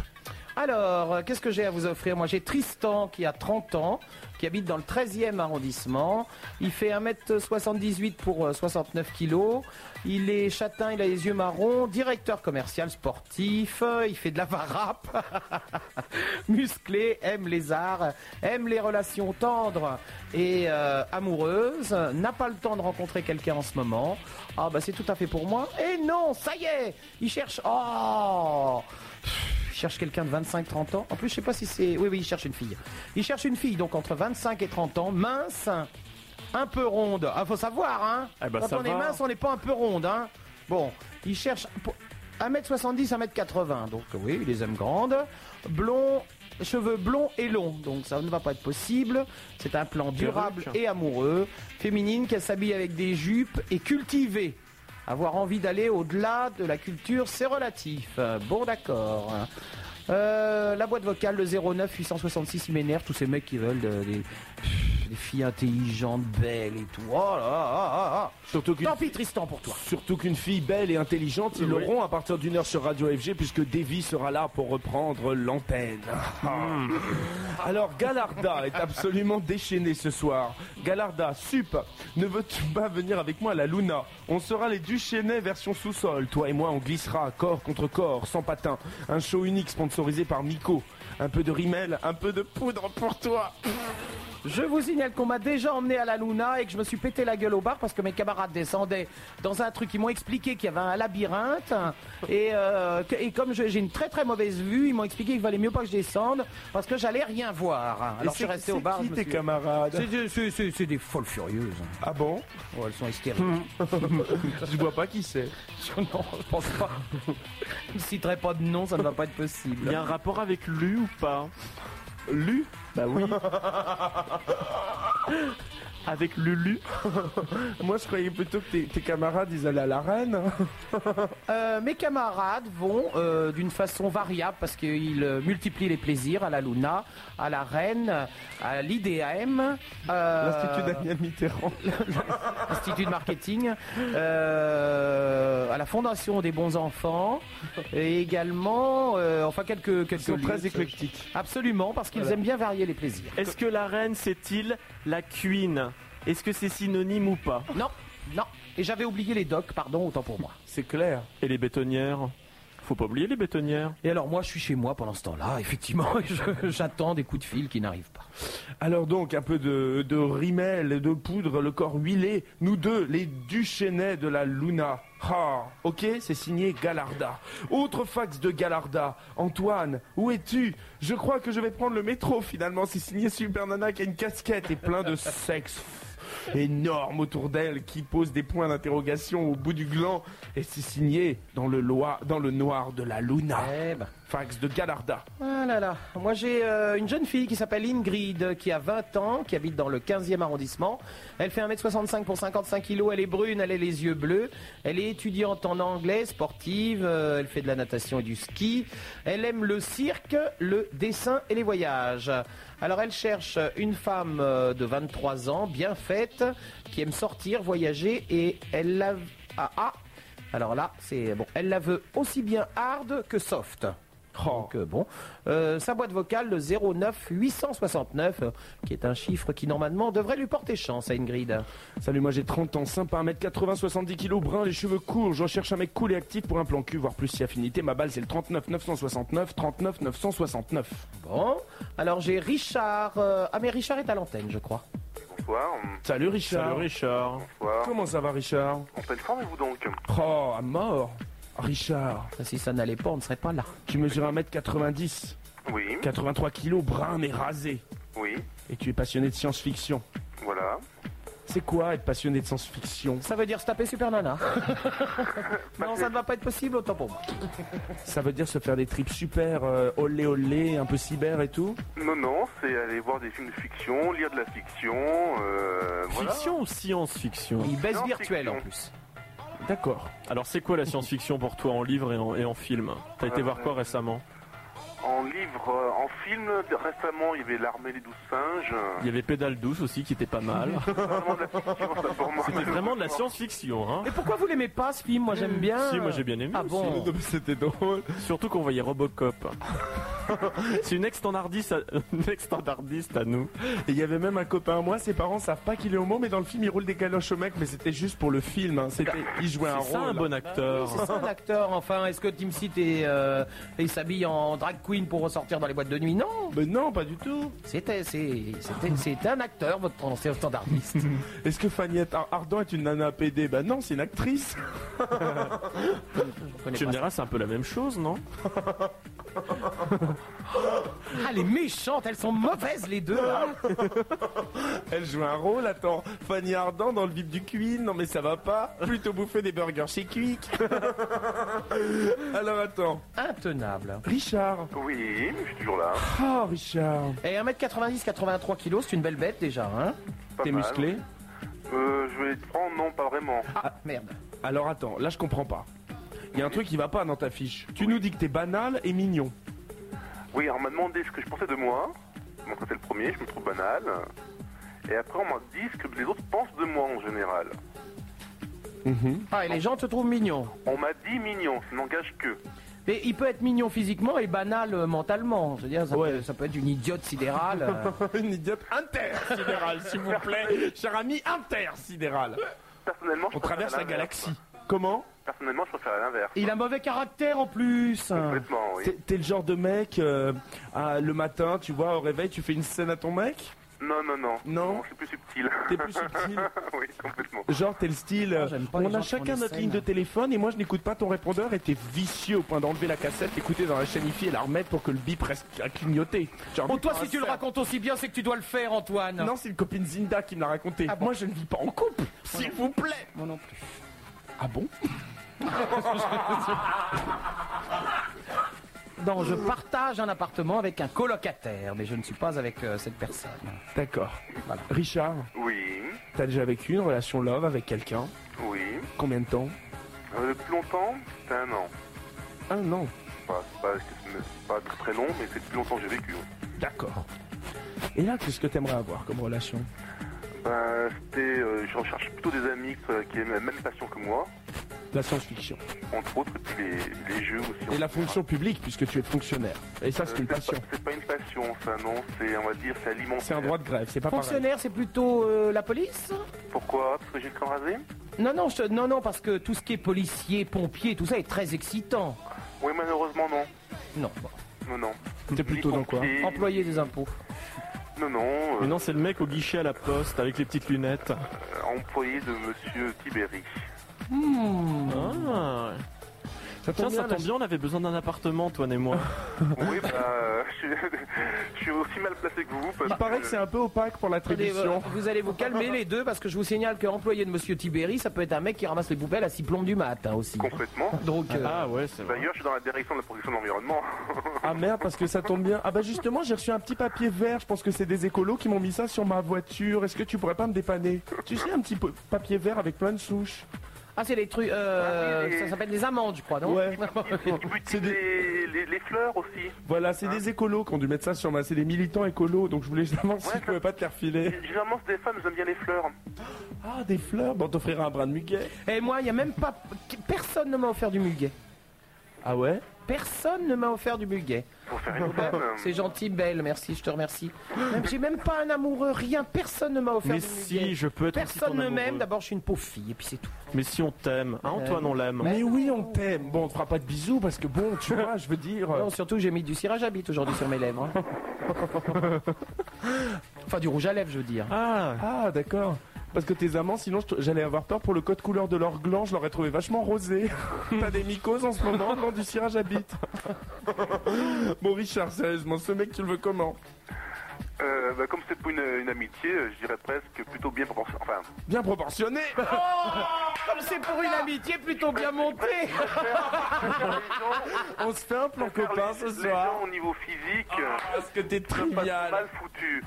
[SPEAKER 5] Alors, euh, qu'est-ce que j'ai à vous offrir Moi j'ai Tristan qui a 30 ans, qui habite dans le 13e arrondissement. Il fait 1m78 pour euh, 69 kilos. Il est châtain, il a les yeux marrons, directeur commercial sportif. euh, Il fait de la varap. musclé, aime les arts, aime les relations tendres et euh, amoureuses, n'a pas le temps de rencontrer quelqu'un en ce moment. Ah bah c'est tout à fait pour moi. Et non, ça y est, il cherche... Oh il cherche quelqu'un de 25-30 ans. En plus, je sais pas si c'est... Oui, oui, il cherche une fille. Il cherche une fille, donc entre 25 et 30 ans, mince, un peu ronde. Ah, faut savoir, hein
[SPEAKER 6] Eh ben,
[SPEAKER 5] Quand
[SPEAKER 6] ça
[SPEAKER 5] on est
[SPEAKER 6] va.
[SPEAKER 5] mince, on n'est pas un peu ronde, hein Bon, il cherche... pour- 1m70, 1m80, donc oui, il les aime grandes. Blond, cheveux blonds et longs, donc ça ne va pas être possible. C'est un plan durable
[SPEAKER 6] Perruque.
[SPEAKER 5] et amoureux. Féminine, qu'elle s'habille avec des jupes et cultivée. Avoir envie d'aller au-delà de la culture, c'est relatif. Euh, Bon, d'accord. Euh, la boîte vocale, le 09 866, il m'énerve, tous ces mecs qui veulent euh, des, pff, des filles intelligentes, belles et tout. Oh là là,
[SPEAKER 1] Surtout
[SPEAKER 5] Tant pis, Tristan, pour toi.
[SPEAKER 1] Surtout qu'une fille belle et intelligente, ils
[SPEAKER 5] Oui.
[SPEAKER 1] l'auront à partir d'une heure sur Radio FG, puisque Davy sera là pour reprendre l'antenne.
[SPEAKER 5] Hmm.
[SPEAKER 1] Alors, Galarda est absolument déchaîné ce soir. Galarda, sup, ne veux-tu pas venir avec moi à la Luna On sera les Duchesnais version sous-sol. Toi et moi, on glissera corps contre corps, sans patin. Un show unique sponsorisé par Miko. Un peu de rimel, un peu de poudre pour toi.
[SPEAKER 5] Je vous signale qu'on m'a déjà emmené à la Luna et que je me suis pété la gueule au bar parce que mes camarades descendaient dans un truc. Ils m'ont expliqué qu'il y avait un labyrinthe. Et, euh, que- et comme je- j'ai une très très mauvaise vue, ils m'ont expliqué qu'il valait mieux pas que je descende parce que j'allais rien voir. Ah, Alors je suis resté au bar. je me suis-
[SPEAKER 1] camarades
[SPEAKER 5] C'est des- C'est c'est- c'est des folles furieuses.
[SPEAKER 1] Ah bon
[SPEAKER 5] Oh, Elles sont hystériques.
[SPEAKER 6] Hmm.
[SPEAKER 1] Je vois pas qui c'est.
[SPEAKER 5] non, je pense pas. Je ne citerai pas de nom, ça ne va pas être possible.
[SPEAKER 6] Il y a un rapport avec Lu ou pas
[SPEAKER 1] Lu
[SPEAKER 6] Bah oui.
[SPEAKER 1] Avec Lulu Moi, je croyais plutôt que tes, tes camarades, ils allaient à l'arène.
[SPEAKER 5] Euh, mes camarades vont euh, d'une façon variable parce qu'ils euh, multiplient les plaisirs à la Luna, à la Reine, à l'IDAM,
[SPEAKER 1] L'Institut Daniel Mitterrand.
[SPEAKER 5] euh, l'Institut de marketing, euh, à la Fondation des bons enfants et également, euh, enfin quelques quelques
[SPEAKER 1] sont très
[SPEAKER 5] lieux. Ah,
[SPEAKER 1] éclectiques.
[SPEAKER 5] Absolument parce qu'ils
[SPEAKER 6] Voilà.
[SPEAKER 5] aiment bien varier les plaisirs.
[SPEAKER 6] Est-ce que la reine, c'est-il la queen Est-ce que c'est synonyme ou pas
[SPEAKER 5] Non, non. Et j'avais oublié les docs, pardon, autant pour moi.
[SPEAKER 1] C'est clair.
[SPEAKER 6] Et les bétonnières Faut pas oublier les bétonnières.
[SPEAKER 5] Et alors moi je suis chez moi pendant ce temps-là, effectivement, et je- j'attends des coups de fil qui n'arrivent pas.
[SPEAKER 1] Alors donc, un peu de, de rimel, de poudre, le corps huilé, nous deux, les Duchesnais de la Luna. Ah, ok, c'est signé Galarda. Autre fax de Galarda. Antoine, où es-tu Je crois que je vais prendre le métro finalement. C'est signé Super Nana qui a une casquette et plein de sexe énorme autour d'elle qui pose des points d'interrogation au bout du gland et c'est signé dans le, loi, dans le noir de la Luna.
[SPEAKER 5] Eh ben.
[SPEAKER 1] Fax de Galarda.
[SPEAKER 5] Ah là là, moi j'ai euh, une jeune fille qui s'appelle Ingrid, euh, qui a 20 ans, qui habite dans le 15e arrondissement. Elle fait 1m65 pour 55 kg, elle est brune, elle a les yeux bleus, elle est étudiante en anglais, sportive, euh, elle fait de la natation et du ski, elle aime le cirque, le dessin et les voyages. Alors elle cherche une femme euh, de 23 ans, bien faite, qui aime sortir, voyager et elle la... Ah, ah. Alors là, c'est bon. Elle la veut aussi bien hard que soft.
[SPEAKER 1] Oh.
[SPEAKER 5] Donc euh, bon, Euh, sa boîte vocale le 09 869, euh, qui est un chiffre qui normalement devrait lui porter chance à Ingrid.
[SPEAKER 1] Salut, moi j'ai 30 ans, sympa, 1m80, 70 kg, brun, les cheveux courts. Je recherche un mec cool et actif pour un plan cul, voire plus si affinité. Ma balle c'est le 39 969, 39 969.
[SPEAKER 5] Bon, alors j'ai Richard. euh, Ah mais Richard est à l'antenne, je crois.
[SPEAKER 1] Bonsoir. Salut Richard.
[SPEAKER 6] Salut,
[SPEAKER 1] Richard. Comment ça va Richard
[SPEAKER 10] En pleine forme, et vous donc
[SPEAKER 1] Oh, à mort. Richard.
[SPEAKER 5] Ah, Si ça n'allait pas, on ne serait pas là.
[SPEAKER 1] Tu mesures 1m90.
[SPEAKER 10] Oui.
[SPEAKER 1] 83 kg, brun mais rasé.
[SPEAKER 10] Oui,
[SPEAKER 1] Et tu es passionné de science-fiction.
[SPEAKER 10] voilà.
[SPEAKER 1] C'est quoi être passionné de science-fiction
[SPEAKER 5] Ça veut dire se taper super nana. non, ça ne va pas être possible, autant pour moi.
[SPEAKER 1] Ça veut dire se faire des trips super, euh, olé olé, un peu cyber et tout
[SPEAKER 10] Non, non, c'est aller voir des films de fiction, lire de la fiction. euh, voilà.
[SPEAKER 6] Fiction ou science-fiction
[SPEAKER 10] Il baisse virtuel, en plus.
[SPEAKER 1] D'accord.
[SPEAKER 6] Alors c'est quoi la science-fiction pour toi en livre et en, et en film T'as été voir quoi récemment
[SPEAKER 10] En livre, euh, en film, récemment, il y avait L'armée des douze singes.
[SPEAKER 6] Il y avait Pédale douce aussi qui était pas mal. C'était vraiment de la science-fiction. Hein.
[SPEAKER 5] Mais pourquoi vous l'aimez pas ce film Moi j'aime bien.
[SPEAKER 6] Si, moi j'ai bien aimé.
[SPEAKER 5] Ah
[SPEAKER 6] aussi.
[SPEAKER 5] bon
[SPEAKER 6] C'était drôle. Surtout qu'on voyait Robocop. C'est une ex-standardiste à... une ex-standardiste à nous.
[SPEAKER 1] Et il y avait même un copain à moi, ses parents savent pas qu'il est homo, mais dans le film il roule des caloches au mec, mais c'était juste pour le film. hein. C'était, il jouait un
[SPEAKER 6] C'est ça,
[SPEAKER 1] rôle.
[SPEAKER 6] un bon acteur.
[SPEAKER 5] C'est ça un acteur, enfin, est-ce que Tim Seat est, euh, il s'habille en drag queen pour ressortir dans les boîtes de nuit Non
[SPEAKER 1] Mais Ben non, pas du tout
[SPEAKER 5] C'était c'est- c'était- c'est un acteur, votre ancien standardiste.
[SPEAKER 1] Est-ce que Fanny Ar- Ardant est une nana PD Bah non, c'est une actrice.
[SPEAKER 6] Tu me diras, c'est un peu la même chose, non
[SPEAKER 5] Ah, les méchantes, elles sont mauvaises les deux là.
[SPEAKER 6] hein.
[SPEAKER 1] Elle joue un rôle, attends. Fanny Ardant dans le vide du Queen, non mais ça va pas. Plutôt bouffer des burgers chez Quick. Alors attends.
[SPEAKER 5] Intenable.
[SPEAKER 1] Richard.
[SPEAKER 10] Oui, je suis toujours là.
[SPEAKER 1] Oh, Richard.
[SPEAKER 5] Et 1m90, 83 kg, c'est une belle bête déjà, hein
[SPEAKER 10] Pas mal. Euh, je vais prendre, non, pas vraiment.
[SPEAKER 5] Ah, merde.
[SPEAKER 1] Alors attends, là je comprends pas. Il y a un truc qui va pas dans ta fiche. Tu nous dis que t'es banal et mignon.
[SPEAKER 10] Oui, on m'a demandé ce que je pensais de moi. Bon, ça c'est le premier, je me trouve banal. Et après, on m'a dit ce que les autres pensent de moi en général.
[SPEAKER 1] Mhm.
[SPEAKER 5] Ah, et les gens te trouvent mignon.
[SPEAKER 10] On m'a dit mignon, ça n'engage que.
[SPEAKER 5] Mais il peut être mignon physiquement et banal euh, mentalement. Je veux dire, ça, peut, ça peut être une idiote sidérale. euh.
[SPEAKER 1] Une idiote intersidérale, s'il vous plaît. Cher ami intersidéral.
[SPEAKER 10] Personnellement, je
[SPEAKER 1] On
[SPEAKER 10] préfère
[SPEAKER 1] traverse la
[SPEAKER 10] l'inverse.
[SPEAKER 1] galaxie. Comment
[SPEAKER 10] Personnellement, je préfère à l'inverse.
[SPEAKER 5] Il a mauvais caractère en plus.
[SPEAKER 10] Complètement, oui.
[SPEAKER 1] T'es- T'es le genre de mec, euh, à- le matin, tu vois, au réveil, tu fais une scène à ton mec
[SPEAKER 10] Non, non, non.
[SPEAKER 1] Non.
[SPEAKER 10] je suis plus subtil.
[SPEAKER 1] T'es plus subtil
[SPEAKER 10] Oui, complètement.
[SPEAKER 1] Genre, t'es le style,
[SPEAKER 5] Ah,
[SPEAKER 1] euh,
[SPEAKER 10] les
[SPEAKER 1] on a
[SPEAKER 10] gens qui font
[SPEAKER 1] chacun
[SPEAKER 10] des
[SPEAKER 1] notre
[SPEAKER 10] scènes.
[SPEAKER 1] ligne de téléphone et moi je n'écoute pas ton répondeur et t'es vicieux au point d'enlever la cassette, l'écouter dans la chaîne IFI et la remettre pour que le bip reste à clignoter. Genre,
[SPEAKER 5] Bon, toi,
[SPEAKER 1] putain,
[SPEAKER 5] si tu le
[SPEAKER 1] ça-
[SPEAKER 5] racontes aussi bien, c'est que tu dois le faire, Antoine. Ah
[SPEAKER 1] Non, c'est une copine Zinda qui me l'a raconté. Moi, je ne vis pas en couple, s'il vous plaît.
[SPEAKER 5] Moi non plus.
[SPEAKER 1] Ah bon
[SPEAKER 5] Non, je partage un appartement avec un colocataire, mais je ne suis pas avec euh, cette personne.
[SPEAKER 1] D'accord. Richard,
[SPEAKER 16] Oui,
[SPEAKER 1] t'as déjà vécu une relation love avec quelqu'un
[SPEAKER 16] oui.
[SPEAKER 1] Combien de temps
[SPEAKER 16] Euh, le plus longtemps, c'était un an.
[SPEAKER 1] Un an.
[SPEAKER 16] C'est pas, c'est pas, c'est pas très très long, mais c'est le plus longtemps que j'ai vécu. ouais.
[SPEAKER 1] D'accord. Et là, qu'est-ce que t'aimerais avoir comme relation
[SPEAKER 16] Ben, c'était, euh, je recherche plutôt des amis euh, qui aiment la même passion que moi,
[SPEAKER 1] La science-fiction.
[SPEAKER 16] entre autres, et puis les, les jeux aussi.
[SPEAKER 1] Et la fonction publique, puisque tu es fonctionnaire. Et ça, c'est une passion.
[SPEAKER 16] Euh, C'est pas une passion, ça, non. C'est, on va dire, c'est alimentaire.
[SPEAKER 1] C'est un droit de grève, c'est pas pareil.
[SPEAKER 5] Fonctionnaire, c'est plutôt euh, la police
[SPEAKER 16] Pourquoi Parce que j'ai le camp rasé
[SPEAKER 5] Non, non, je- non, non, parce que tout ce qui est policier, pompier, tout ça est très excitant.
[SPEAKER 16] Oui, malheureusement, non.
[SPEAKER 5] Non, bon.
[SPEAKER 16] Non, non.
[SPEAKER 1] T'es plutôt dans quoi
[SPEAKER 5] Employé des impôts.
[SPEAKER 16] Non, euh, non.
[SPEAKER 6] Mais non, c'est le mec au guichet à la poste avec les petites lunettes.
[SPEAKER 16] euh, employé de monsieur Tibéri.
[SPEAKER 5] Hmm.
[SPEAKER 6] Ah.
[SPEAKER 1] Ça
[SPEAKER 6] Tiens,
[SPEAKER 1] tombe bien,
[SPEAKER 6] ça
[SPEAKER 1] là,
[SPEAKER 6] tombe bien, on avait besoin d'un appartement, toi et moi.
[SPEAKER 16] Oui, bah, euh, je, suis- je suis aussi mal placé que vous. Parce
[SPEAKER 1] Il paraît que c'est un peu opaque pour l'attribution.
[SPEAKER 5] Attendez, euh, vous allez vous calmer les deux parce que je vous signale que employé de Monsieur Tibéri, ça peut être un mec qui ramasse les poubelles à 6 plombs du matin aussi.
[SPEAKER 16] Complètement.
[SPEAKER 5] Donc, euh,
[SPEAKER 6] ouais, c'est
[SPEAKER 16] D'ailleurs, je suis dans la direction de la protection de l'environnement.
[SPEAKER 1] Ah merde, parce que ça tombe bien. Ah bah justement, j'ai reçu un petit papier vert. Je pense que c'est des écolos qui m'ont mis ça sur ma voiture. Est-ce que tu pourrais pas me dépanner Tu sais, un petit peu- papier vert avec plein de souches.
[SPEAKER 5] Ah, c'est les trucs. euh,
[SPEAKER 1] Ah oui, les-
[SPEAKER 5] Ça s'appelle des amendes, je crois, non
[SPEAKER 1] Ouais.
[SPEAKER 16] C'est des... les, les fleurs aussi.
[SPEAKER 1] Voilà, c'est des écolos qui ont dû mettre ça sur ma. C'est des militants écolos, donc je voulais savoir si je pouvais pas te les refiler.
[SPEAKER 16] Généralement, c'est des femmes, j'aime bien les fleurs.
[SPEAKER 1] Ah, des fleurs Bon, on t'offrira un brin de muguet.
[SPEAKER 5] Et moi, il n'y a même pas. Personne ne m'a offert du muguet.
[SPEAKER 1] Ah ouais
[SPEAKER 5] Personne ne m'a offert du muguet. C'est gentil, belle, merci, je te remercie. Même- J'ai même pas un amoureux, rien, personne ne m'a offert
[SPEAKER 6] Mais
[SPEAKER 5] du
[SPEAKER 6] si,
[SPEAKER 5] muguet.
[SPEAKER 6] je peux être aussi ton
[SPEAKER 5] Personne ne m'aime,
[SPEAKER 6] amoureux.
[SPEAKER 5] d'abord je suis une pauvre fille, et puis c'est tout.
[SPEAKER 6] Mais si on t'aime,
[SPEAKER 5] Euh,
[SPEAKER 6] hein, Antoine, on l'aime.
[SPEAKER 1] Mais oui, on t'aime. Bon, on te fera pas de bisous parce que bon, tu vois, je veux dire. euh,
[SPEAKER 5] Non, surtout j'ai mis du cirage à bite aujourd'hui sur mes lèvres. hein. enfin, du rouge à lèvres, je veux dire.
[SPEAKER 6] Ah,
[SPEAKER 1] d'accord. Parce que tes amants, sinon je t- j'allais avoir peur pour le code couleur de leur gland, je l'aurais trouvé vachement rosé. T'as des mycoses en ce moment, non du cirage à bite. bon Richard, sérieusement, ce mec tu le veux comment
[SPEAKER 16] Euh, bah, comme c'est pour une, une amitié, euh, je dirais presque plutôt bien proportionné. Enfin,
[SPEAKER 1] Bien proportionné
[SPEAKER 5] Comme c'est pour une amitié plutôt bien montée
[SPEAKER 1] On se fait un plan copain ce
[SPEAKER 16] les
[SPEAKER 1] soir.
[SPEAKER 16] gens au niveau physique.
[SPEAKER 1] Ah,
[SPEAKER 16] euh,
[SPEAKER 1] Parce que t'es
[SPEAKER 16] Pas
[SPEAKER 1] trivial.
[SPEAKER 16] mal foutu.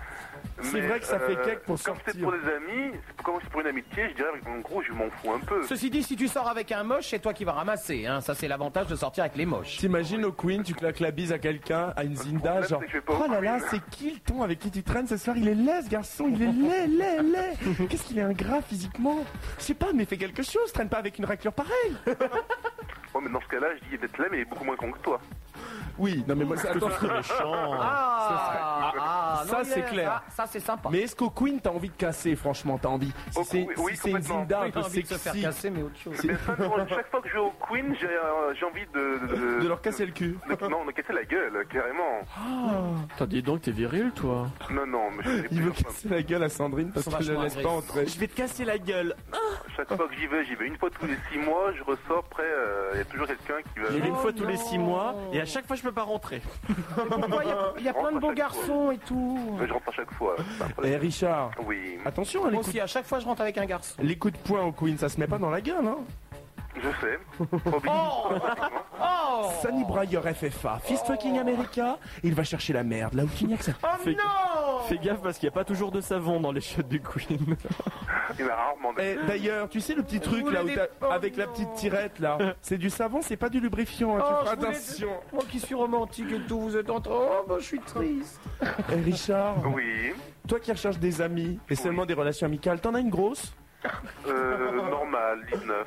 [SPEAKER 1] C'est
[SPEAKER 16] Mais, euh,
[SPEAKER 1] vrai que ça fait cake pour
[SPEAKER 16] Comme c'est
[SPEAKER 1] sortir.
[SPEAKER 16] pour des amis, c'est- comme c'est pour une amitié, je dirais en gros, je m'en fous un peu.
[SPEAKER 5] Ceci dit, si tu sors avec un moche, c'est toi qui vas ramasser. Hein. Ça, c'est l'avantage de sortir avec les moches.
[SPEAKER 1] T'imagines au Queen, tu claques la bise à quelqu'un, à une zinda, genre
[SPEAKER 16] c'est que je vais pas au
[SPEAKER 1] Oh là là,
[SPEAKER 16] Queen.
[SPEAKER 1] c'est qui le ton avec qui tu traînes ce soir Il est laid ce garçon, il est laid, laid, laid Qu'est-ce qu'il est ingrat physiquement Je sais pas, mais fais quelque chose, traîne pas avec une raclure pareille
[SPEAKER 16] Ouais, mais dans ce cas-là, je dis d'être là, mais il est beaucoup moins con que toi.
[SPEAKER 1] Oui, non mais moi, c'est
[SPEAKER 6] Parce que c'est méchant.
[SPEAKER 5] Ah, ah,
[SPEAKER 1] ça,
[SPEAKER 5] non, il
[SPEAKER 1] c'est
[SPEAKER 5] est-
[SPEAKER 1] clair.
[SPEAKER 5] Ça, ça, c'est sympa.
[SPEAKER 1] Mais est-ce qu'au Queen t'as envie de casser, franchement T'as envie Si c'est
[SPEAKER 16] oui,
[SPEAKER 1] si c'est une
[SPEAKER 16] complètement.
[SPEAKER 1] zinda un
[SPEAKER 5] Oui,
[SPEAKER 1] peu
[SPEAKER 5] t'as envie de
[SPEAKER 1] sexy.
[SPEAKER 5] se faire casser, mais autre chose.
[SPEAKER 1] C'est-
[SPEAKER 16] Mais ça, pour- chaque fois que je vais au Queen, j'ai euh, j'ai envie de. De,
[SPEAKER 1] De leur casser le cul.
[SPEAKER 16] de- non, de casser la gueule, carrément.
[SPEAKER 6] Ah, T'as dit donc, t'es viril, toi.
[SPEAKER 16] Non, non, mais je-
[SPEAKER 1] Il veut casser la gueule à Sandrine parce
[SPEAKER 5] Ils sont
[SPEAKER 1] qu'elle la
[SPEAKER 5] vachement
[SPEAKER 1] laisse pas entrer.
[SPEAKER 6] Je vais te casser la gueule.
[SPEAKER 16] chaque fois que j'y vais, j'y vais une fois tous les six mois, je ressors, après, euh, il y a toujours quelqu'un qui va.
[SPEAKER 6] Il y
[SPEAKER 1] Oh
[SPEAKER 6] a une fois tous les six mois, et à chaque fois, je peux pas rentrer.
[SPEAKER 5] Pourquoi il y a- il y, a plein de beaux garçons et tout
[SPEAKER 16] Je rentre à chaque fois. c'est un
[SPEAKER 1] Eh
[SPEAKER 16] problème.
[SPEAKER 1] Richard,
[SPEAKER 16] Oui,
[SPEAKER 1] attention, hein, les
[SPEAKER 5] Moi
[SPEAKER 1] coups,
[SPEAKER 5] aussi, à chaque fois, je rentre avec un garçon.
[SPEAKER 1] les coups de poing au Queen, ça se met pas dans la gueule, hein
[SPEAKER 16] je sais. Robin, pratiquement.
[SPEAKER 5] Oh
[SPEAKER 1] Sonny Bryer FFA, fist fucking America, il va chercher la merde là où il n'y a que ça.
[SPEAKER 5] Oh
[SPEAKER 6] Fais-
[SPEAKER 5] non
[SPEAKER 6] Fais gaffe parce qu'il n'y a pas toujours de savon dans les shots du Queen.
[SPEAKER 16] il m'a rarement demandé.
[SPEAKER 1] Eh, D'ailleurs, tu sais le petit truc là où
[SPEAKER 5] voulais
[SPEAKER 1] t'as-
[SPEAKER 5] des- oh
[SPEAKER 1] avec la
[SPEAKER 5] non.
[SPEAKER 1] petite tirette là, Ah, c'est du savon, c'est pas du lubrifiant,
[SPEAKER 5] Oh,
[SPEAKER 1] hein, tu feras
[SPEAKER 5] je voulais-
[SPEAKER 1] attention.
[SPEAKER 5] Moi qui suis romantique et tout, vous êtes entre. Oh, bah, je suis triste.
[SPEAKER 1] Eh, Richard,
[SPEAKER 16] Oui,
[SPEAKER 1] toi qui recherches des amis et seulement des relations amicales, t'en as une grosse
[SPEAKER 16] euh, normal, 19.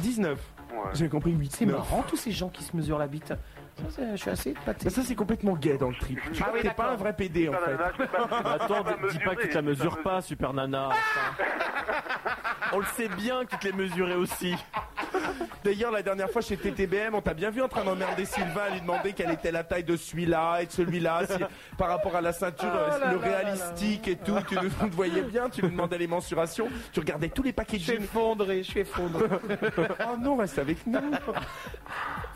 [SPEAKER 1] 19.
[SPEAKER 16] Ouais.
[SPEAKER 1] J'avais compris 8.
[SPEAKER 5] C'est marrant, tous ces gens qui se mesurent la bite. Ça, c'est- Je suis assez épaté.
[SPEAKER 1] Mais ça c'est complètement gay dans le trip. Tu
[SPEAKER 5] Ah
[SPEAKER 1] vois,
[SPEAKER 5] oui,
[SPEAKER 1] t'es pas
[SPEAKER 5] d'accord.
[SPEAKER 1] un vrai PD en
[SPEAKER 16] Super
[SPEAKER 1] fait.
[SPEAKER 16] Nana, je peux pas- je peux
[SPEAKER 6] Bah, Attends,
[SPEAKER 16] pas
[SPEAKER 6] dis pas que tu te la
[SPEAKER 16] mesurer,
[SPEAKER 6] mesures
[SPEAKER 16] je peux
[SPEAKER 6] pas, Super Nana. enfin. On le sait bien que tu te l'es mesuré aussi.
[SPEAKER 1] D'ailleurs, la dernière fois chez TTBM, on t'a bien vu en train d'emmerder Sylvain à lui demander quelle était la taille de celui-là et de celui-là, si- par rapport à la ceinture, euh,
[SPEAKER 5] Ah là
[SPEAKER 1] le
[SPEAKER 5] là là
[SPEAKER 1] réalistique et tout. Tu nous on te voyais bien, tu lui demandais les mensurations, tu regardais tous les paquets de
[SPEAKER 5] Je suis
[SPEAKER 1] jeans.
[SPEAKER 5] effondré, je suis effondré.
[SPEAKER 1] Oh non, reste avec nous.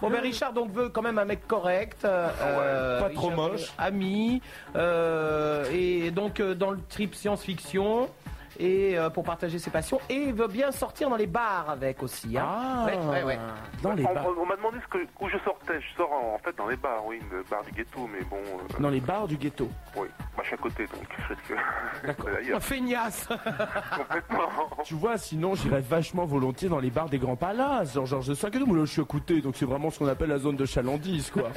[SPEAKER 5] Bon, ben Richard donc veut quand même un mec correct, euh, euh,
[SPEAKER 1] Pas trop
[SPEAKER 5] Richard,
[SPEAKER 1] moche.
[SPEAKER 5] euh, ami, euh, et donc euh, dans le trip science-fiction. et euh, pour partager ses passions. Et il veut bien sortir dans les bars avec aussi. hein.
[SPEAKER 1] Ah.
[SPEAKER 5] Ouais, ouais, ouais.
[SPEAKER 16] on, on- on m'a demandé ce que- où je sortais. Je sors en, en fait dans les bars, oui, le bar du ghetto, mais bon, euh,
[SPEAKER 1] Dans les bars du ghetto.
[SPEAKER 16] oui, bah, je suis à côté donc. peut-être que-
[SPEAKER 5] Oh,
[SPEAKER 16] D'ailleurs.
[SPEAKER 5] feignasse
[SPEAKER 1] Tu vois, sinon j'irais vachement volontiers dans les bars des grands palaces, genre Georges V et tout, mais là je suis à côté, donc c'est vraiment ce qu'on appelle la zone de chalandise, quoi.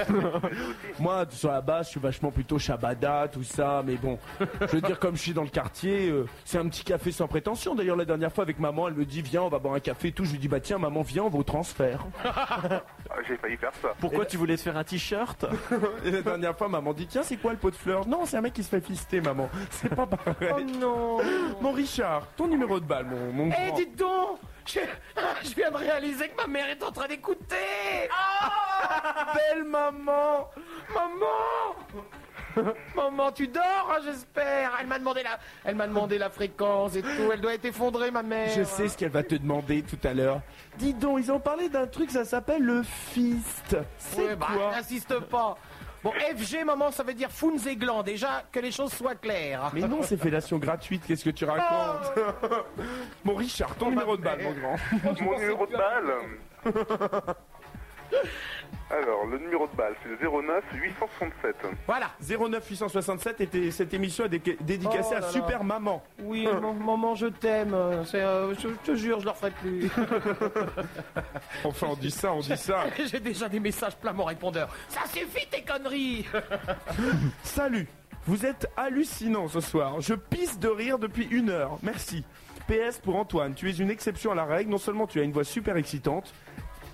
[SPEAKER 1] Moi, sur la base, je suis vachement plutôt Shabada, tout ça, mais bon, je veux dire, comme je suis dans le quartier, euh, c'est un petit café sans prétention. D'ailleurs, la dernière fois avec maman, elle me dit, viens, on va boire un café et tout. Je lui dis, bah tiens, maman, viens, on va au transfert.
[SPEAKER 16] Ah, J'ai failli faire ça.
[SPEAKER 1] Pourquoi tu voulais te faire un t-shirt Et la dernière fois, maman dit Tiens, c'est quoi le pot de fleurs Non, c'est un mec qui se fait fister, maman. C'est pas pareil. Oh
[SPEAKER 5] non
[SPEAKER 1] Mon Richard, ton numéro de balle, mon, mon
[SPEAKER 5] Eh,
[SPEAKER 1] grand.
[SPEAKER 5] dites donc je... je viens de réaliser que ma mère est en train d'écouter Ah Belle maman Maman Maman, tu dors, hein, j'espère Elle m'a demandé la... Elle m'a demandé la fréquence et tout. Elle doit être effondrée, ma mère
[SPEAKER 1] Je sais ce qu'elle va te demander tout à l'heure. Dis donc, ils ont parlé d'un truc, ça s'appelle le fist. C'est
[SPEAKER 5] Ouais, bah,
[SPEAKER 1] quoi
[SPEAKER 5] N'insiste pas Bon, FG, maman, ça veut dire Funzeglan. Déjà, que les choses soient claires.
[SPEAKER 1] Mais non, c'est fellation gratuite, qu'est-ce que tu racontes
[SPEAKER 5] Ah.
[SPEAKER 1] Mon Richard, ton numéro de balle, mon grand.
[SPEAKER 16] Mon numéro de balle Alors, le numéro de balle, c'est le 09 867.
[SPEAKER 5] Voilà.
[SPEAKER 1] 09 867 était cette émission est déca- dédicacée
[SPEAKER 5] Oh là
[SPEAKER 1] à
[SPEAKER 5] là.
[SPEAKER 1] Super Maman.
[SPEAKER 5] Oui, mon- maman, je t'aime. C'est, euh, je, je te jure, je ne leur ferai plus.
[SPEAKER 1] Enfin, on dit ça, on dit ça.
[SPEAKER 5] J'ai déjà des messages plein mon répondeur. Ça suffit tes conneries
[SPEAKER 1] Salut, vous êtes hallucinant ce soir. Je pisse de rire depuis une heure. Merci. PS pour Antoine, tu es une exception à la règle. Non seulement tu as une voix super excitante,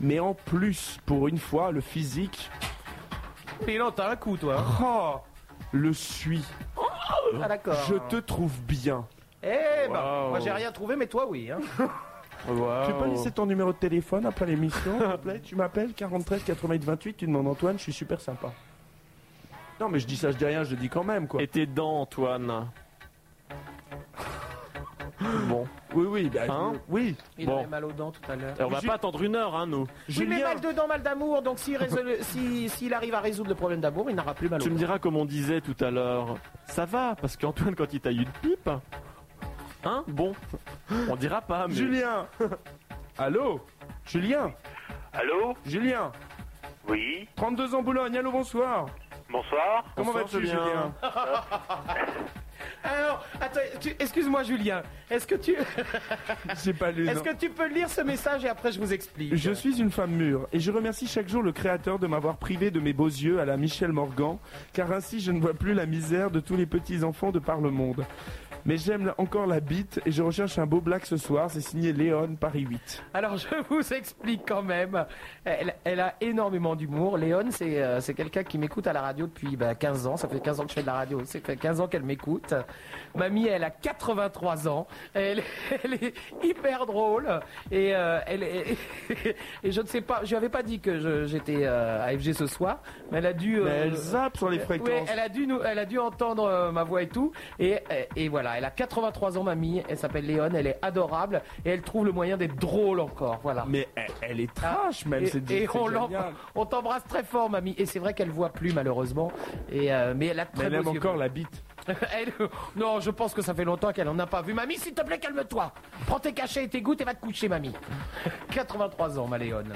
[SPEAKER 1] mais en plus, pour une fois, le physique.
[SPEAKER 5] Mais non, t'as un coup, toi.
[SPEAKER 1] Oh, le suis.
[SPEAKER 5] Ah, d'accord.
[SPEAKER 1] Je te trouve bien.
[SPEAKER 5] Eh ben,
[SPEAKER 1] Wow.
[SPEAKER 5] moi j'ai rien trouvé, mais toi oui. hein.
[SPEAKER 1] Tu peux
[SPEAKER 5] Oh.
[SPEAKER 1] pas laisser ton numéro de téléphone après l'émission, s'il te plaît Tu m'appelles 43 88 28, tu demandes Antoine, je suis super sympa. Non, mais je dis ça, je dis rien, je le dis quand même, quoi.
[SPEAKER 6] Et t'es dedans, Antoine. Bon.
[SPEAKER 1] Oui, oui, bah,
[SPEAKER 6] Hein
[SPEAKER 1] oui.
[SPEAKER 5] Il
[SPEAKER 6] Bon.
[SPEAKER 5] avait mal aux dents tout à
[SPEAKER 1] Eh,
[SPEAKER 5] l'heure.
[SPEAKER 6] Et on va pas attendre une heure, hein, nous.
[SPEAKER 5] Oui, mais mal dedans, mal d'amour. Donc s'il résol- si- s'il arrive à résoudre le problème d'amour, il n'aura plus mal aux
[SPEAKER 6] tu me
[SPEAKER 5] dents.
[SPEAKER 6] diras comme on disait tout à l'heure. Ça va, parce qu'Antoine, quand il taille une pipe. Hein Bon. On dira pas, mais.
[SPEAKER 1] Julien Ah, Allô Julien
[SPEAKER 16] Allô
[SPEAKER 1] Julien
[SPEAKER 16] Oui
[SPEAKER 1] 32 ans Boulogne, allô, bonsoir
[SPEAKER 16] Bonsoir.
[SPEAKER 1] Comment
[SPEAKER 16] Bonsoir,
[SPEAKER 1] vas-tu,
[SPEAKER 16] Julien.
[SPEAKER 1] Julien
[SPEAKER 5] Alors, attends, tu- excuse-moi Julien, est-ce que tu
[SPEAKER 1] J'ai pas lu.
[SPEAKER 5] est-ce
[SPEAKER 1] non.
[SPEAKER 5] que tu peux lire ce message et après je vous explique
[SPEAKER 1] Je suis une femme mûre et je remercie chaque jour le Créateur de m'avoir privé de mes beaux yeux à la Michel Morgan, car ainsi je ne vois plus la misère de tous les petits enfants de par le monde. Mais j'aime encore la bite et je recherche un beau black ce soir, c'est signé Léon Paris 8.
[SPEAKER 5] Alors je vous explique quand même. Elle, elle a énormément d'humour. Léon, c'est euh, c'est quelqu'un qui m'écoute à la radio depuis bah, 15 ans. Ça fait 15 ans que je fais de la radio. Ça fait 15 ans qu'elle m'écoute. Mamie, elle a 83 ans. Elle, elle est hyper drôle. Et, euh, elle est- et je ne sais pas, je lui avais pas dit que je- j'étais euh, à FG ce soir, mais elle a dû... euh,
[SPEAKER 1] Mais elle zappe sur les
[SPEAKER 5] Ouais,
[SPEAKER 1] fréquences.
[SPEAKER 5] elle a dû nous, elle a dû entendre euh, ma voix et tout. Et, euh, et, et voilà, elle a 83 ans, mamie. Elle s'appelle Léone. Elle est adorable et elle trouve le moyen d'être drôle encore. Voilà.
[SPEAKER 1] Mais elle, elle est trash même,
[SPEAKER 5] et,
[SPEAKER 1] c'est
[SPEAKER 5] et
[SPEAKER 1] c'est
[SPEAKER 5] on l'en-
[SPEAKER 1] génial.
[SPEAKER 5] on t'embrasse très fort, mamie. Et c'est vrai qu'elle voit plus malheureusement. Et euh, mais elle a
[SPEAKER 1] Mais
[SPEAKER 5] très
[SPEAKER 1] elle aime
[SPEAKER 5] beaux yeux
[SPEAKER 1] encore
[SPEAKER 5] bleus.
[SPEAKER 1] la bite.
[SPEAKER 5] Elle- Non, je pense que ça fait longtemps qu'elle en a pas vu. Mamie, s'il te plaît, calme-toi. Prends tes cachets et tes gouttes et va te coucher, mamie. 83 ans, ma Léone.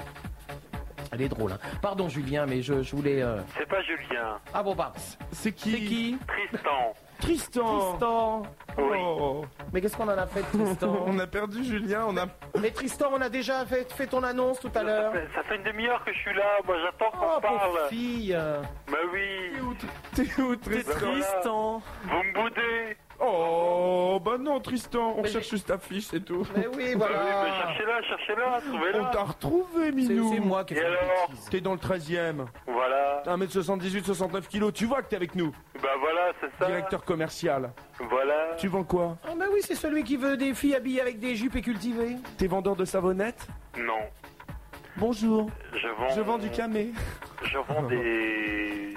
[SPEAKER 5] Elle est drôle. hein. Pardon, Julien, mais je, je voulais. euh,
[SPEAKER 16] C'est pas Julien.
[SPEAKER 5] Ah bon, bah.
[SPEAKER 1] C'est qui
[SPEAKER 5] C'est qui
[SPEAKER 16] Tristan.
[SPEAKER 1] Tristan Oh.
[SPEAKER 5] Tristan
[SPEAKER 16] Oui.
[SPEAKER 5] Mais qu'est-ce qu'on en a fait de Tristan
[SPEAKER 1] On a perdu Julien, on a...
[SPEAKER 5] Mais Tristan, on a déjà fait, fait ton annonce tout à l'heure.
[SPEAKER 16] Ça fait une demi-heure que je suis là, moi j'attends qu'on
[SPEAKER 5] Oh, pauvre
[SPEAKER 16] parle.
[SPEAKER 5] fille euh.
[SPEAKER 16] Bah oui.
[SPEAKER 1] T'es où Tristan
[SPEAKER 16] Tristan. Vous me boudez.
[SPEAKER 1] Oh, bah non Tristan, on cherche juste ta fiche, c'est tout.
[SPEAKER 5] Mais oui,
[SPEAKER 16] Bah oui, mais cherchez-la, cherchez-la, trouvez-la.
[SPEAKER 1] On t'a retrouvé, Minou.
[SPEAKER 16] c'est moi qui ai Et fait la alors
[SPEAKER 1] T'es dans le 13 e
[SPEAKER 16] Voilà.
[SPEAKER 1] 1m78, 69 kilos. Tu vois que t'es avec nous.
[SPEAKER 16] Bah voilà, c'est ça.
[SPEAKER 1] Directeur commercial.
[SPEAKER 16] Voilà.
[SPEAKER 1] Tu vends quoi
[SPEAKER 5] Ah, bah oui, c'est celui qui veut des filles habillées avec des jupes et cultivées.
[SPEAKER 1] T'es vendeur de savonnettes
[SPEAKER 16] Non.
[SPEAKER 1] Bonjour.
[SPEAKER 16] Je vends.
[SPEAKER 1] Je vends du camé.
[SPEAKER 16] Je vends des.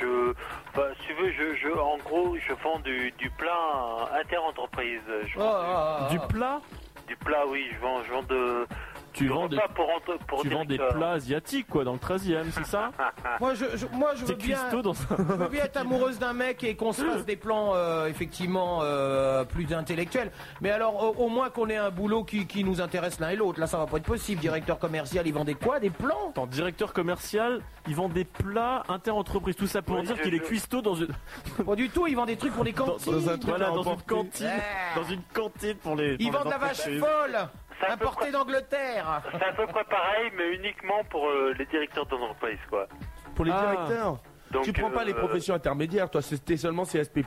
[SPEAKER 16] Je. Enfin, si tu veux, je, je. En gros, je vends du, du
[SPEAKER 5] Oh.
[SPEAKER 16] plat inter-entreprise. Je vends
[SPEAKER 5] Du
[SPEAKER 1] plat
[SPEAKER 16] du plat, oui. Je vends, je vends de.
[SPEAKER 6] Tu vends des,
[SPEAKER 8] repas pour entre- pour
[SPEAKER 6] tu vends des
[SPEAKER 8] directeur.
[SPEAKER 6] plats asiatiques, quoi, dans le 13 e c'est ça
[SPEAKER 5] Moi, je, je- moi, je
[SPEAKER 6] T'es
[SPEAKER 5] veux bien.
[SPEAKER 6] cuistot dans ça.
[SPEAKER 5] je veux bien être amoureuse d'un mec et qu'on se fasse des plans euh, effectivement euh, plus intellectuels. Mais alors, au, au moins qu'on ait un boulot qui, qui nous intéresse l'un et l'autre. Là, ça va pas être possible. Directeur commercial, ils vendent des quoi Des plans
[SPEAKER 6] Attends, directeur commercial, ils vendent des plats inter-entreprises, tout ça pour
[SPEAKER 5] Oui,
[SPEAKER 6] dire
[SPEAKER 5] je-
[SPEAKER 6] qu'il est
[SPEAKER 5] je-
[SPEAKER 6] cuistot dans une.
[SPEAKER 5] Pas du tout, ils vendent des trucs pour les cantines.
[SPEAKER 6] Dans, un truc Eh.
[SPEAKER 5] à
[SPEAKER 6] voilà, dans une
[SPEAKER 5] emporter.
[SPEAKER 6] cantine.
[SPEAKER 5] Ah.
[SPEAKER 6] Dans une cantine pour les.
[SPEAKER 5] Ils
[SPEAKER 6] pour les
[SPEAKER 5] vendent la vache
[SPEAKER 6] entreprises.
[SPEAKER 5] folle, importée d'Angleterre.
[SPEAKER 8] C'est à peu près pareil, mais uniquement pour euh, les directeurs d'entreprise, quoi.
[SPEAKER 1] Pour
[SPEAKER 16] Ah.
[SPEAKER 1] les directeurs
[SPEAKER 8] Donc,
[SPEAKER 1] Tu prends pas
[SPEAKER 8] euh,
[SPEAKER 1] les professions intermédiaires, toi, c'était seulement CSP.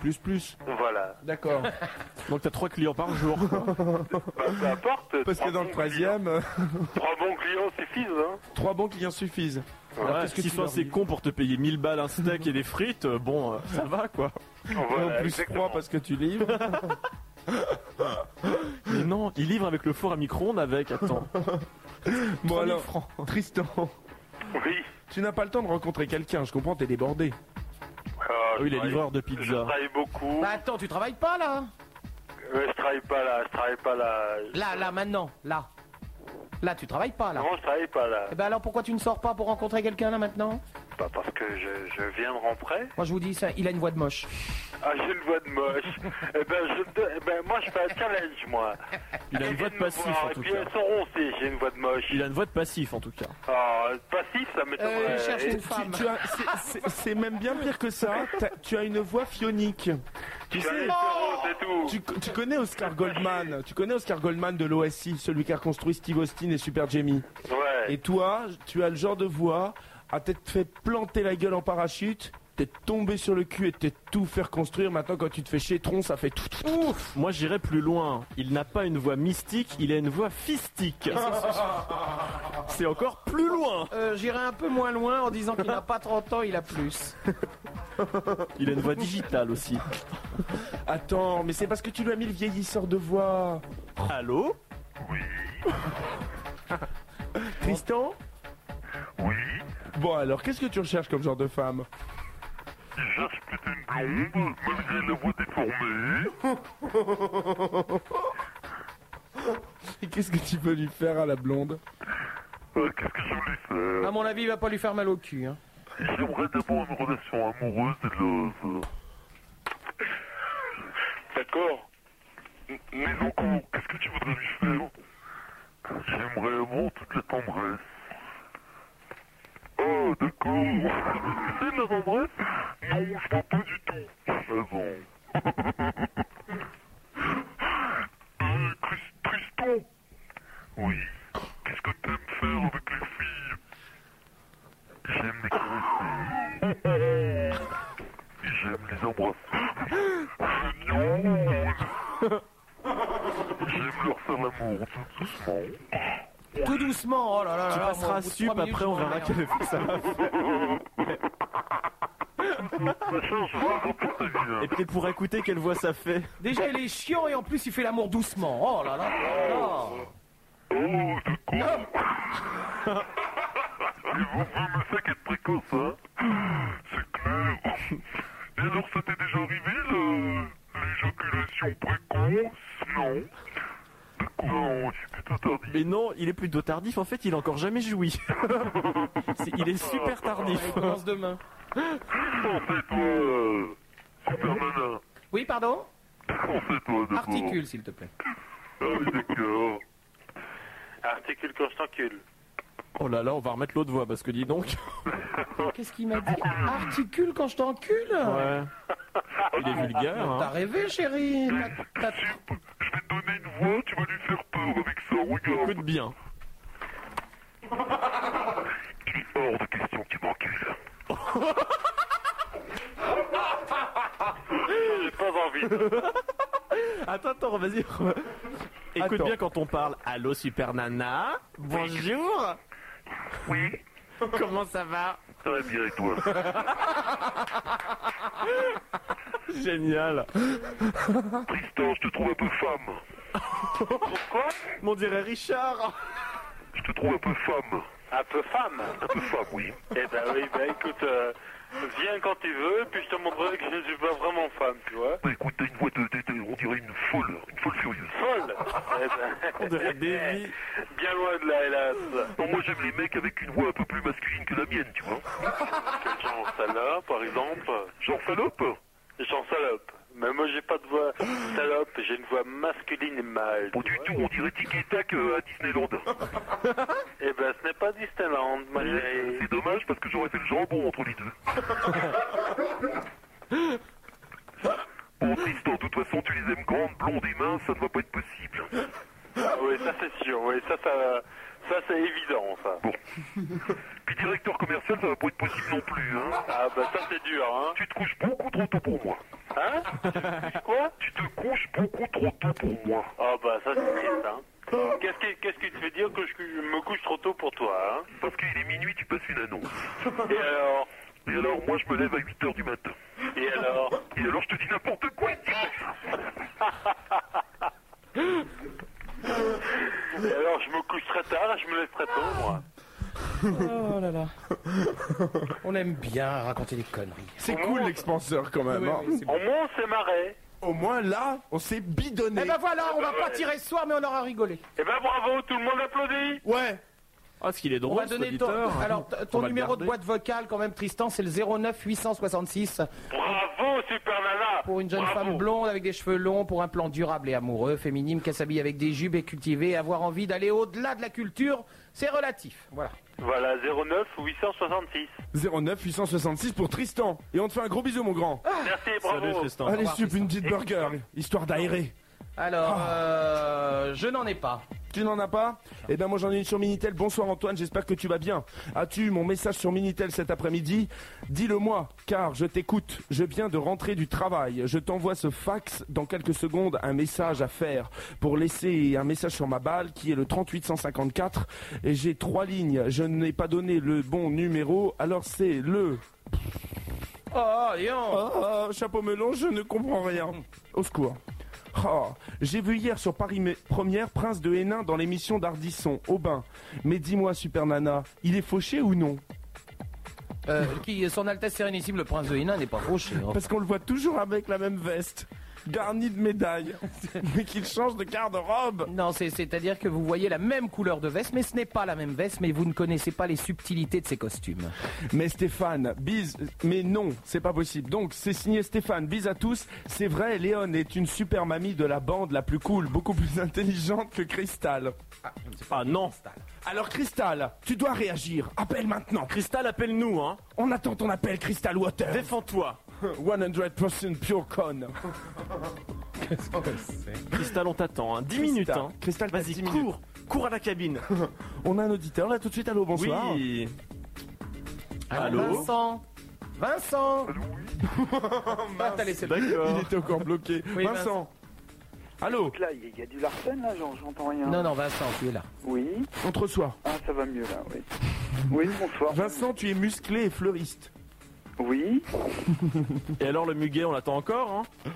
[SPEAKER 8] Voilà.
[SPEAKER 1] D'accord.
[SPEAKER 6] Donc t'as trois clients par jour.
[SPEAKER 8] Bah, peu importe.
[SPEAKER 1] Parce que
[SPEAKER 8] trois
[SPEAKER 1] dans le
[SPEAKER 8] bons
[SPEAKER 1] 13
[SPEAKER 8] clients-
[SPEAKER 1] e
[SPEAKER 8] Trois bons clients suffisent, hein.
[SPEAKER 1] trois bons clients suffisent.
[SPEAKER 6] Ouais, S'ils sont assez cons pour te payer 1000 balles un steak et des frites, euh, bon, euh, ça va quoi.
[SPEAKER 1] Voilà, Et en plus exactement. froid
[SPEAKER 6] parce que tu livres. Mais non, ils livrent avec le four à micro-ondes avec, attends.
[SPEAKER 1] Bon alors, Tristan. Tu n'as pas le temps de rencontrer quelqu'un, je comprends, t'es débordé. Oui,
[SPEAKER 8] Ah, je
[SPEAKER 1] les
[SPEAKER 8] travaille-
[SPEAKER 1] livreurs de pizza.
[SPEAKER 8] Je travaille beaucoup.
[SPEAKER 5] Bah attends, tu travailles pas là
[SPEAKER 8] Ouais, je travaille pas là, je travaille pas là.
[SPEAKER 5] Là, là, maintenant, là. Là, tu travailles pas là.
[SPEAKER 8] Non, je travaille pas là.
[SPEAKER 5] Et ben alors pourquoi tu ne sors pas pour rencontrer quelqu'un là maintenant
[SPEAKER 8] Bah, parce que je, je viens de rentrer.
[SPEAKER 5] Moi je vous dis ça, il a une voix de moche.
[SPEAKER 8] Ah, j'ai une voix de moche. eh ben, je, te- eh ben, moi, je fais un challenge, moi.
[SPEAKER 6] Il a une voix de passif, en
[SPEAKER 8] Et
[SPEAKER 6] tout
[SPEAKER 8] puis,
[SPEAKER 6] cas.
[SPEAKER 8] elles sont roncées, j'ai une voix de moche.
[SPEAKER 6] Il a une voix de passif en tout cas.
[SPEAKER 8] Ah, passif, ça m'étonnerait.
[SPEAKER 5] Euh,
[SPEAKER 8] Et-
[SPEAKER 1] Euh, Tu- tu as- c'est- c'est- C'est même bien pire que ça. T'as- Tu as une voix fionique. Tu sais, tu, tu connais Oscar Goldman. Tu connais Oscar Goldman de l'OSI, celui qui a reconstruit Steve Austin et Super Jamie. Et toi, tu as le genre de voix à t'être fait planter la gueule en parachute. T'es tombé sur le cul et t'es tout fait reconstruire. Maintenant, quand tu te fais chétron, ça fait tout. tout, tout.
[SPEAKER 6] Ouf Moi j'irais plus loin. Il n'a pas une voix mystique, il a une voix fistique. C'est encore plus loin
[SPEAKER 5] Euh, J'irai un peu moins loin en disant qu'il n'a pas 30 ans, il a plus.
[SPEAKER 6] Il a une voix digitale aussi.
[SPEAKER 1] Attends, mais c'est parce que tu lui as mis le vieillisseur de voix.
[SPEAKER 6] Allô
[SPEAKER 1] Tristan
[SPEAKER 8] Oui.
[SPEAKER 1] Bon alors, qu'est-ce que tu recherches comme genre de femme
[SPEAKER 8] Je cherche plutôt une blonde, malgré la voix déformée.
[SPEAKER 1] Et qu'est-ce que tu peux lui faire à la blonde
[SPEAKER 8] Qu'est-ce que je voulais faire
[SPEAKER 5] À mon avis, il va pas lui faire mal au cul. hein.
[SPEAKER 8] J'aimerais d'abord une relation amoureuse et love. D'accord. M- Mais donc, on- qu'est-ce que tu voudrais lui faire J'aimerais avoir toute la tendresse. Oh, d'accord. C'est de la tendresse Non, je vois pas du tout. Raison. Euh, Chris- Tristan Oui. Qu'est-ce que t'aimes faire avec les filles J'aime les
[SPEAKER 5] Oh
[SPEAKER 8] caresser. J'aime les embrasser. Non. J'aime leur faire l'amour tout doucement.
[SPEAKER 5] Tout doucement, oh là là là.
[SPEAKER 6] Tu
[SPEAKER 5] là, moi,
[SPEAKER 6] passeras
[SPEAKER 5] au
[SPEAKER 6] à
[SPEAKER 5] bout de
[SPEAKER 6] sup,
[SPEAKER 5] trois
[SPEAKER 6] après on
[SPEAKER 5] minutes,
[SPEAKER 6] verra
[SPEAKER 5] je
[SPEAKER 6] quel effet ça va faire. Et puis pour écouter quelle voix ça fait.
[SPEAKER 5] Déjà, il est chiant et en plus, il fait l'amour doucement. Oh là là. oh là.
[SPEAKER 8] hein. Et alors, ça t'est déjà arrivé, le- l'éjaculation précoce Non. Non, c'est plutôt tardif.
[SPEAKER 6] Mais non, il est plutôt tardif, en fait il a encore jamais joui. C'est- il est super tardif.
[SPEAKER 5] Il commence demain.
[SPEAKER 8] Euh, Super nana.
[SPEAKER 5] Oui, pardon
[SPEAKER 8] Concentre-toi d'abord.
[SPEAKER 5] Articule, s'il te plaît.
[SPEAKER 8] Ah oui, d'accord. Articule quand je t'encule.
[SPEAKER 6] Oh là là, on va remettre l'autre voix parce que dis donc.
[SPEAKER 5] Qu'est-ce qu'il m'a dit Articule quand je t'encule
[SPEAKER 6] Ouais. Il est vulgaire.
[SPEAKER 5] T'as
[SPEAKER 6] Hein.
[SPEAKER 5] rêvé, chérie T'as- t'as-
[SPEAKER 8] Vois, tu vas lui faire peur avec ça, regarde.
[SPEAKER 6] Écoute bien.
[SPEAKER 8] Il est hors de question que tu m'encules. J'ai pas envie.
[SPEAKER 6] Attends, attends, vas-y. Écoute bien quand on parle. Allô, super nana. Bonjour.
[SPEAKER 8] Oui.
[SPEAKER 6] Comment ça va
[SPEAKER 8] Ça va bien et toi
[SPEAKER 6] Génial.
[SPEAKER 8] Tristan, je te trouve un peu femme.
[SPEAKER 6] Pourquoi On dirait Richard.
[SPEAKER 8] Je te trouve un peu femme. Un peu femme Un peu femme, oui. Eh ben oui, ben écoute, euh, viens quand tu veux, puis je te montrerai que je ne suis pas vraiment femme, tu vois.
[SPEAKER 16] Bah écoute, t'as une voix de, de- de- on dirait une folle, une folle furieuse.
[SPEAKER 8] Folle Eh ben, Bien loin de là, hélas.
[SPEAKER 16] Non, moi j'aime les mecs avec une voix un peu plus masculine que la mienne, tu vois.
[SPEAKER 8] Quel genre salope, par exemple Genre salope Genre salope. Mais moi j'ai pas de voix salope, j'ai une voix masculine et mâle. Pas du tout, on dirait Tic et Tac euh, à Disneyland. eh ben ce n'est pas Disneyland, ma chérie. C'est dommage parce que j'aurais fait le jambon entre les deux. Oh,
[SPEAKER 16] Bon, Tristan, de toute façon, tu les aimes grandes, blondes et minces, ça ne va pas être possible.
[SPEAKER 8] Ah oui, ça c'est sûr, oui, ça, ça, ça c'est évident, ça. Bon. Puis directeur commercial, ça va pas être possible non plus, hein. Ah bah ça c'est dur, hein. Tu te couches beaucoup trop tôt pour moi. Hein Tu te couches Quoi Tu te couches beaucoup trop tôt pour moi. Ah bah ça c'est triste, hein. Qu'est-ce qui, qu'est-ce qui te fait dire que je cou- me couche trop tôt pour toi, hein Parce qu'il est minuit, tu passes une annonce. Et alors Et alors, moi je me lève à 8h du matin. Et alors Et alors, je te dis n'importe quoi, Et alors, je me couche très tard et je me lève très tôt, moi.
[SPEAKER 5] Oh là là. On aime bien raconter des conneries.
[SPEAKER 1] C'est cool l'expanseur quand même.
[SPEAKER 5] Oui,
[SPEAKER 1] hein.
[SPEAKER 5] oui, c'est bon. Au
[SPEAKER 8] moins on s'est marré.
[SPEAKER 1] Au moins là, on s'est bidonné.
[SPEAKER 5] Eh ben voilà, on va pas tirer ce soir, mais on aura rigolé.
[SPEAKER 8] Eh ben bravo, tout le monde applaudit
[SPEAKER 1] Ouais
[SPEAKER 6] Ah, ce qu'il est
[SPEAKER 5] On
[SPEAKER 6] drôle,
[SPEAKER 5] va
[SPEAKER 6] cet
[SPEAKER 5] donner ton,
[SPEAKER 6] auditeur.
[SPEAKER 5] alors, t- ton
[SPEAKER 6] On va le
[SPEAKER 5] numéro de
[SPEAKER 6] garder.
[SPEAKER 5] boîte vocale quand même, Tristan, c'est le 09 866.
[SPEAKER 8] Bravo, super nana
[SPEAKER 5] Pour une jeune femme blonde avec des cheveux longs, pour un plan durable et amoureux, féminine, qu'elle s'habille avec des jupes et cultivée, avoir envie d'aller au-delà de la culture, c'est relatif. Voilà.
[SPEAKER 8] Voilà, 09 866.
[SPEAKER 1] 09 866 pour Tristan. Et on te fait un gros bisou, mon grand.
[SPEAKER 8] Merci, bravo.
[SPEAKER 1] Allez,
[SPEAKER 5] Au revoir,
[SPEAKER 1] sup, une
[SPEAKER 5] Ah. Tristan.
[SPEAKER 1] petite burger, histoire d'aérer.
[SPEAKER 5] Alors, euh, je n'en ai pas.
[SPEAKER 1] Tu n'en as pas Eh ben moi j'en ai une sur Minitel. Bonsoir Antoine, j'espère que tu vas bien. As-tu eu mon message sur Minitel cet après-midi Dis-le moi, car je t'écoute. Je viens de rentrer du travail. Je t'envoie ce fax dans quelques secondes, un message à faire pour laisser un message sur ma balle qui est le 38154. Et j'ai trois lignes. Je n'ai pas donné le bon numéro, alors c'est le...
[SPEAKER 5] Oh,
[SPEAKER 1] Oh, oh, chapeau melon, je ne comprends rien. Au secours. Oh, j'ai vu hier sur Paris Mé- Première Prince de Hénin dans l'émission d'Ardisson, Aubin. Mais dis-moi, Super Nana, il est fauché ou non
[SPEAKER 5] Euh, qui, son Altesse Sérénissime, le prince de Hénin, n'est pas fauché. hein.
[SPEAKER 1] Parce qu'on le voit toujours avec la même veste, garnie de médailles, mais qu'il change de garde-robe.
[SPEAKER 5] Non, c'est- c'est-à-dire que vous voyez la même couleur de veste, mais ce n'est pas la même veste, mais vous ne connaissez pas les subtilités de ses costumes.
[SPEAKER 1] Mais Stéphane, bise, mais non, c'est pas possible. Donc c'est signé Stéphane, bise à tous. C'est vrai, Léon est une super mamie de la bande la plus cool, beaucoup plus intelligente que Cristal. Ah, non Alors Cristal, tu dois réagir. Appelle maintenant. Cristal, appelle-nous, hein. On attend ton appel, Cristal Water. Défends-toi. 100% pure con. Oh,
[SPEAKER 6] Cristal, on t'attend. hein. 10 minutes. Hein.
[SPEAKER 1] Cristal, t'as
[SPEAKER 6] vas-y,
[SPEAKER 1] 10
[SPEAKER 6] cours.
[SPEAKER 1] minutes.
[SPEAKER 6] Cours à la cabine.
[SPEAKER 1] On a un auditeur là tout de suite. Allô, bonsoir.
[SPEAKER 6] Oui.
[SPEAKER 1] Allô
[SPEAKER 5] Vincent Vincent Ah, t'as laissé le-
[SPEAKER 1] Il était encore bloqué.
[SPEAKER 5] Oui,
[SPEAKER 1] Vincent.
[SPEAKER 5] Vincent.
[SPEAKER 1] Allô
[SPEAKER 9] Là, il y a- il y a du Larsen, là, j'en- j'entends rien.
[SPEAKER 5] Non, non, Vincent, tu es là.
[SPEAKER 9] Oui.
[SPEAKER 1] On te reçoit.
[SPEAKER 9] Ah, ça va mieux, là, oui. Oui, bonsoir.
[SPEAKER 1] Vincent, tu es musclé et fleuriste.
[SPEAKER 9] Oui.
[SPEAKER 6] Et alors, le muguet, on l'attend encore hein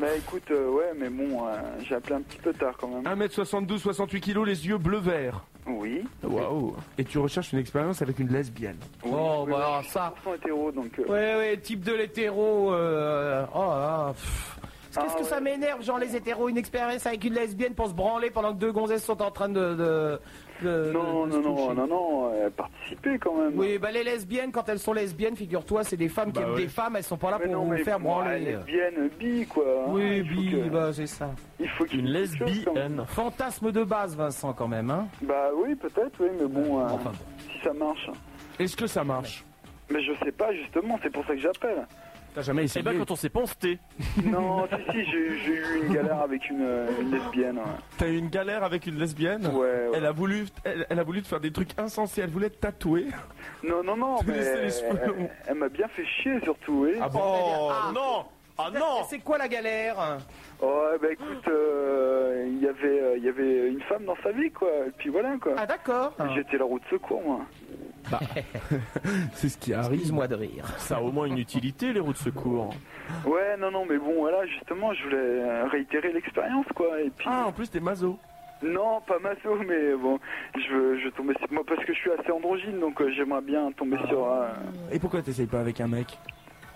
[SPEAKER 9] Bah écoute, euh, ouais, mais bon, euh, j'ai appelé un petit peu tard quand même.
[SPEAKER 1] 1m72, 68 kg, les yeux bleu-vert.
[SPEAKER 9] Oui.
[SPEAKER 1] Waouh. Et tu recherches une expérience avec une lesbienne.
[SPEAKER 5] Oh, bah alors ça.
[SPEAKER 9] euh.
[SPEAKER 5] Ouais, ouais, type de l'hétéro. euh, Oh, ah, pff. Qu'est-ce
[SPEAKER 9] Ah
[SPEAKER 5] que ça m'énerve, genre les hétéros, une expérience avec une lesbienne pour se branler pendant que deux gonzesses sont en train de. de- de-
[SPEAKER 9] Non,
[SPEAKER 5] de- de
[SPEAKER 9] non,
[SPEAKER 5] se toucher.
[SPEAKER 9] non, non, non, euh, participer quand même.
[SPEAKER 5] Oui, bah les lesbiennes, quand elles sont lesbienines, figure-toi, c'est des femmes
[SPEAKER 9] Bah
[SPEAKER 5] qui aiment
[SPEAKER 9] ouais.
[SPEAKER 5] des femmes, elles sont pas là
[SPEAKER 9] Mais
[SPEAKER 5] pour
[SPEAKER 9] non,
[SPEAKER 5] vous
[SPEAKER 9] mais
[SPEAKER 5] faire
[SPEAKER 9] pour moi,
[SPEAKER 5] branler.
[SPEAKER 9] lesbienne, bi, quoi. hein.
[SPEAKER 5] Oui,
[SPEAKER 9] Il faut
[SPEAKER 5] bi,
[SPEAKER 9] que-
[SPEAKER 5] bah c'est ça.
[SPEAKER 9] Il faut
[SPEAKER 5] Une lesbienne. Fantasme de base, Vincent, quand même, hein.
[SPEAKER 9] Bah oui, peut-être, oui, mais bon, euh,
[SPEAKER 5] Enfin
[SPEAKER 9] si ça marche.
[SPEAKER 1] Est-ce que ça marche
[SPEAKER 9] Mais je sais pas, justement, c'est pour ça que j'appelle.
[SPEAKER 1] T'as jamais
[SPEAKER 6] Eh
[SPEAKER 1] essayé
[SPEAKER 6] ben, quand on s'est pas, on se tait.
[SPEAKER 9] Non, si, si, j'ai j'ai eu une galère avec une, euh, une lesbienne, ouais.
[SPEAKER 1] T'as eu une galère avec une lesbienne
[SPEAKER 9] Ouais, ouais.
[SPEAKER 1] Elle a voulu, elle, elle a voulu te faire des trucs insensés. Elle voulait te tatouer.
[SPEAKER 9] Non, non, non,
[SPEAKER 1] Te
[SPEAKER 9] mais
[SPEAKER 1] laisser les cheveux
[SPEAKER 9] elle,
[SPEAKER 1] longs.
[SPEAKER 9] elle m'a bien fait chier surtout, oui.
[SPEAKER 1] Ah bon
[SPEAKER 5] Oh, non
[SPEAKER 6] Ah
[SPEAKER 5] non C'est quoi la galère
[SPEAKER 9] Oh, ouais, bah écoute, euh, il y avait, euh, il y avait une femme dans sa vie, quoi, et puis voilà, quoi.
[SPEAKER 5] Ah d'accord
[SPEAKER 9] J'étais la roue de secours, moi.
[SPEAKER 1] Bah, C'est ce qui arrive.
[SPEAKER 5] Excuse-moi de rire.
[SPEAKER 6] Ça a au moins une utilité, les roues de secours.
[SPEAKER 9] Ouais, non, non, mais bon, voilà, justement, je voulais euh, réitérer l'expérience, quoi, et puis...
[SPEAKER 1] Ah, en plus, t'es maso.
[SPEAKER 9] Non, pas masso, mais bon, je veux, je veux tomber sur moi parce que je suis assez androgyne, donc euh, j'aimerais bien tomber sur. un-
[SPEAKER 25] Et pourquoi t'essayes pas avec un mec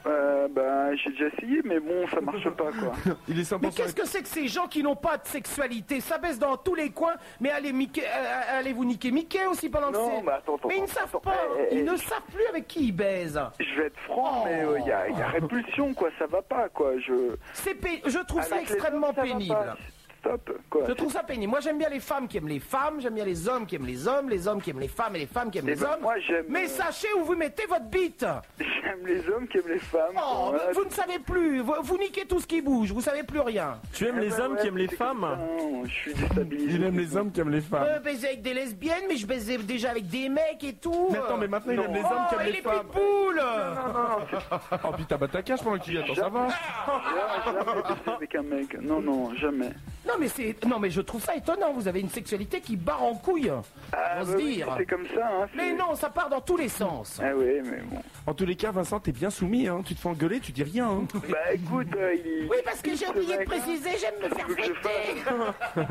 [SPEAKER 9] Euh, bah, j'ai déjà essayé, mais bon, ça marche pas, quoi.
[SPEAKER 25] Il est 100%
[SPEAKER 5] Mais qu'est-ce que c'est que ces gens qui n'ont pas de sexualité Ça baisse dans tous les coins, mais allez, Mickey, euh, allez vous niquer Mickey aussi pendant que c'est...
[SPEAKER 9] mais attends, attends,
[SPEAKER 5] ils ne savent pas,
[SPEAKER 9] eh, eh,
[SPEAKER 5] ils ne
[SPEAKER 9] eh.
[SPEAKER 5] savent plus avec qui ils baisent.
[SPEAKER 9] Je vais être franc, mais il y, a- y a répulsion, quoi, ça va pas, quoi. Je.
[SPEAKER 5] C'est pé- Je trouve ça
[SPEAKER 9] Avec les
[SPEAKER 5] extrêmement
[SPEAKER 9] hommes, ça va
[SPEAKER 5] pénible.
[SPEAKER 9] pas. Stop, quoi.
[SPEAKER 5] Je trouve ça pénible. Moi, j'aime bien les femmes qui aiment les femmes, j'aime bien les hommes qui aiment les hommes, les hommes qui aiment les femmes et les femmes qui aiment
[SPEAKER 9] Eh
[SPEAKER 5] les
[SPEAKER 9] ben,
[SPEAKER 5] hommes.
[SPEAKER 9] moi, j'aime,
[SPEAKER 5] Mais
[SPEAKER 9] euh,
[SPEAKER 5] sachez où vous mettez votre bite.
[SPEAKER 9] J'aime les hommes qui aiment les femmes.
[SPEAKER 5] Oh,
[SPEAKER 9] quoi.
[SPEAKER 5] vous ne savez plus. Vous, vous niquez tout ce qui bouge. Vous savez plus rien.
[SPEAKER 6] Tu aimes
[SPEAKER 9] Eh
[SPEAKER 6] les
[SPEAKER 9] ben
[SPEAKER 6] hommes
[SPEAKER 9] ouais,
[SPEAKER 6] qui aiment les
[SPEAKER 9] c'est
[SPEAKER 6] femmes
[SPEAKER 9] Non, hein, je suis déstabilisé.
[SPEAKER 25] Il aime les hommes qui aiment les femmes.
[SPEAKER 5] Euh, baiser avec des lesbiennes, mais je baisais déjà avec des mecs et tout.
[SPEAKER 25] Mais attends, mais maintenant, il aime les hommes qui aiment
[SPEAKER 5] oh, et
[SPEAKER 25] les
[SPEAKER 5] les
[SPEAKER 25] femmes.
[SPEAKER 5] pitbulls.
[SPEAKER 25] Oh putain, bah t'as cache pendant que tu y attends, ça va
[SPEAKER 9] Jamais baisé avec un mec. Non, non, jamais.
[SPEAKER 5] Non mais c'est non mais je trouve ça étonnant. Vous avez une sexualité qui barre en couille. on se
[SPEAKER 9] bah oui,
[SPEAKER 5] dire.
[SPEAKER 9] c'est comme ça, hein,
[SPEAKER 5] mais
[SPEAKER 9] c'est-
[SPEAKER 5] non, ça part dans tous les sens.
[SPEAKER 9] Ah ouais, mais bon.
[SPEAKER 1] En tous les cas, Vincent, t'es bien soumis, hein. Tu te fais engueuler, tu dis rien. hein.
[SPEAKER 9] Bah écoute, euh, il.
[SPEAKER 5] Oui, parce que j'ai
[SPEAKER 9] ce
[SPEAKER 5] oublié de
[SPEAKER 9] mec, hein.
[SPEAKER 5] préciser, j'aime me faire péter.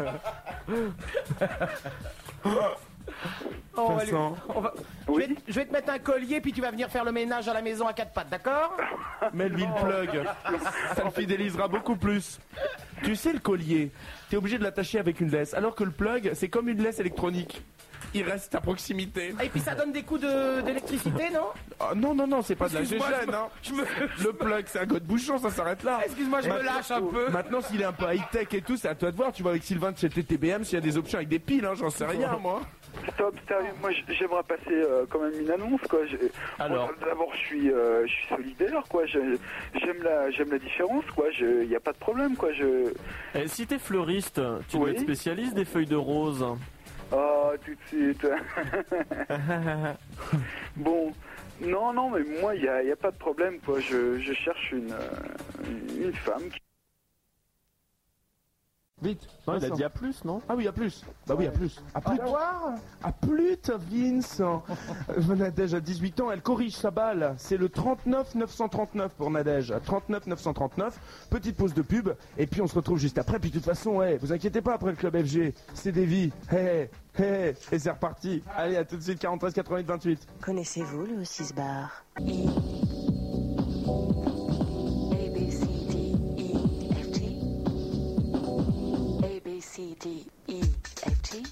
[SPEAKER 5] Oh, on va lui-
[SPEAKER 1] Vincent.
[SPEAKER 5] on va- je, vais, te- je vais te mettre un collier, puis tu vas venir faire le ménage à la maison à quatre pattes, d'accord
[SPEAKER 1] Mais lui le plug. Ça le fidélisera beaucoup plus. Tu sais, le collier, t'es obligé de l'attacher avec une laisse. Alors que le plug, c'est comme une laisse électronique. Il reste à proximité.
[SPEAKER 5] Ah, Et puis ça donne des coups de- d'électricité, non
[SPEAKER 1] Ah, non, non, non, c'est pas de la
[SPEAKER 25] Excuse-moi,
[SPEAKER 1] gégène.
[SPEAKER 25] je me-
[SPEAKER 1] Hein. Le plug, c'est un code bouchon, ça s'arrête là.
[SPEAKER 5] Excuse-moi, je me
[SPEAKER 1] Maintenant-
[SPEAKER 5] lâche hein. un peu.
[SPEAKER 1] Maintenant, s'il est un peu high-tech et tout, c'est à toi de voir. Tu vois, avec Sylvain de chez TTBM, s'il y a des options avec des piles, hein, j'en sais rien, moi.
[SPEAKER 9] Stop, sérieux, moi j- j'aimerais passer euh, quand même une annonce quoi. J'ai-
[SPEAKER 1] Alors.
[SPEAKER 9] Moi, d'abord je suis euh, je suis solidaire quoi. Je- J'aime la j'aime la différence quoi. Je y a pas de problème quoi. Je
[SPEAKER 6] Eh, si t'es fleuriste, tu dois
[SPEAKER 9] Oui.
[SPEAKER 6] être spécialiste des feuilles de rose.
[SPEAKER 9] oh tout de suite. bon non non mais moi y a, y a pas de problème quoi. Je, je cherche une euh, une femme. Qui...
[SPEAKER 1] Vite.
[SPEAKER 6] Non, il a
[SPEAKER 1] Vincent.
[SPEAKER 6] dit à plus, non
[SPEAKER 1] Ah oui, à plus. Bah oui, à plus. À plus.
[SPEAKER 5] voir
[SPEAKER 1] À plus, Vince. Euh, Nadège a 18 ans, elle corrige sa balle. C'est le 39 939 pour Nadège. 39 939. Petite pause de pub. Et puis on se retrouve juste après. Puis de toute façon, ouais, vous inquiétez pas après le club FG. C'est des vies. Hey, hey. Et c'est reparti. Allez, à tout de suite. 43 88 28.
[SPEAKER 11] Connaissez-vous le 6 bar
[SPEAKER 14] A, B, C, D, E, F, G.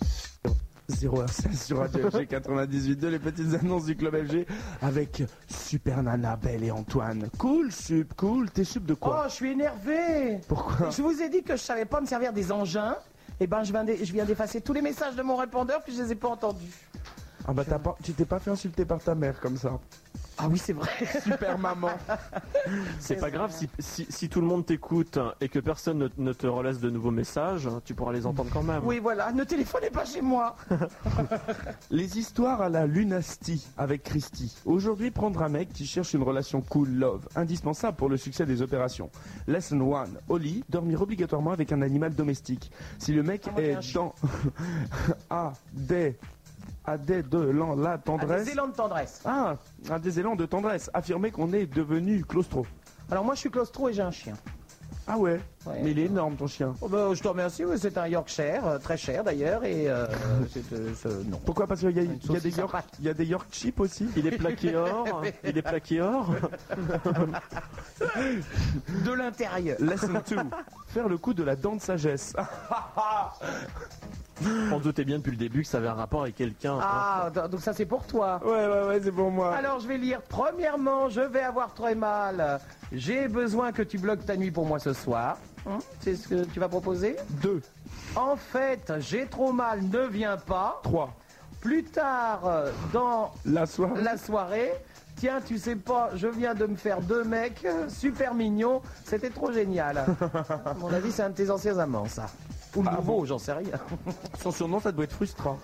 [SPEAKER 1] 0h16 sur Radio FG 98.2, les petites annonces du Club FG avec Super Nana, Belle et Antoine. Cool, sup, cool. T'es sup de
[SPEAKER 5] Oh,
[SPEAKER 1] quoi
[SPEAKER 5] je suis énervé.
[SPEAKER 1] Pourquoi
[SPEAKER 5] Je vous ai dit que je savais pas me servir des engins. Et ben, je viens d'e- je viens d'effacer tous les messages de mon répondeur, puis je les ai pas entendus.
[SPEAKER 1] Ah bah t'as pas- tu t'es pas fait insulter par ta mère comme ça.
[SPEAKER 5] Ah oui, c'est vrai.
[SPEAKER 1] Super maman.
[SPEAKER 6] C'est pas grave, si, si- si tout le monde t'écoute et que personne ne, ne te relaisse de nouveaux messages, hein, tu pourras les entendre quand
[SPEAKER 1] Ah
[SPEAKER 6] même.
[SPEAKER 5] Oui, voilà. Ne téléphonez pas chez moi.
[SPEAKER 1] Les histoires à la lunastie avec Christy. Aujourd'hui, prendre un mec qui cherche une relation cool love, indispensable pour le succès des opérations. Lesson 1. Au lit, dormir obligatoirement avec un animal domestique. Si le mec
[SPEAKER 5] Ah, moi, j'ai un
[SPEAKER 1] est dans... à des... à des de l'an- la
[SPEAKER 5] À des
[SPEAKER 1] tendresse...
[SPEAKER 5] élans de tendresse.
[SPEAKER 1] Ah, un des élans de tendresse. Affirmer qu'on est devenu claustro.
[SPEAKER 5] Alors moi, je suis claustro et j'ai un chien.
[SPEAKER 1] Ah ouais,
[SPEAKER 5] Ouais.
[SPEAKER 1] Mais il est énorme ton chien.
[SPEAKER 5] Oh ben, je te remercie, oui, c'est un Yorkshire, euh, très cher d'ailleurs, et euh, c'est, euh, ce- non.
[SPEAKER 1] Pourquoi Parce qu'il y a, il y a
[SPEAKER 5] saucisse
[SPEAKER 1] des
[SPEAKER 5] à
[SPEAKER 1] York, il y a des York Chip aussi. Il est
[SPEAKER 6] plaqué or, il est plaqué or.
[SPEAKER 5] De l'intérieur.
[SPEAKER 1] Lesson 2. Faire le coup de la dent de sagesse.
[SPEAKER 6] On se doutait bien depuis le début que ça avait un rapport avec quelqu'un.
[SPEAKER 1] hein.
[SPEAKER 5] Ah, do- donc ça c'est pour toi.
[SPEAKER 1] Ouais, ouais, ouais, c'est pour moi.
[SPEAKER 5] Alors je vais lire, premièrement, je vais avoir très mal. J'ai besoin que tu bloques ta nuit pour moi ce soir. Hein, c'est ce que tu vas proposer
[SPEAKER 1] Deux.
[SPEAKER 5] En fait, j'ai trop mal, ne viens pas.
[SPEAKER 1] Trois.
[SPEAKER 5] Plus tard euh, dans
[SPEAKER 1] La soirée.
[SPEAKER 5] la soirée, tiens, tu sais pas, je viens de me faire deux mecs, euh, super mignons, c'était trop génial. À mon avis, c'est un de tes anciens amants, ça. Ou
[SPEAKER 1] Ah
[SPEAKER 5] le nouveau, j'en sais rien.
[SPEAKER 1] Son surnom, ça doit être frustrant.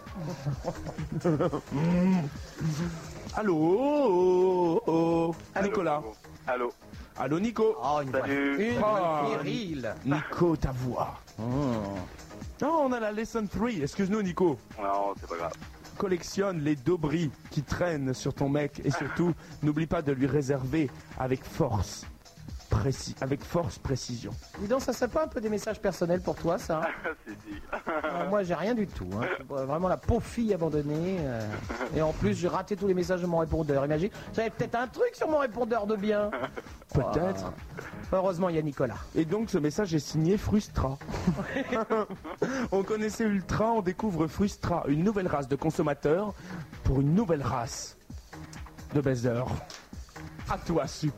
[SPEAKER 1] Allô oh, oh, oh. Nicolas.
[SPEAKER 9] Allô.
[SPEAKER 1] Allô, Nico.
[SPEAKER 5] Une Oh.
[SPEAKER 1] Oh,
[SPEAKER 5] virile.
[SPEAKER 1] Nico, ta voix. Non, on a la lesson 3. Excuse-nous, Nico.
[SPEAKER 9] Non, c'est pas grave.
[SPEAKER 1] Collectionne les dobris qui traînent sur ton mec et surtout, n'oublie pas de lui réserver avec force. précis, avec force précision.
[SPEAKER 5] Dis donc, ça serait pas un peu des messages personnels pour toi, ça hein Alors, Moi, j'ai rien du tout. hein. Je suis Vraiment la pauvre fille abandonnée. euh, Et en plus, j'ai raté tous les messages de mon répondeur. Imagine, j'avais peut-être un truc sur mon répondeur de bien.
[SPEAKER 1] Peut-être.
[SPEAKER 5] Ah, bah, Heureusement, il y a Nicolas.
[SPEAKER 1] Et donc ce message est signé Frustra. on connaissait Ultra, on découvre Frustra, une nouvelle race de consommateurs pour une nouvelle race de baiseurs. À toi, Sup.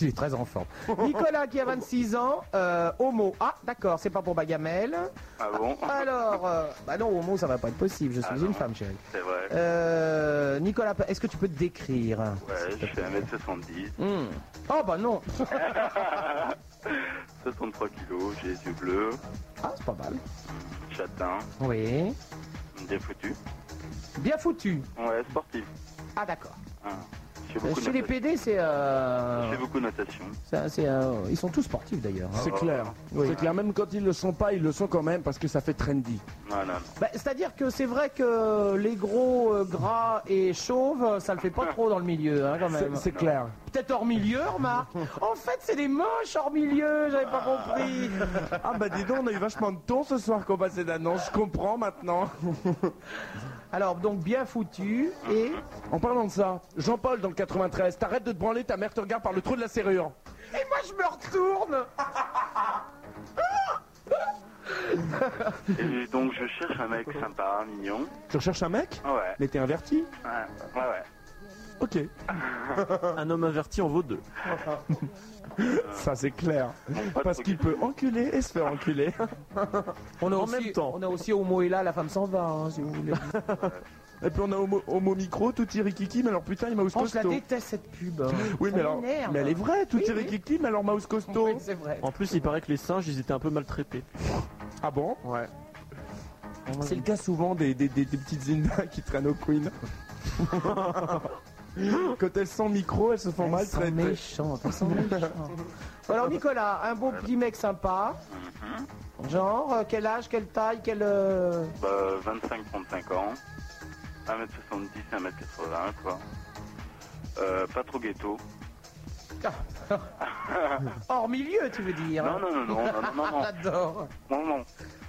[SPEAKER 5] Il est très en forme. Nicolas qui a 26 ans, euh, homo. Ah, d'accord, c'est pas pour Bagamel.
[SPEAKER 8] Ah bon Ah
[SPEAKER 5] Alors, euh, bah non, homo, ça va pas être possible. Je suis une femme, chérie.
[SPEAKER 8] C'est vrai.
[SPEAKER 5] Euh, Nicolas, est-ce que tu peux te décrire
[SPEAKER 8] Ouais, je fais 1m70,
[SPEAKER 5] Hmm. Oh bah non
[SPEAKER 8] 63 kilos, j'ai les yeux bleus.
[SPEAKER 5] Ah, c'est pas mal.
[SPEAKER 8] Châtain,
[SPEAKER 5] Oui.
[SPEAKER 8] bien foutu.
[SPEAKER 5] Bien foutu.
[SPEAKER 8] Ouais, sportif.
[SPEAKER 5] Ah d'accord.
[SPEAKER 8] Hein. Je fais
[SPEAKER 5] Euh,
[SPEAKER 8] beaucoup de
[SPEAKER 5] Chez les
[SPEAKER 8] natation.
[SPEAKER 5] PD, c'est... euh,
[SPEAKER 8] Je fais beaucoup de natation.
[SPEAKER 5] ça, c'est, euh, Ils sont tous sportifs d'ailleurs. hein.
[SPEAKER 1] C'est clair. C'est clair, même quand ils le sont pas, ils le sont quand même parce que ça fait trendy.
[SPEAKER 8] Voilà.
[SPEAKER 5] Bah, C'est-à-dire que c'est vrai que les gros euh, gras et chauves, ça le fait pas trop dans le milieu, hein, quand même.
[SPEAKER 1] C'est- c'est clair.
[SPEAKER 5] Peut-être hors milieu, remarque. En fait, c'est des moches hors milieu, j'avais pas compris.
[SPEAKER 1] Ah bah dis donc, on a eu vachement de ton ce soir qu'on passait d'annonce, je comprends maintenant.
[SPEAKER 5] Alors donc bien foutu et...
[SPEAKER 1] En parlant de ça, Jean-Paul dans le 93, t'arrêtes de te branler, ta mère te regarde par le trou de la serrure.
[SPEAKER 5] Et moi, je me retourne
[SPEAKER 8] Et donc je cherche un mec sympa, mignon.
[SPEAKER 1] Tu recherches un mec
[SPEAKER 8] Ouais.
[SPEAKER 1] Mais t'es inverti
[SPEAKER 8] Ouais, ouais, ouais.
[SPEAKER 1] Ok.
[SPEAKER 6] Un homme inverti en vaut deux.
[SPEAKER 1] Ça c'est clair. Parce qu'il peut enculer et se faire enculer.
[SPEAKER 5] On a
[SPEAKER 1] en
[SPEAKER 5] aussi,
[SPEAKER 1] même temps.
[SPEAKER 5] On a aussi Homo et là, la femme s'en va, hein, si vous voulez.
[SPEAKER 1] Et puis on a homo, Homo micro, tout tire kiki, mais alors putain il mouse
[SPEAKER 5] Oh, je la
[SPEAKER 1] costaud.
[SPEAKER 5] déteste cette pub. hein.
[SPEAKER 1] Oui
[SPEAKER 5] Ça
[SPEAKER 1] mais alors,
[SPEAKER 5] m'énerve.
[SPEAKER 1] mais elle est vraie, tout
[SPEAKER 5] Oui,
[SPEAKER 1] tire
[SPEAKER 5] oui.
[SPEAKER 1] kiki, mais alors mouse costaud.
[SPEAKER 5] Oui, c'est vrai.
[SPEAKER 6] En plus, il paraît que les singes, ils étaient un peu maltraités.
[SPEAKER 1] Ah bon
[SPEAKER 6] Ouais.
[SPEAKER 1] C'est le cas souvent des, des- des- des petites Zinda qui traînent au Queen. Quand elles sont micro, elles se font mal
[SPEAKER 5] sont méchantes, elles sont méchantes. Alors Nicolas, un beau petit mec sympa.
[SPEAKER 8] Mhm.
[SPEAKER 5] Genre, euh, quel âge, quelle taille, quel... euh,
[SPEAKER 8] Bah, 25-35 ans. 1m70, 1m80, quoi. Euh, pas trop ghetto.
[SPEAKER 5] Hors milieu, tu veux dire
[SPEAKER 8] Non, non, non, non, non, non, non, non.
[SPEAKER 5] J'adore.
[SPEAKER 8] Non, non.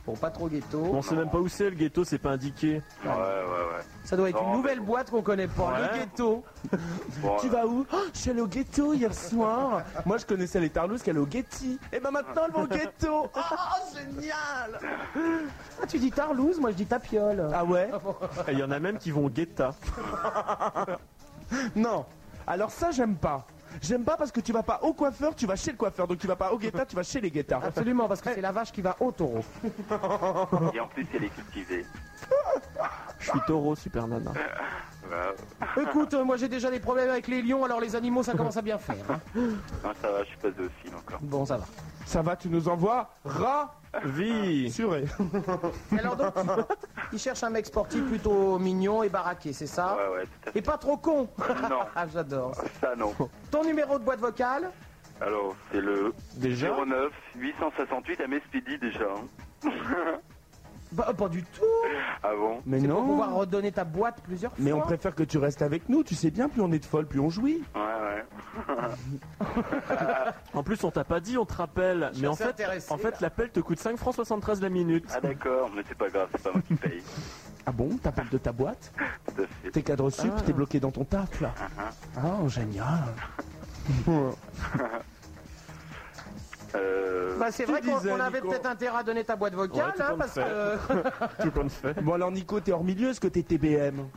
[SPEAKER 5] Bon, pas trop ghetto.
[SPEAKER 6] On sait même pas où c'est, le ghetto, c'est pas indiqué.
[SPEAKER 8] Ouais, ouais, ouais.
[SPEAKER 5] Ça doit être
[SPEAKER 8] Non,
[SPEAKER 5] une nouvelle boîte qu'on connaît pas, le
[SPEAKER 6] Ouais.
[SPEAKER 5] ghetto.
[SPEAKER 8] Bon,
[SPEAKER 1] Tu
[SPEAKER 8] euh,
[SPEAKER 1] vas où Oh, Je suis allé au ghetto hier soir. Moi, je connaissais les Tarlousques, elle est au Getty. Et ben maintenant, elle va au ghetto. Oh, génial
[SPEAKER 5] Ah, tu dis Tarlouse, moi je dis Tapiole.
[SPEAKER 1] Ah ouais
[SPEAKER 6] Et Il y en a même qui vont au guetta.
[SPEAKER 1] Non. Alors ça, j'aime pas. J'aime pas parce que tu vas pas au coiffeur, tu vas chez le coiffeur. Donc tu vas pas au guetta, tu vas chez les guettas.
[SPEAKER 5] Absolument, parce que c'est la vache qui va au taureau.
[SPEAKER 8] Et en plus, elle est cultivée.
[SPEAKER 6] Je suis taureau, super nana.
[SPEAKER 8] Voilà.
[SPEAKER 5] Écoute, euh, moi j'ai déjà des problèmes avec les lions, alors les animaux ça commence à bien faire. hein.
[SPEAKER 8] Non, ça va, je suis pas zoophile encore.
[SPEAKER 5] Bon, ça va.
[SPEAKER 1] Ça va, tu nous envoies rat
[SPEAKER 6] Vie
[SPEAKER 1] suré.
[SPEAKER 5] Et Alors donc, tu- il cherche un mec sportif plutôt mignon et baraqué, c'est ça
[SPEAKER 8] Ouais, ouais, tout à
[SPEAKER 5] Et pas trop con
[SPEAKER 8] Non.
[SPEAKER 5] Ah, j'adore.
[SPEAKER 8] fait. Ça, non.
[SPEAKER 5] Ton numéro de boîte vocale
[SPEAKER 8] Alors, c'est le
[SPEAKER 6] Déjà
[SPEAKER 8] 09 868 MSPD déjà. hein.
[SPEAKER 5] Bah, pas du tout
[SPEAKER 8] Ah bon
[SPEAKER 1] Mais
[SPEAKER 5] C'est pour
[SPEAKER 1] non.
[SPEAKER 5] pouvoir redonner ta boîte plusieurs fois.
[SPEAKER 1] Mais on préfère que tu restes avec nous. Tu sais bien, plus on est de folle, plus on jouit.
[SPEAKER 8] Ouais, ouais.
[SPEAKER 6] En plus, on t'a pas dit, on te rappelle. Mais en
[SPEAKER 5] assez
[SPEAKER 6] fait,
[SPEAKER 5] intéressé,
[SPEAKER 6] en fait l'appel te coûte 5 francs 73 la minute.
[SPEAKER 8] Ah d'accord, mais c'est pas grave, c'est pas moi qui paye.
[SPEAKER 1] Ah bon T'appelles de ta boîte
[SPEAKER 8] Tout à fait.
[SPEAKER 1] T'es cadre sup,
[SPEAKER 6] Ah.
[SPEAKER 1] t'es bloqué dans ton taf là.
[SPEAKER 8] Uh-huh.
[SPEAKER 1] Oh, génial.
[SPEAKER 8] Euh,
[SPEAKER 5] Bah, c'est
[SPEAKER 1] Tu
[SPEAKER 5] vrai qu'on
[SPEAKER 1] disais,
[SPEAKER 5] on avait
[SPEAKER 1] Nico.
[SPEAKER 5] peut-être intérêt à donner ta boîte vocale,
[SPEAKER 6] Ouais, tu
[SPEAKER 5] hein,
[SPEAKER 6] peux me
[SPEAKER 5] parce
[SPEAKER 6] faire.
[SPEAKER 5] que...
[SPEAKER 6] Tout compte fait.
[SPEAKER 1] Bon alors Nico, t'es hors milieu, est-ce que t'es TBM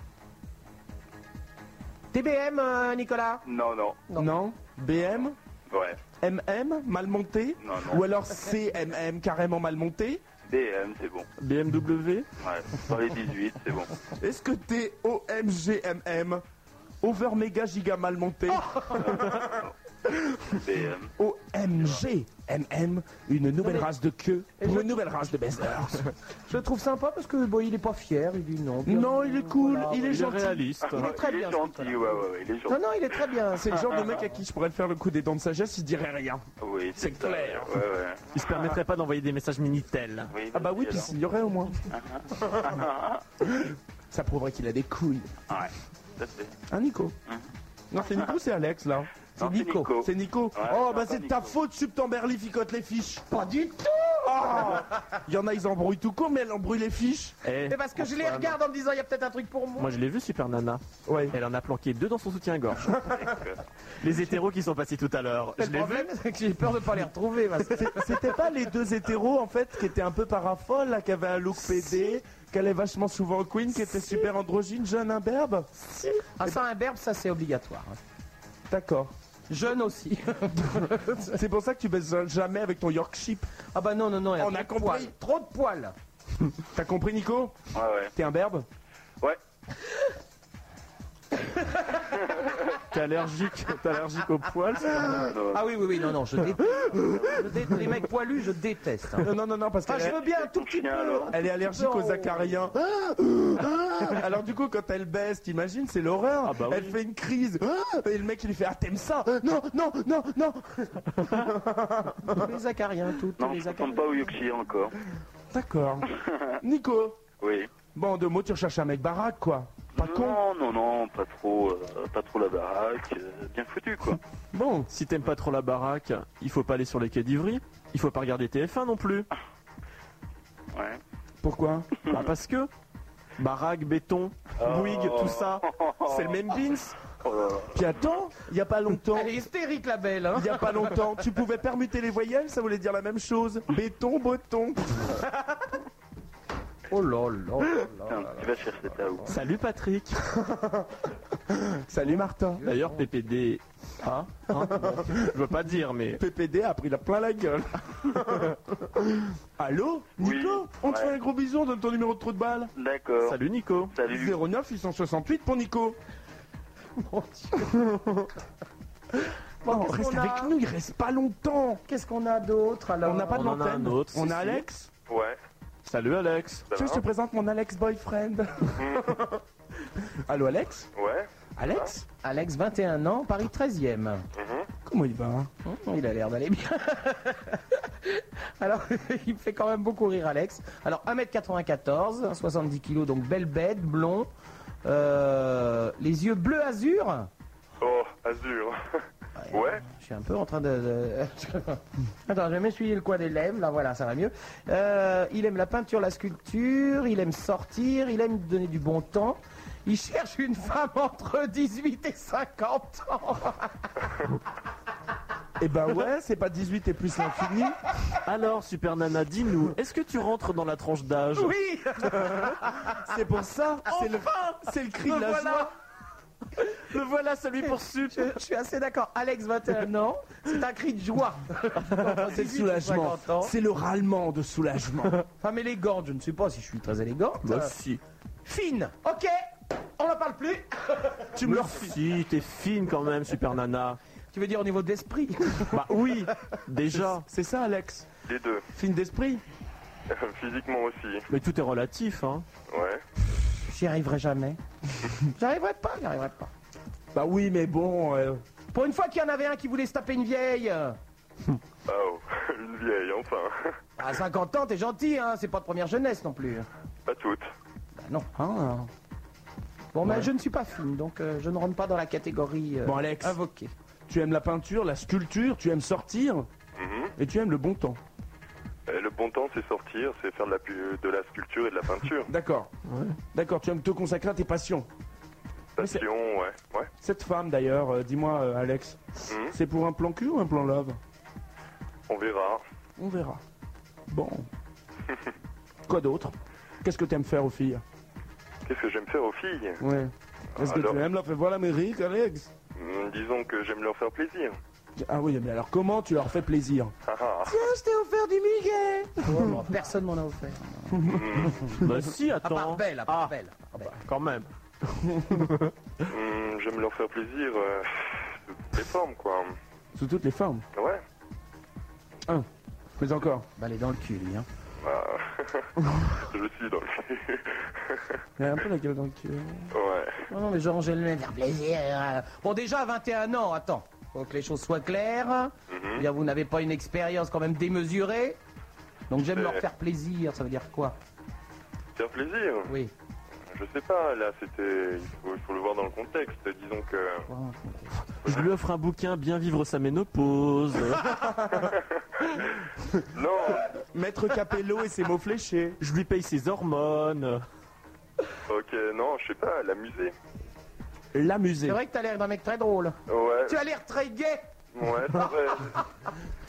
[SPEAKER 5] TBM, euh, Nicolas
[SPEAKER 8] Non, non.
[SPEAKER 5] Non.
[SPEAKER 1] BM
[SPEAKER 8] Ouais.
[SPEAKER 1] MM Mal monté
[SPEAKER 8] Non, non.
[SPEAKER 1] Ou alors CMM carrément mal monté
[SPEAKER 8] DM, c'est bon.
[SPEAKER 6] BMW
[SPEAKER 8] Ouais. Dans les 18, c'est bon.
[SPEAKER 1] Est-ce que t'es OMGMM Over méga giga mal monté
[SPEAKER 8] DM.
[SPEAKER 1] OMGMM Une nouvelle
[SPEAKER 5] mais-
[SPEAKER 1] race de queue
[SPEAKER 5] Et
[SPEAKER 1] pour
[SPEAKER 5] je-
[SPEAKER 1] une nouvelle race de baiseurs
[SPEAKER 5] Je le trouve sympa parce que bon, il est pas fier, il dit non. bien-
[SPEAKER 1] Non, il est cool,
[SPEAKER 5] voilà,
[SPEAKER 1] il est
[SPEAKER 6] Il est
[SPEAKER 1] gentil
[SPEAKER 6] réaliste. Ah,
[SPEAKER 5] Il est très
[SPEAKER 8] il
[SPEAKER 5] bien,
[SPEAKER 8] est
[SPEAKER 5] ce
[SPEAKER 8] gentil, ouais,
[SPEAKER 5] Nicolas.
[SPEAKER 8] ouais, ouais, il est
[SPEAKER 5] Non,
[SPEAKER 8] gentil.
[SPEAKER 5] non, il est très bien.
[SPEAKER 1] C'est le genre de mec
[SPEAKER 8] ah,
[SPEAKER 1] à qui je pourrais faire le coup des dents de sagesse, il dirait rien
[SPEAKER 8] Oui,
[SPEAKER 1] C'est
[SPEAKER 8] ça,
[SPEAKER 1] clair.
[SPEAKER 8] Ouais, ouais.
[SPEAKER 6] Il se permettrait pas d'envoyer des messages Minitel.
[SPEAKER 8] ah, Oui,
[SPEAKER 1] Ah bah oui, puis
[SPEAKER 8] alors.
[SPEAKER 1] s'ignorait au moins Ça prouverait qu'il a des couilles
[SPEAKER 8] Ouais, tout à fait.
[SPEAKER 1] Hein Nico Non c'est Nico, c'est Alex là
[SPEAKER 25] C'est Nico. C'est Nico. oh, bah c'est de ta faute, Subtamberly ficote les fiches. Pas du tout
[SPEAKER 1] Oh.
[SPEAKER 25] Il y en a, ils embrouillent tout court, mais elle embrouille les fiches.
[SPEAKER 6] Eh.
[SPEAKER 5] Mais parce que je les regarde en me disant, il y a peut-être un truc pour moi.
[SPEAKER 6] Moi je l'ai vu Super Nana. Elle en a planqué deux dans son soutien-gorge. les hétéros qui sont passés tout à l'heure.
[SPEAKER 5] Le problème, c'est que j'ai peur de pas les retrouver. parce que-
[SPEAKER 1] C'était pas les deux hétéros en fait qui étaient un peu parafoles là, qui avaient un look PD, qui allaient vachement souvent au Queen, qui étaient super androgyne, jeune, imberbe
[SPEAKER 5] Ah, ça, un berbe, ça c'est obligatoire.
[SPEAKER 1] D'accord.
[SPEAKER 5] Jeune aussi.
[SPEAKER 1] c'est pour ça que tu baises jamais avec ton York Sheep.
[SPEAKER 5] Ah bah non, non, non.
[SPEAKER 1] On a compris.
[SPEAKER 5] Trop de poils.
[SPEAKER 1] T'as compris, Nico
[SPEAKER 9] Ouais, ouais.
[SPEAKER 1] T'es imberbe
[SPEAKER 9] Ouais.
[SPEAKER 6] T'es allergique, t'es allergique aux poils.
[SPEAKER 5] Ah oui, oui, oui, non, non, je déteste. Je déteste les mecs poilus, je déteste. hein.
[SPEAKER 1] Euh, Non, non, non, non, parce
[SPEAKER 5] Ah,
[SPEAKER 1] qu'elle
[SPEAKER 5] je
[SPEAKER 1] est-
[SPEAKER 5] veux bien un tout petit peu.
[SPEAKER 1] Elle est allergique aux acariens. Alors du coup, quand elle baisse, t'imagines, c'est l'horreur. Elle fait une crise. Et le mec, il lui fait bah Ah, t'aimes ça Non, non, non, non
[SPEAKER 5] Tous les acariens, tous
[SPEAKER 9] Non,
[SPEAKER 5] tous les
[SPEAKER 9] je ne
[SPEAKER 5] acariens.
[SPEAKER 9] tombe pas au Yoxi encore.
[SPEAKER 1] D'accord. Nico
[SPEAKER 9] Oui.
[SPEAKER 1] Bon, en deux mots, tu recherches un mec baraque, quoi. Pas con
[SPEAKER 9] Non, non, non, pas trop, euh, pas trop la baraque, euh, bien foutu quoi.
[SPEAKER 1] Bon,
[SPEAKER 6] si t'aimes pas trop la baraque, il faut pas aller sur les quais d'Ivry, il faut pas regarder TF1 non plus.
[SPEAKER 9] Ouais.
[SPEAKER 1] Pourquoi
[SPEAKER 6] Bah parce que baraque, béton,
[SPEAKER 1] Oh.
[SPEAKER 6] Bouygues, tout ça, c'est le même beans.
[SPEAKER 1] Puis attends, il y a pas longtemps.
[SPEAKER 5] Elle est hystérique la belle. hein.
[SPEAKER 1] Il y a pas longtemps, tu pouvais permuter les voyelles, ça voulait dire la même chose. Béton, boton.
[SPEAKER 5] Oh là là
[SPEAKER 9] Putain, tu vas chercher ta où
[SPEAKER 6] Salut Patrick.
[SPEAKER 1] Salut Martin.
[SPEAKER 6] D'ailleurs PPD, hein, Hein Bon, je veux pas dire mais.
[SPEAKER 1] PPD a pris la plein la gueule. Allô Nico On te fait un gros bisou, on donne ton numéro de trou de balle.
[SPEAKER 9] D'accord.
[SPEAKER 6] Salut Nico.
[SPEAKER 9] Salut.
[SPEAKER 1] 09 868 pour Nico. Mon Dieu.
[SPEAKER 5] Bon,
[SPEAKER 1] on
[SPEAKER 5] qu'est-ce
[SPEAKER 1] reste
[SPEAKER 5] qu'on a
[SPEAKER 1] avec nous, il reste pas longtemps.
[SPEAKER 5] Qu'est-ce qu'on a d'autre alors
[SPEAKER 1] On n'a pas de
[SPEAKER 6] On en a
[SPEAKER 1] l'antenne.
[SPEAKER 6] un autre,
[SPEAKER 1] On
[SPEAKER 6] si,
[SPEAKER 1] a
[SPEAKER 6] si.
[SPEAKER 1] Alex.
[SPEAKER 9] Ouais.
[SPEAKER 6] Salut Alex.
[SPEAKER 5] Bah,
[SPEAKER 1] Tiens, je te présente mon Alex boyfriend. Allô Alex
[SPEAKER 9] Ouais.
[SPEAKER 1] Alex
[SPEAKER 5] Alex, 21 ans, Paris 13e.
[SPEAKER 1] Comment il va hein
[SPEAKER 5] Mhm. Oh, Il a l'air d'aller bien. Alors, il me fait quand même beaucoup rire, Alex. Alors, 1m94, 70 kg, donc belle bête, blond. Euh, les yeux bleu azur.
[SPEAKER 9] Oh, Azur. Ouais.
[SPEAKER 5] Je suis un peu en train de. de- Attends, je vais m'essuyer le coin des lèvres, là voilà, ça va mieux. Euh, il aime la peinture, la sculpture, il aime sortir, il aime donner du bon temps. Il cherche une femme entre 18 et 50 ans.
[SPEAKER 1] Eh ben ouais, c'est pas 18 et plus l'infini.
[SPEAKER 6] Alors Super Nana, dis-nous, est-ce que tu rentres dans la tranche d'âge
[SPEAKER 5] Oui
[SPEAKER 1] C'est pour ça, c'est le, c'est le cri de la joie.
[SPEAKER 6] Le voilà, celui pour Sup.
[SPEAKER 5] Je, je suis assez d'accord. Alex, 21 ans, c'est un cri de joie. Entre
[SPEAKER 1] C'est le
[SPEAKER 5] 18 et 50
[SPEAKER 1] soulagement.
[SPEAKER 5] ans.
[SPEAKER 1] C'est le râlement de soulagement.
[SPEAKER 5] Femme élégante, je ne sais pas si je suis très élégante.
[SPEAKER 6] Bah
[SPEAKER 5] Euh,
[SPEAKER 6] si.
[SPEAKER 5] Fine, ok, on n'en parle plus.
[SPEAKER 6] Tu me Si, t'es fine quand même, Super Nana.
[SPEAKER 5] Tu veux dire au niveau d'esprit
[SPEAKER 6] Bah oui, déjà.
[SPEAKER 1] C'est ça, Alex.
[SPEAKER 9] Les deux.
[SPEAKER 1] Fine d'esprit.
[SPEAKER 9] Physiquement aussi.
[SPEAKER 6] Mais tout est relatif, hein.
[SPEAKER 9] Ouais.
[SPEAKER 5] J'y arriverai jamais. J'arriverai pas, j'arriverai pas.
[SPEAKER 1] Bah oui, mais bon. euh,
[SPEAKER 5] Pour une fois qu'il y en avait un qui voulait se taper une vieille. À
[SPEAKER 9] Oh, une vieille, enfin.
[SPEAKER 5] 50 ans, t'es gentil, hein, c'est pas de première jeunesse non plus.
[SPEAKER 9] Pas toutes.
[SPEAKER 5] Bah non. Bon, mais je ne suis pas fine, donc euh, je ne rentre pas dans la catégorie euh,
[SPEAKER 1] Bon, Alex.
[SPEAKER 5] invoquée.
[SPEAKER 1] Tu aimes la peinture, la sculpture, tu aimes sortir
[SPEAKER 9] Mhm.
[SPEAKER 1] et tu aimes le bon temps.
[SPEAKER 9] Et le bon temps, c'est sortir, c'est faire de la, pu- de la sculpture et de la peinture.
[SPEAKER 1] D'accord. D'accord, tu aimes te consacrer à tes passions.
[SPEAKER 9] Passion, ouais. Ouais.
[SPEAKER 1] Cette femme d'ailleurs, euh, dis-moi euh, Alex,
[SPEAKER 9] Mhm.
[SPEAKER 1] c'est pour un plan cul ou un plan love
[SPEAKER 9] On verra.
[SPEAKER 1] On verra. Bon. Quoi d'autre Qu'est-ce que tu aimes faire aux filles
[SPEAKER 9] Qu'est-ce que j'aime faire aux filles
[SPEAKER 1] Ouais. Est-ce que
[SPEAKER 9] Alors
[SPEAKER 1] tu aimes leur faire voir l'Amérique, Alex
[SPEAKER 8] Mm,
[SPEAKER 9] Hmm, Disons que j'aime leur faire plaisir.
[SPEAKER 1] Ah oui, mais alors comment tu leur fais plaisir
[SPEAKER 9] Ah, ah.
[SPEAKER 5] je t'ai offert du muguet Oh, Personne m'en a offert.
[SPEAKER 6] Bah si,
[SPEAKER 5] À part
[SPEAKER 6] attends.
[SPEAKER 5] belle, à
[SPEAKER 1] Ah.
[SPEAKER 5] part belle.
[SPEAKER 6] Ah bah, Quand même.
[SPEAKER 9] Hmm, j'aime leur faire plaisir euh, de toutes les formes, quoi.
[SPEAKER 1] Sous toutes les formes.
[SPEAKER 9] Ouais.
[SPEAKER 1] Un. Mais encore.
[SPEAKER 5] Bah, elle est dans le cul, lui. Hein.
[SPEAKER 9] Ah. je suis dans le cul.
[SPEAKER 1] Il y a un peu la gueule dans le cul.
[SPEAKER 9] ouais.
[SPEAKER 5] Non, non, mais genre, je vais me faire plaisir. euh. Bon, déjà, 21 ans, attends. Faut que les choses soient claires. Je veux dire, vous n'avez pas une expérience quand même démesurée. Donc, j'aime
[SPEAKER 9] Euh.
[SPEAKER 5] leur faire plaisir, ça veut dire quoi
[SPEAKER 9] Faire plaisir
[SPEAKER 5] Oui.
[SPEAKER 8] Je sais pas, là, c'était. Il faut, il faut le voir dans le contexte. Disons que.
[SPEAKER 6] Je lui offre un bouquin Bien vivre sa ménopause.
[SPEAKER 8] non.
[SPEAKER 6] Maître Capello et ses mots fléchés. Je lui paye ses hormones.
[SPEAKER 8] Ok, non, je sais pas, l'amuser.
[SPEAKER 5] C'est
[SPEAKER 6] L'amuser.
[SPEAKER 5] vrai que t'as l'air d'un mec très drôle.
[SPEAKER 8] Ouais.
[SPEAKER 5] Tu as l'air très gay.
[SPEAKER 8] Ouais, c'est vrai.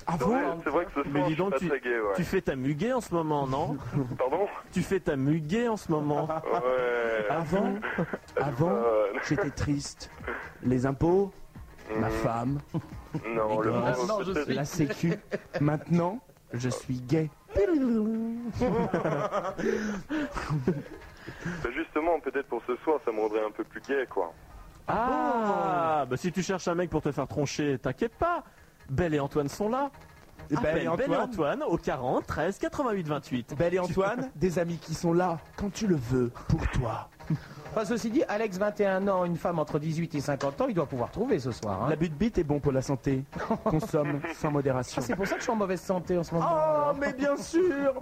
[SPEAKER 6] Ah
[SPEAKER 8] bon C'est vrai que ce
[SPEAKER 6] Mais
[SPEAKER 8] soir, je
[SPEAKER 6] dis
[SPEAKER 8] suis
[SPEAKER 6] donc,
[SPEAKER 8] pas
[SPEAKER 6] tu,
[SPEAKER 8] très gay, ouais.
[SPEAKER 6] tu fais ta muguet en ce moment, non
[SPEAKER 8] Pardon
[SPEAKER 6] Tu fais ta muguet en ce moment.
[SPEAKER 8] Ouais. Euh,
[SPEAKER 1] Avant, avant, j'étais triste. Les impôts, ma femme,
[SPEAKER 8] Hmm. Non, le
[SPEAKER 1] Grâce.
[SPEAKER 8] monde, c'est terrible.
[SPEAKER 1] la sécu. Maintenant, je suis gay.
[SPEAKER 8] Bah, justement, peut-être pour ce soir, ça me rendrait un peu plus gay, quoi.
[SPEAKER 6] Ah, bah si tu cherches un mec pour te faire troncher, t'inquiète pas. Belle et Antoine sont là.
[SPEAKER 1] Et Ah, Belle et
[SPEAKER 6] Appelle Belle et
[SPEAKER 1] Antoine.
[SPEAKER 6] Antoine au 40 13 88 28.
[SPEAKER 1] Belle et Antoine, des amis qui sont là quand tu le veux, pour toi.
[SPEAKER 5] Enfin, ceci dit, Alex, 21 ans, une femme entre 18 et 50 ans, il doit pouvoir trouver ce soir. hein.
[SPEAKER 1] L'abus de bite est bon pour la santé. Consomme sans modération.
[SPEAKER 5] Ah, c'est pour ça que je suis en mauvaise santé en ce moment.
[SPEAKER 1] Oh, mais bien sûr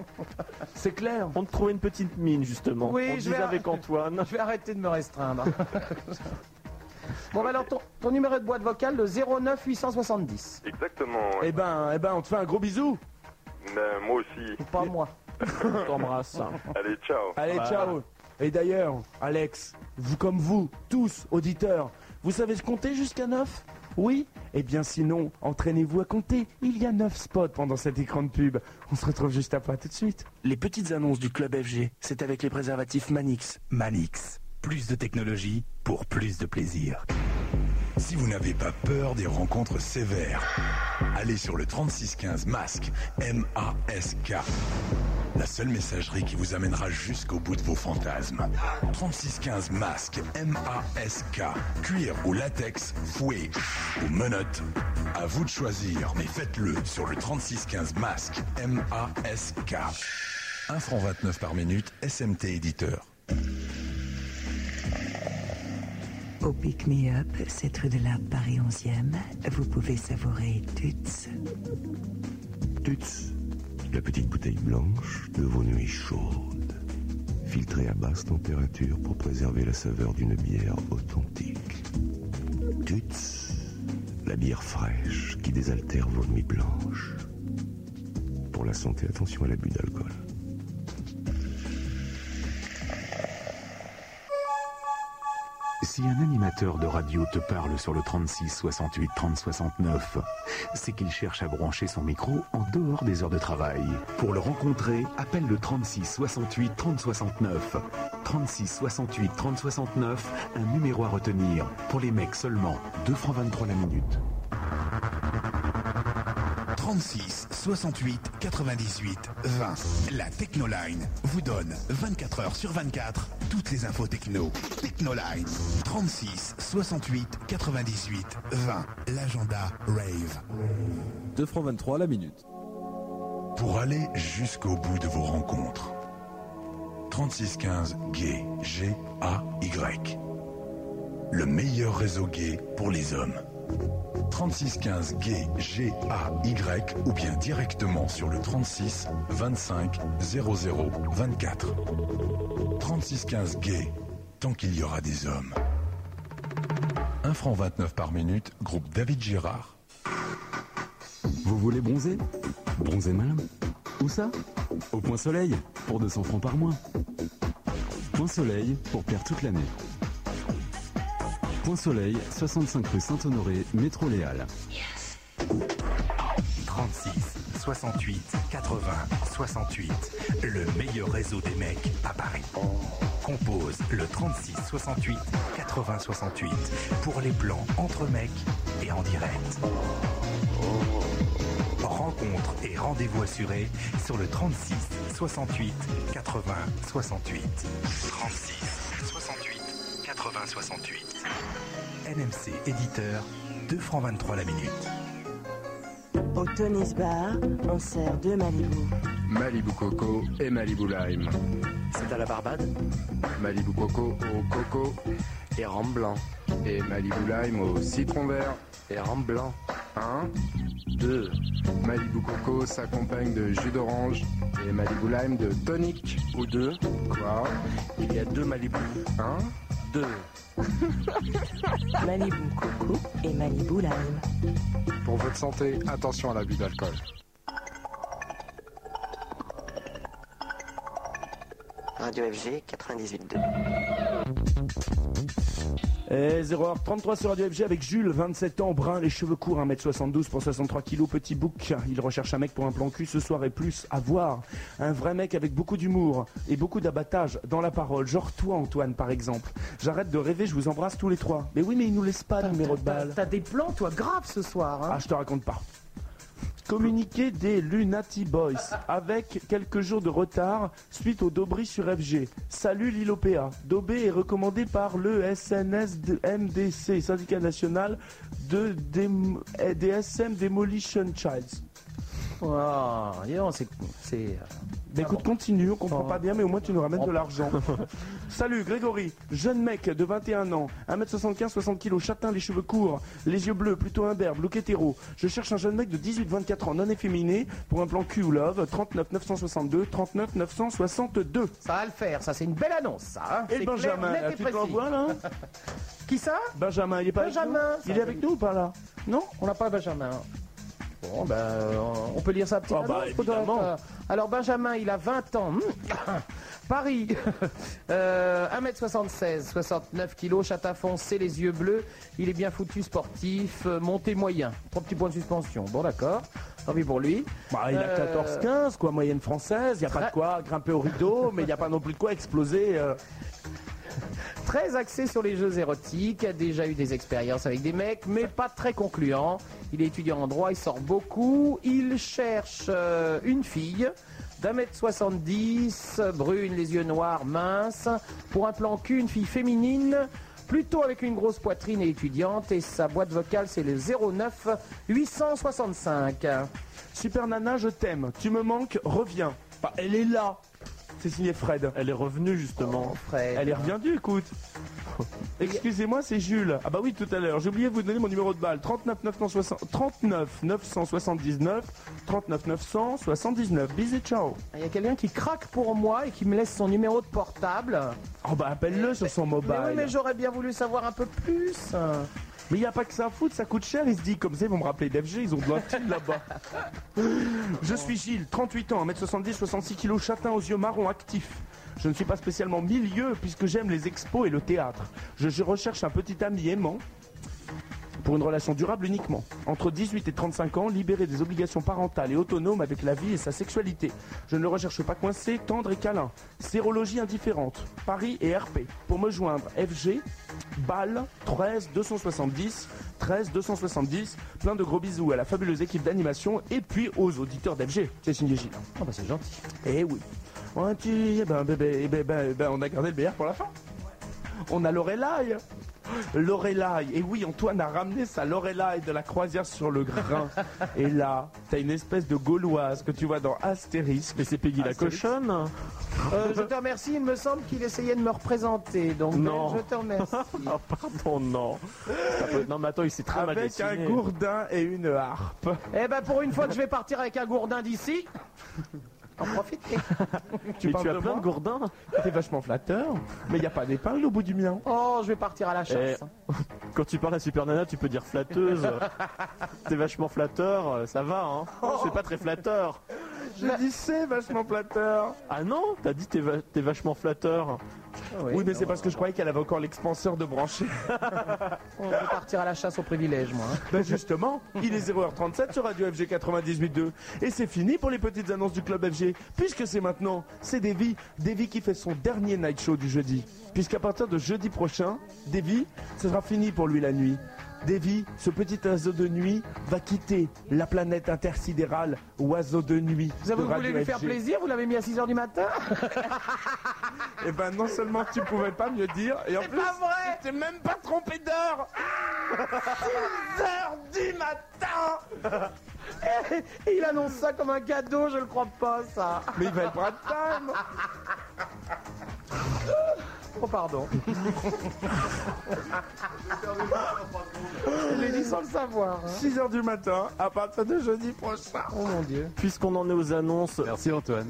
[SPEAKER 1] C'est clair
[SPEAKER 6] On te trouvait une petite mine justement.
[SPEAKER 5] Oui,
[SPEAKER 6] On
[SPEAKER 5] je
[SPEAKER 6] disait
[SPEAKER 5] vais-
[SPEAKER 6] avec Antoine.
[SPEAKER 5] Je vais arrêter de me restreindre. bon, bah, alors, ton, ton numéro de boîte vocale, le 09 870.
[SPEAKER 8] Exactement. ouais.
[SPEAKER 1] Eh ben, eh ben, on te fait un gros bisou.
[SPEAKER 8] Ben, moi aussi.
[SPEAKER 5] Pas moi.
[SPEAKER 6] T'embrasse.
[SPEAKER 8] Allez, ciao.
[SPEAKER 1] Allez, ciao. Et d'ailleurs, Alex, vous comme vous, tous, auditeurs, vous savez compter jusqu'à 9 Oui Eh bien sinon, entraînez-vous à compter. Il y a 9 spots pendant cet écran de pub. On se retrouve juste après, à tout de suite. Les petites annonces du Club FG, c'est avec les préservatifs Manix.
[SPEAKER 12] Manix. Plus de technologie pour plus de plaisir. Si vous n'avez pas peur des rencontres sévères, allez sur le 3615 Masque, M-A-S-K. La seule messagerie qui vous amènera jusqu'au bout de vos fantasmes. 3615 Masque, M-A-S-K. Cuir ou latex, fouet ou menottes. À vous de choisir, mais faites-le sur le 3615 Masque, M-A-S-K. 1 franc 29 par minute, SMT éditeur.
[SPEAKER 11] Au Pick Me Up, cette rue de l'Arbre Paris 11e, vous pouvez savourer Tuts.
[SPEAKER 26] Tuts, la petite bouteille blanche de vos nuits chaudes. Filtrée à basse température pour préserver la saveur d'une bière authentique. Tuts, la bière fraîche qui désaltère vos nuits blanches. Pour la santé, attention à l'abus d'alcool.
[SPEAKER 21] Si un animateur de radio te parle sur le 36 68 30 69, c'est qu'il cherche à brancher son micro en dehors des heures de travail. Pour le rencontrer, appelle le 36 68 30 69. 36 68 30 69, un numéro à retenir. Pour les mecs seulement, 2 francs 23 la minute.
[SPEAKER 12] 36 68 98 20. La Technoline vous donne 24 heures sur 24 toutes les infos techno. Technoline 36 68 98 20. L'agenda rave.
[SPEAKER 2] 2 francs 23 la minute.
[SPEAKER 12] Pour aller jusqu'au bout de vos rencontres. 3615 Gay G A Y. Le meilleur réseau gay pour les hommes. 3615 Gay G A Y ou bien directement sur le 36 25 00 24. 3615 Gay. Tant qu'il y aura des hommes. 1 franc 29 par minute, groupe David Girard.
[SPEAKER 2] Vous voulez bronzer Bronzer malin Où ça Au Point Soleil, pour 200 francs par mois. Point Soleil, pour plaire toute l'année. Point Soleil, 65 rue Saint-Honoré, métro Léal.
[SPEAKER 12] 36 68 80 68 le meilleur réseau des mecs à Paris. Compose le 36 68 80 68 pour les plans entre mecs et en direct. Rencontre et rendez-vous assurés sur le 36 68 80 68 36 68 80 68 NMC éditeur 2 francs 23 la minute.
[SPEAKER 3] Au Tony's Bar, on sert deux Malibu.
[SPEAKER 9] Malibu Coco et Malibu Lime. C'est à la Barbade Malibu Coco au coco et rhum blanc. Et Malibu Lime au citron vert et rhum blanc.
[SPEAKER 27] 1, 2. Malibu Coco s'accompagne de jus d'orange et Malibu Lime de tonic ou deux. Quoi Il y a deux Malibu. 1, 2.
[SPEAKER 13] Malibu Coco et Malibu Lime.
[SPEAKER 27] Pour votre santé, attention à l'abus d'alcool.
[SPEAKER 15] Radio FG 98.2.
[SPEAKER 1] Et 0h33 sur Radio FG avec Jules, 27 ans, brun, les cheveux courts, 1m72 pour 63 kg, petit bouc. Il recherche un mec pour un plan cul ce soir et plus, à voir. Un vrai mec avec beaucoup d'humour et beaucoup d'abattage dans la parole, genre toi Antoine par exemple. J'arrête de rêver, je vous embrasse tous les trois. Mais oui, mais il nous laisse pas le numéro de balle. T'as des plans toi grave ce soir. Ah, je te raconte pas. Communiqué des Lunati Boys avec quelques jours de retard suite au Dobry sur FG. Salut l'ILOPA. Dobé est recommandé par le SNS de MDC, syndicat national de dém- eh, des SM Demolition Childs.
[SPEAKER 5] Waouh, dis donc, c'est. c'est, euh,
[SPEAKER 1] Mais écoute, continue, on comprend pas bien, mais au moins tu nous ramènes de l'argent. Salut Grégory, jeune mec de 21 ans, 1m75, 60 kg, châtain, les cheveux courts, les yeux bleus, plutôt imberbe, look hétéro. Je cherche un jeune mec de 18-24 ans, non efféminé, pour un plan Q ou love, 39 962, 39 962.
[SPEAKER 5] Ça va le faire, ça c'est une belle annonce ça. hein.
[SPEAKER 1] Et
[SPEAKER 5] C'est
[SPEAKER 1] Benjamin,
[SPEAKER 5] clair, net
[SPEAKER 1] là,
[SPEAKER 5] et
[SPEAKER 1] tu te
[SPEAKER 5] précis.
[SPEAKER 1] l'envoies, là hein
[SPEAKER 5] Qui ça
[SPEAKER 1] Benjamin, il est pas
[SPEAKER 5] Benjamin,
[SPEAKER 1] avec nous Il est avec nous ou pas là Non
[SPEAKER 5] On n'a pas Benjamin. Bon, ben, euh, on peut lire ça petite
[SPEAKER 1] Ah bah,
[SPEAKER 5] annonce, Podolak,
[SPEAKER 1] évidemment.
[SPEAKER 5] euh, Alors, Benjamin, il a 20 ans. Paris, euh, 1m76, 69 kg, châtain foncé, les yeux bleus. Il est bien foutu, sportif, euh, montée moyen. Trois petits points de suspension. Bon, d'accord. Tant pis pour lui.
[SPEAKER 1] Bah, il a
[SPEAKER 5] Euh,
[SPEAKER 1] 14-15, quoi, moyenne française, il a pas de quoi grimper au rideau, mais il n'y a pas non plus de quoi exploser. euh.
[SPEAKER 5] Très axé sur les jeux érotiques, a déjà eu des expériences avec des mecs, mais pas très concluant. Il est étudiant en droit, il sort beaucoup. Il cherche euh, une fille d'un mètre 70, brune, les yeux noirs, mince. Pour un plan cul, une fille féminine, plutôt avec une grosse poitrine et étudiante. Et sa boîte vocale, c'est le 09 865.
[SPEAKER 1] Super Nana, je t'aime, tu me manques, reviens. Bah, elle est là C'est signé Fred. Elle est revenue justement.
[SPEAKER 5] Oh,
[SPEAKER 1] Elle est revenue, écoute. Excusez-moi, c'est Jules. Ah bah oui, tout à l'heure. J'ai oublié de vous donner mon numéro de balle. 39 960 39 979 39 979. Bisous, ciao.
[SPEAKER 5] Il Ah, y a quelqu'un qui craque pour moi et qui me laisse son numéro de portable. Euh,
[SPEAKER 1] Oh bah appelle-le sur son mobile.
[SPEAKER 5] Mais oui, mais j'aurais bien voulu savoir un peu plus.
[SPEAKER 1] Mais il n'y a pas que ça à foutre, ça coûte cher. Il se dit, comme ça, ils vont me rappeler d'FG, ils ont besoin de thunes là-bas. Je suis Gilles, 38 ans, 1m70, 66 kg, châtain aux yeux marrons, actif. Je ne suis pas spécialement milieu puisque j'aime les expos et le théâtre. Je, je recherche un petit ami aimant pour une relation durable uniquement. Entre 18 et 35 ans, libéré des obligations parentales et autonome avec la vie et sa sexualité. Je ne le recherche pas coincé, tendre et câlin. Sérologie indifférente. Paris et RP. Pour me joindre, FG, Bâle, 13 270, 13 270. Plein de gros bisous à la fabuleuse équipe d'animation et puis aux auditeurs d'FG. C'est signé Gilles.
[SPEAKER 5] Ah bah c'est gentil.
[SPEAKER 1] Eh oui. Ouais, puis, eh ben, ben, ben, ben, ben, ben, on a gardé le BR pour la fin. On a Lorelai. Lorelai. Et oui, Antoine a ramené sa Lorelai de la croisière sur le grain. Et là, t'as une espèce de gauloise que tu vois dans Astérix. Mais c'est Peggy
[SPEAKER 6] la cochonne.
[SPEAKER 5] Euh, je te remercie, il me semble qu'il essayait de me représenter. Donc,
[SPEAKER 6] Non.
[SPEAKER 5] Ben, je te remercie.
[SPEAKER 6] Ah, pardon, non. Ça peut- Non, mais attends, il s'est
[SPEAKER 5] Ah,
[SPEAKER 6] très
[SPEAKER 5] ben,
[SPEAKER 6] mal
[SPEAKER 1] Avec
[SPEAKER 6] dessiné.
[SPEAKER 1] un gourdin et une harpe.
[SPEAKER 5] Eh ben, pour une fois que je vais partir avec un gourdin d'ici, en profiter.
[SPEAKER 1] Tu parles de moi
[SPEAKER 6] gourdins
[SPEAKER 1] T'es vachement flatteur. Mais il a pas d'épingle au bout du mien.
[SPEAKER 5] Oh, je vais partir
[SPEAKER 1] Ah,
[SPEAKER 5] à la chasse.
[SPEAKER 6] Eh, quand tu parles à Super Nana, tu peux dire flatteuse. T'es vachement flatteur, euh, ça va, hein. C'est pas très flatteur.
[SPEAKER 1] Oh. J'ai dit c'est vachement flatteur.
[SPEAKER 6] Ah non T'as dit t'es va- t'es vachement flatteur.
[SPEAKER 1] oui, mais c'est parce que je croyais qu'elle avait encore l'expanseur de brancher.
[SPEAKER 5] On va partir à la chasse au privilège, moi. hein.
[SPEAKER 1] Ben justement, il est 0h37 sur Radio FG 98.2 et c'est fini pour les petites annonces du club FG puisque c'est maintenant, c'est Davy, Davy qui fait son dernier night show du jeudi. Puisqu'à partir de jeudi prochain, Davy, ce sera fini pour lui la nuit. Davy, ce petit oiseau de nuit, va quitter la planète intersidérale oiseau de nuit.
[SPEAKER 5] Vous, avez,
[SPEAKER 1] de
[SPEAKER 5] vous voulez
[SPEAKER 1] Radio
[SPEAKER 5] lui faire
[SPEAKER 1] FG.
[SPEAKER 5] plaisir Vous l'avez mis à 6h du matin
[SPEAKER 1] Et ben non seulement tu pouvais pas mieux dire, et en
[SPEAKER 5] C'est
[SPEAKER 1] plus,
[SPEAKER 5] pas Ah, vrai Ah
[SPEAKER 1] tu t'es même pas trompé d'heure 6h du matin
[SPEAKER 5] Eh, Il annonce ça comme un cadeau, je le crois pas, ça.
[SPEAKER 1] Mais il va être Brad Time
[SPEAKER 5] Oh, pardon. Les dix
[SPEAKER 1] sans le savoir. hein. 6h du matin, à partir de jeudi prochain. Oh mon dieu.
[SPEAKER 6] Puisqu'on en est aux annonces. Merci Antoine.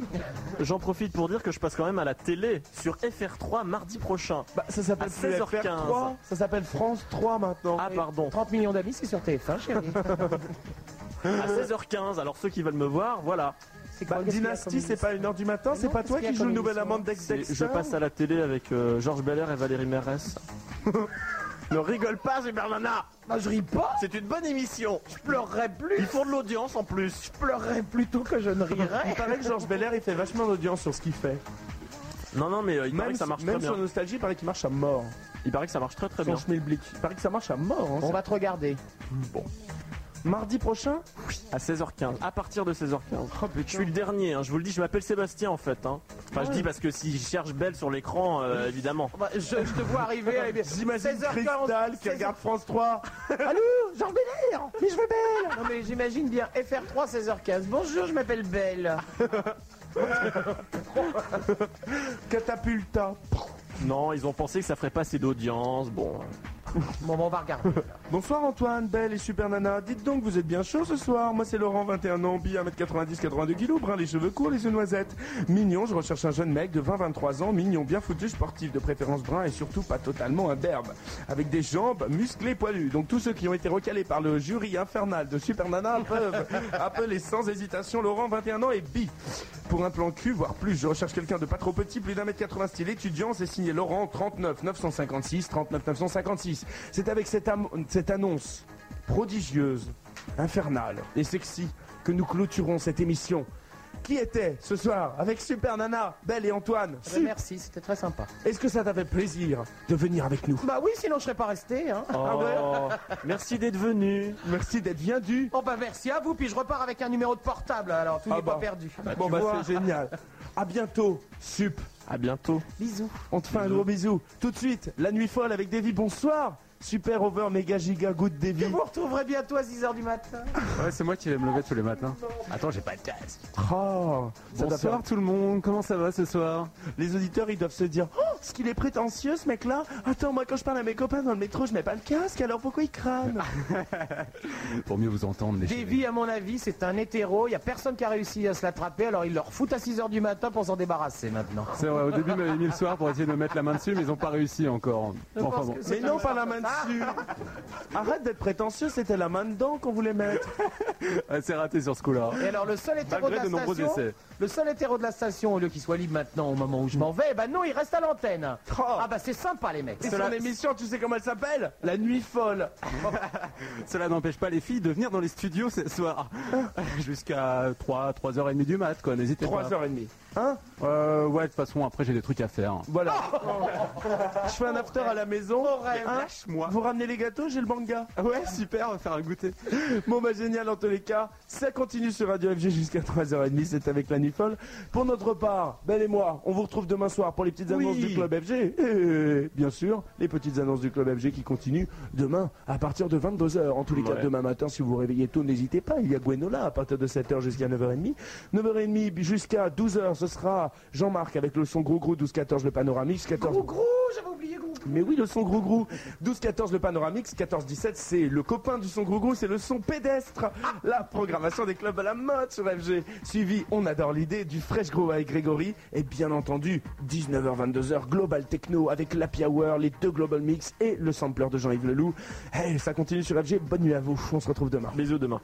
[SPEAKER 6] J'en profite pour dire que je passe quand même à la télé sur FR3 mardi prochain. Bah,
[SPEAKER 1] ça s'appelle plus FR3, ça s'appelle France 3 maintenant.
[SPEAKER 6] Ah, pardon.
[SPEAKER 5] 30 millions d'amis, c'est sur TF1, chérie.
[SPEAKER 6] À 16h15, alors ceux qui veulent me voir, voilà.
[SPEAKER 1] Bah, Dynasty, c'est pas 1h du matin, c'est pas toi qui joue le nouvel amende d'Ex
[SPEAKER 6] C'est- Je passe à la télé avec euh, Georges Belair et Valérie Mérès. ne rigole pas, Gilbert Lana
[SPEAKER 1] je ris pas
[SPEAKER 6] C'est une bonne émission
[SPEAKER 1] Je pleurerais plus
[SPEAKER 6] Ils font de l'audience en plus
[SPEAKER 1] Je pleurerais plutôt que je ne rirais. Il paraît que Georges Belair, il fait vachement d'audience sur ce qu'il fait.
[SPEAKER 6] Non, non, mais euh, il
[SPEAKER 1] même
[SPEAKER 6] paraît que ça marche
[SPEAKER 1] même
[SPEAKER 6] très
[SPEAKER 1] sur
[SPEAKER 6] bien.
[SPEAKER 1] Nostalgie, il paraît qu'il marche à mort.
[SPEAKER 6] Il paraît que ça marche très très
[SPEAKER 1] Son
[SPEAKER 6] bien.
[SPEAKER 1] schmilblick. Il paraît que ça marche à mort. hein,
[SPEAKER 5] On
[SPEAKER 1] ça.
[SPEAKER 6] bah,
[SPEAKER 5] va te regarder.
[SPEAKER 6] Bon.
[SPEAKER 1] Mardi prochain Oh,
[SPEAKER 6] À 16h15, à partir de 16h15. je suis le dernier, hein, je vous le dis, je m'appelle Sébastien en fait. hein. Enfin, je
[SPEAKER 5] Ouais.
[SPEAKER 6] dis parce que si je cherche Belle sur l'écran, euh, évidemment.
[SPEAKER 5] Bah, je, je te vois arriver. allez, bien.
[SPEAKER 1] J'imagine
[SPEAKER 5] 16h40,
[SPEAKER 1] Cristal qui
[SPEAKER 5] 16h.
[SPEAKER 1] regarde France 3.
[SPEAKER 5] Allô, Georges Belair Mais je veux Belle Non mais j'imagine bien FR3 16h15. Bonjour, je m'appelle Belle.
[SPEAKER 1] Catapulta.
[SPEAKER 6] Non, ils ont pensé que ça ferait pas assez d'audience. Bon.
[SPEAKER 5] Bon, bon, on va regarder.
[SPEAKER 1] Bonsoir Antoine, Belle et Super Nana. Dites donc, vous êtes bien chaud ce soir. Moi, c'est Laurent, 21 ans, bi 1m90, 82 kg, brun, les cheveux courts, les yeux noisettes. Mignon, je recherche un jeune mec de 20-23 ans, mignon, bien foutu, sportif, de préférence brun et surtout pas totalement imberbe. Avec des jambes musclées, poilues. Donc, tous ceux qui ont été recalés par le jury infernal de Super Nana peuvent appeler sans hésitation Laurent, 21 ans et bi. Pour un plan cul, voire plus, je recherche quelqu'un de pas trop petit, plus d'un mètre 80 style étudiant, c'est signé Laurent 39 956 39 956. C'est avec cette, am- cette annonce prodigieuse, infernale et sexy que nous clôturons cette émission. Qui était ce soir avec Super Nana, Belle et Antoine
[SPEAKER 5] Ah bah,
[SPEAKER 1] Su-
[SPEAKER 5] merci, c'était très sympa.
[SPEAKER 1] Est-ce que ça t'avait plaisir de venir avec nous
[SPEAKER 5] Bah oui, sinon je serais pas resté. Hein.
[SPEAKER 1] Ah ouais
[SPEAKER 6] Merci d'être venu.
[SPEAKER 1] Merci d'être venu.
[SPEAKER 5] Oh bah merci à vous, puis je repars avec un numéro de portable alors, tout
[SPEAKER 1] Ah
[SPEAKER 5] n'est
[SPEAKER 1] bah.
[SPEAKER 5] pas perdu.
[SPEAKER 1] Bon
[SPEAKER 5] tu
[SPEAKER 1] bah
[SPEAKER 5] vois.
[SPEAKER 1] c'est génial. À bientôt, Sup.
[SPEAKER 6] À bientôt.
[SPEAKER 5] Bisous.
[SPEAKER 1] On te fait un gros bisou. Tout de suite, la nuit folle avec Davy. Bonsoir. Super over méga giga good Davy. Ah,
[SPEAKER 5] Je vous retrouverai bientôt à 6h du matin.
[SPEAKER 24] Ouais, c'est moi qui vais me lever tous les matins. Attends, j'ai pas de casque.
[SPEAKER 1] Oh, ça doit
[SPEAKER 24] Bonsoir tout le monde, comment ça va ce soir
[SPEAKER 1] faire- Les auditeurs, ils doivent se dire Oh, ce qu'il est prétentieux ce mec-là Attends, moi quand je parle à mes copains dans le métro, je mets pas le casque, alors pourquoi il crame
[SPEAKER 24] Ah, Pour mieux vous entendre, les chéris.
[SPEAKER 5] Davy, à mon avis, c'est un hétéro, il n'y a personne qui a réussi à se l'attraper, alors ils le refoutent à 6h du matin pour s'en débarrasser maintenant.
[SPEAKER 24] C'est vrai, au début, ils m'avaient mis le soir pour essayer de me mettre la main dessus, mais ils ont pas réussi encore. Bon, enfin bon.
[SPEAKER 1] Mais non, pas la main dessus Arrête d'être prétentieux, c'était la main dedans qu'on voulait mettre
[SPEAKER 24] Ouais, c'est raté sur ce coup-là.
[SPEAKER 5] Et alors le seul hétéro de
[SPEAKER 24] Malgré
[SPEAKER 5] la
[SPEAKER 24] de nombreux
[SPEAKER 5] station,
[SPEAKER 24] essais.
[SPEAKER 5] le seul hétéro de la station, au lieu qu'il soit libre maintenant au moment où je m'en vais, eh ben non, il reste à l'antenne.
[SPEAKER 1] Oh.
[SPEAKER 5] Ah bah c'est sympa les mecs.
[SPEAKER 1] Et
[SPEAKER 5] Cela-
[SPEAKER 1] son émission, tu sais comment elle s'appelle La nuit folle
[SPEAKER 24] Cela n'empêche pas les filles de venir dans les studios ce soir. Jusqu'à 3, 3h30 du mat, quoi, n'hésitez pas.
[SPEAKER 1] 3h30. Hein
[SPEAKER 24] Euh, ouais, de toute façon, après, j'ai des trucs à faire.
[SPEAKER 1] Voilà. je fais un after à la maison.
[SPEAKER 5] rêve.
[SPEAKER 1] Hein
[SPEAKER 24] moi.
[SPEAKER 1] Vous ramenez les gâteaux, j'ai le manga.
[SPEAKER 24] Ah Ouais, super, on va faire un goûter.
[SPEAKER 1] Bon bah génial en tous les cas, ça continue sur Radio FG jusqu'à 3h30, c'est avec la nuit folle. Pour notre part, Belle et moi, on vous retrouve demain soir pour les petites annonces du Club FG. Et Eh, bien sûr, les petites annonces du Club FG qui continuent demain à partir de 22h. En tous les cas,
[SPEAKER 6] Ouais.
[SPEAKER 1] demain matin, si vous vous réveillez tôt, n'hésitez pas, il y a Gwenola à partir de 7h jusqu'à 9h30. 9h30 jusqu'à 12h, ce sera Jean-Marc avec le son gros gros 12-14 le panoramix, 14...
[SPEAKER 5] Gros, gros, j'avais oublié gros.
[SPEAKER 1] Mais oui, le son grou grou. 12-14 le panoramix, 14-17 c'est le copain du son grou grou, c'est le son pédestre. La programmation des clubs à la mode sur FG. Suivi, on adore l'idée du Fresh Grow avec Grégory. Et bien entendu, 19h-22h Global Techno avec l'Happy Hour, les deux Global Mix et le sampler de Jean-Yves Leloup. Hey, ça continue sur FG. Bonne nuit à vous. On se retrouve demain.
[SPEAKER 6] Bisous demain.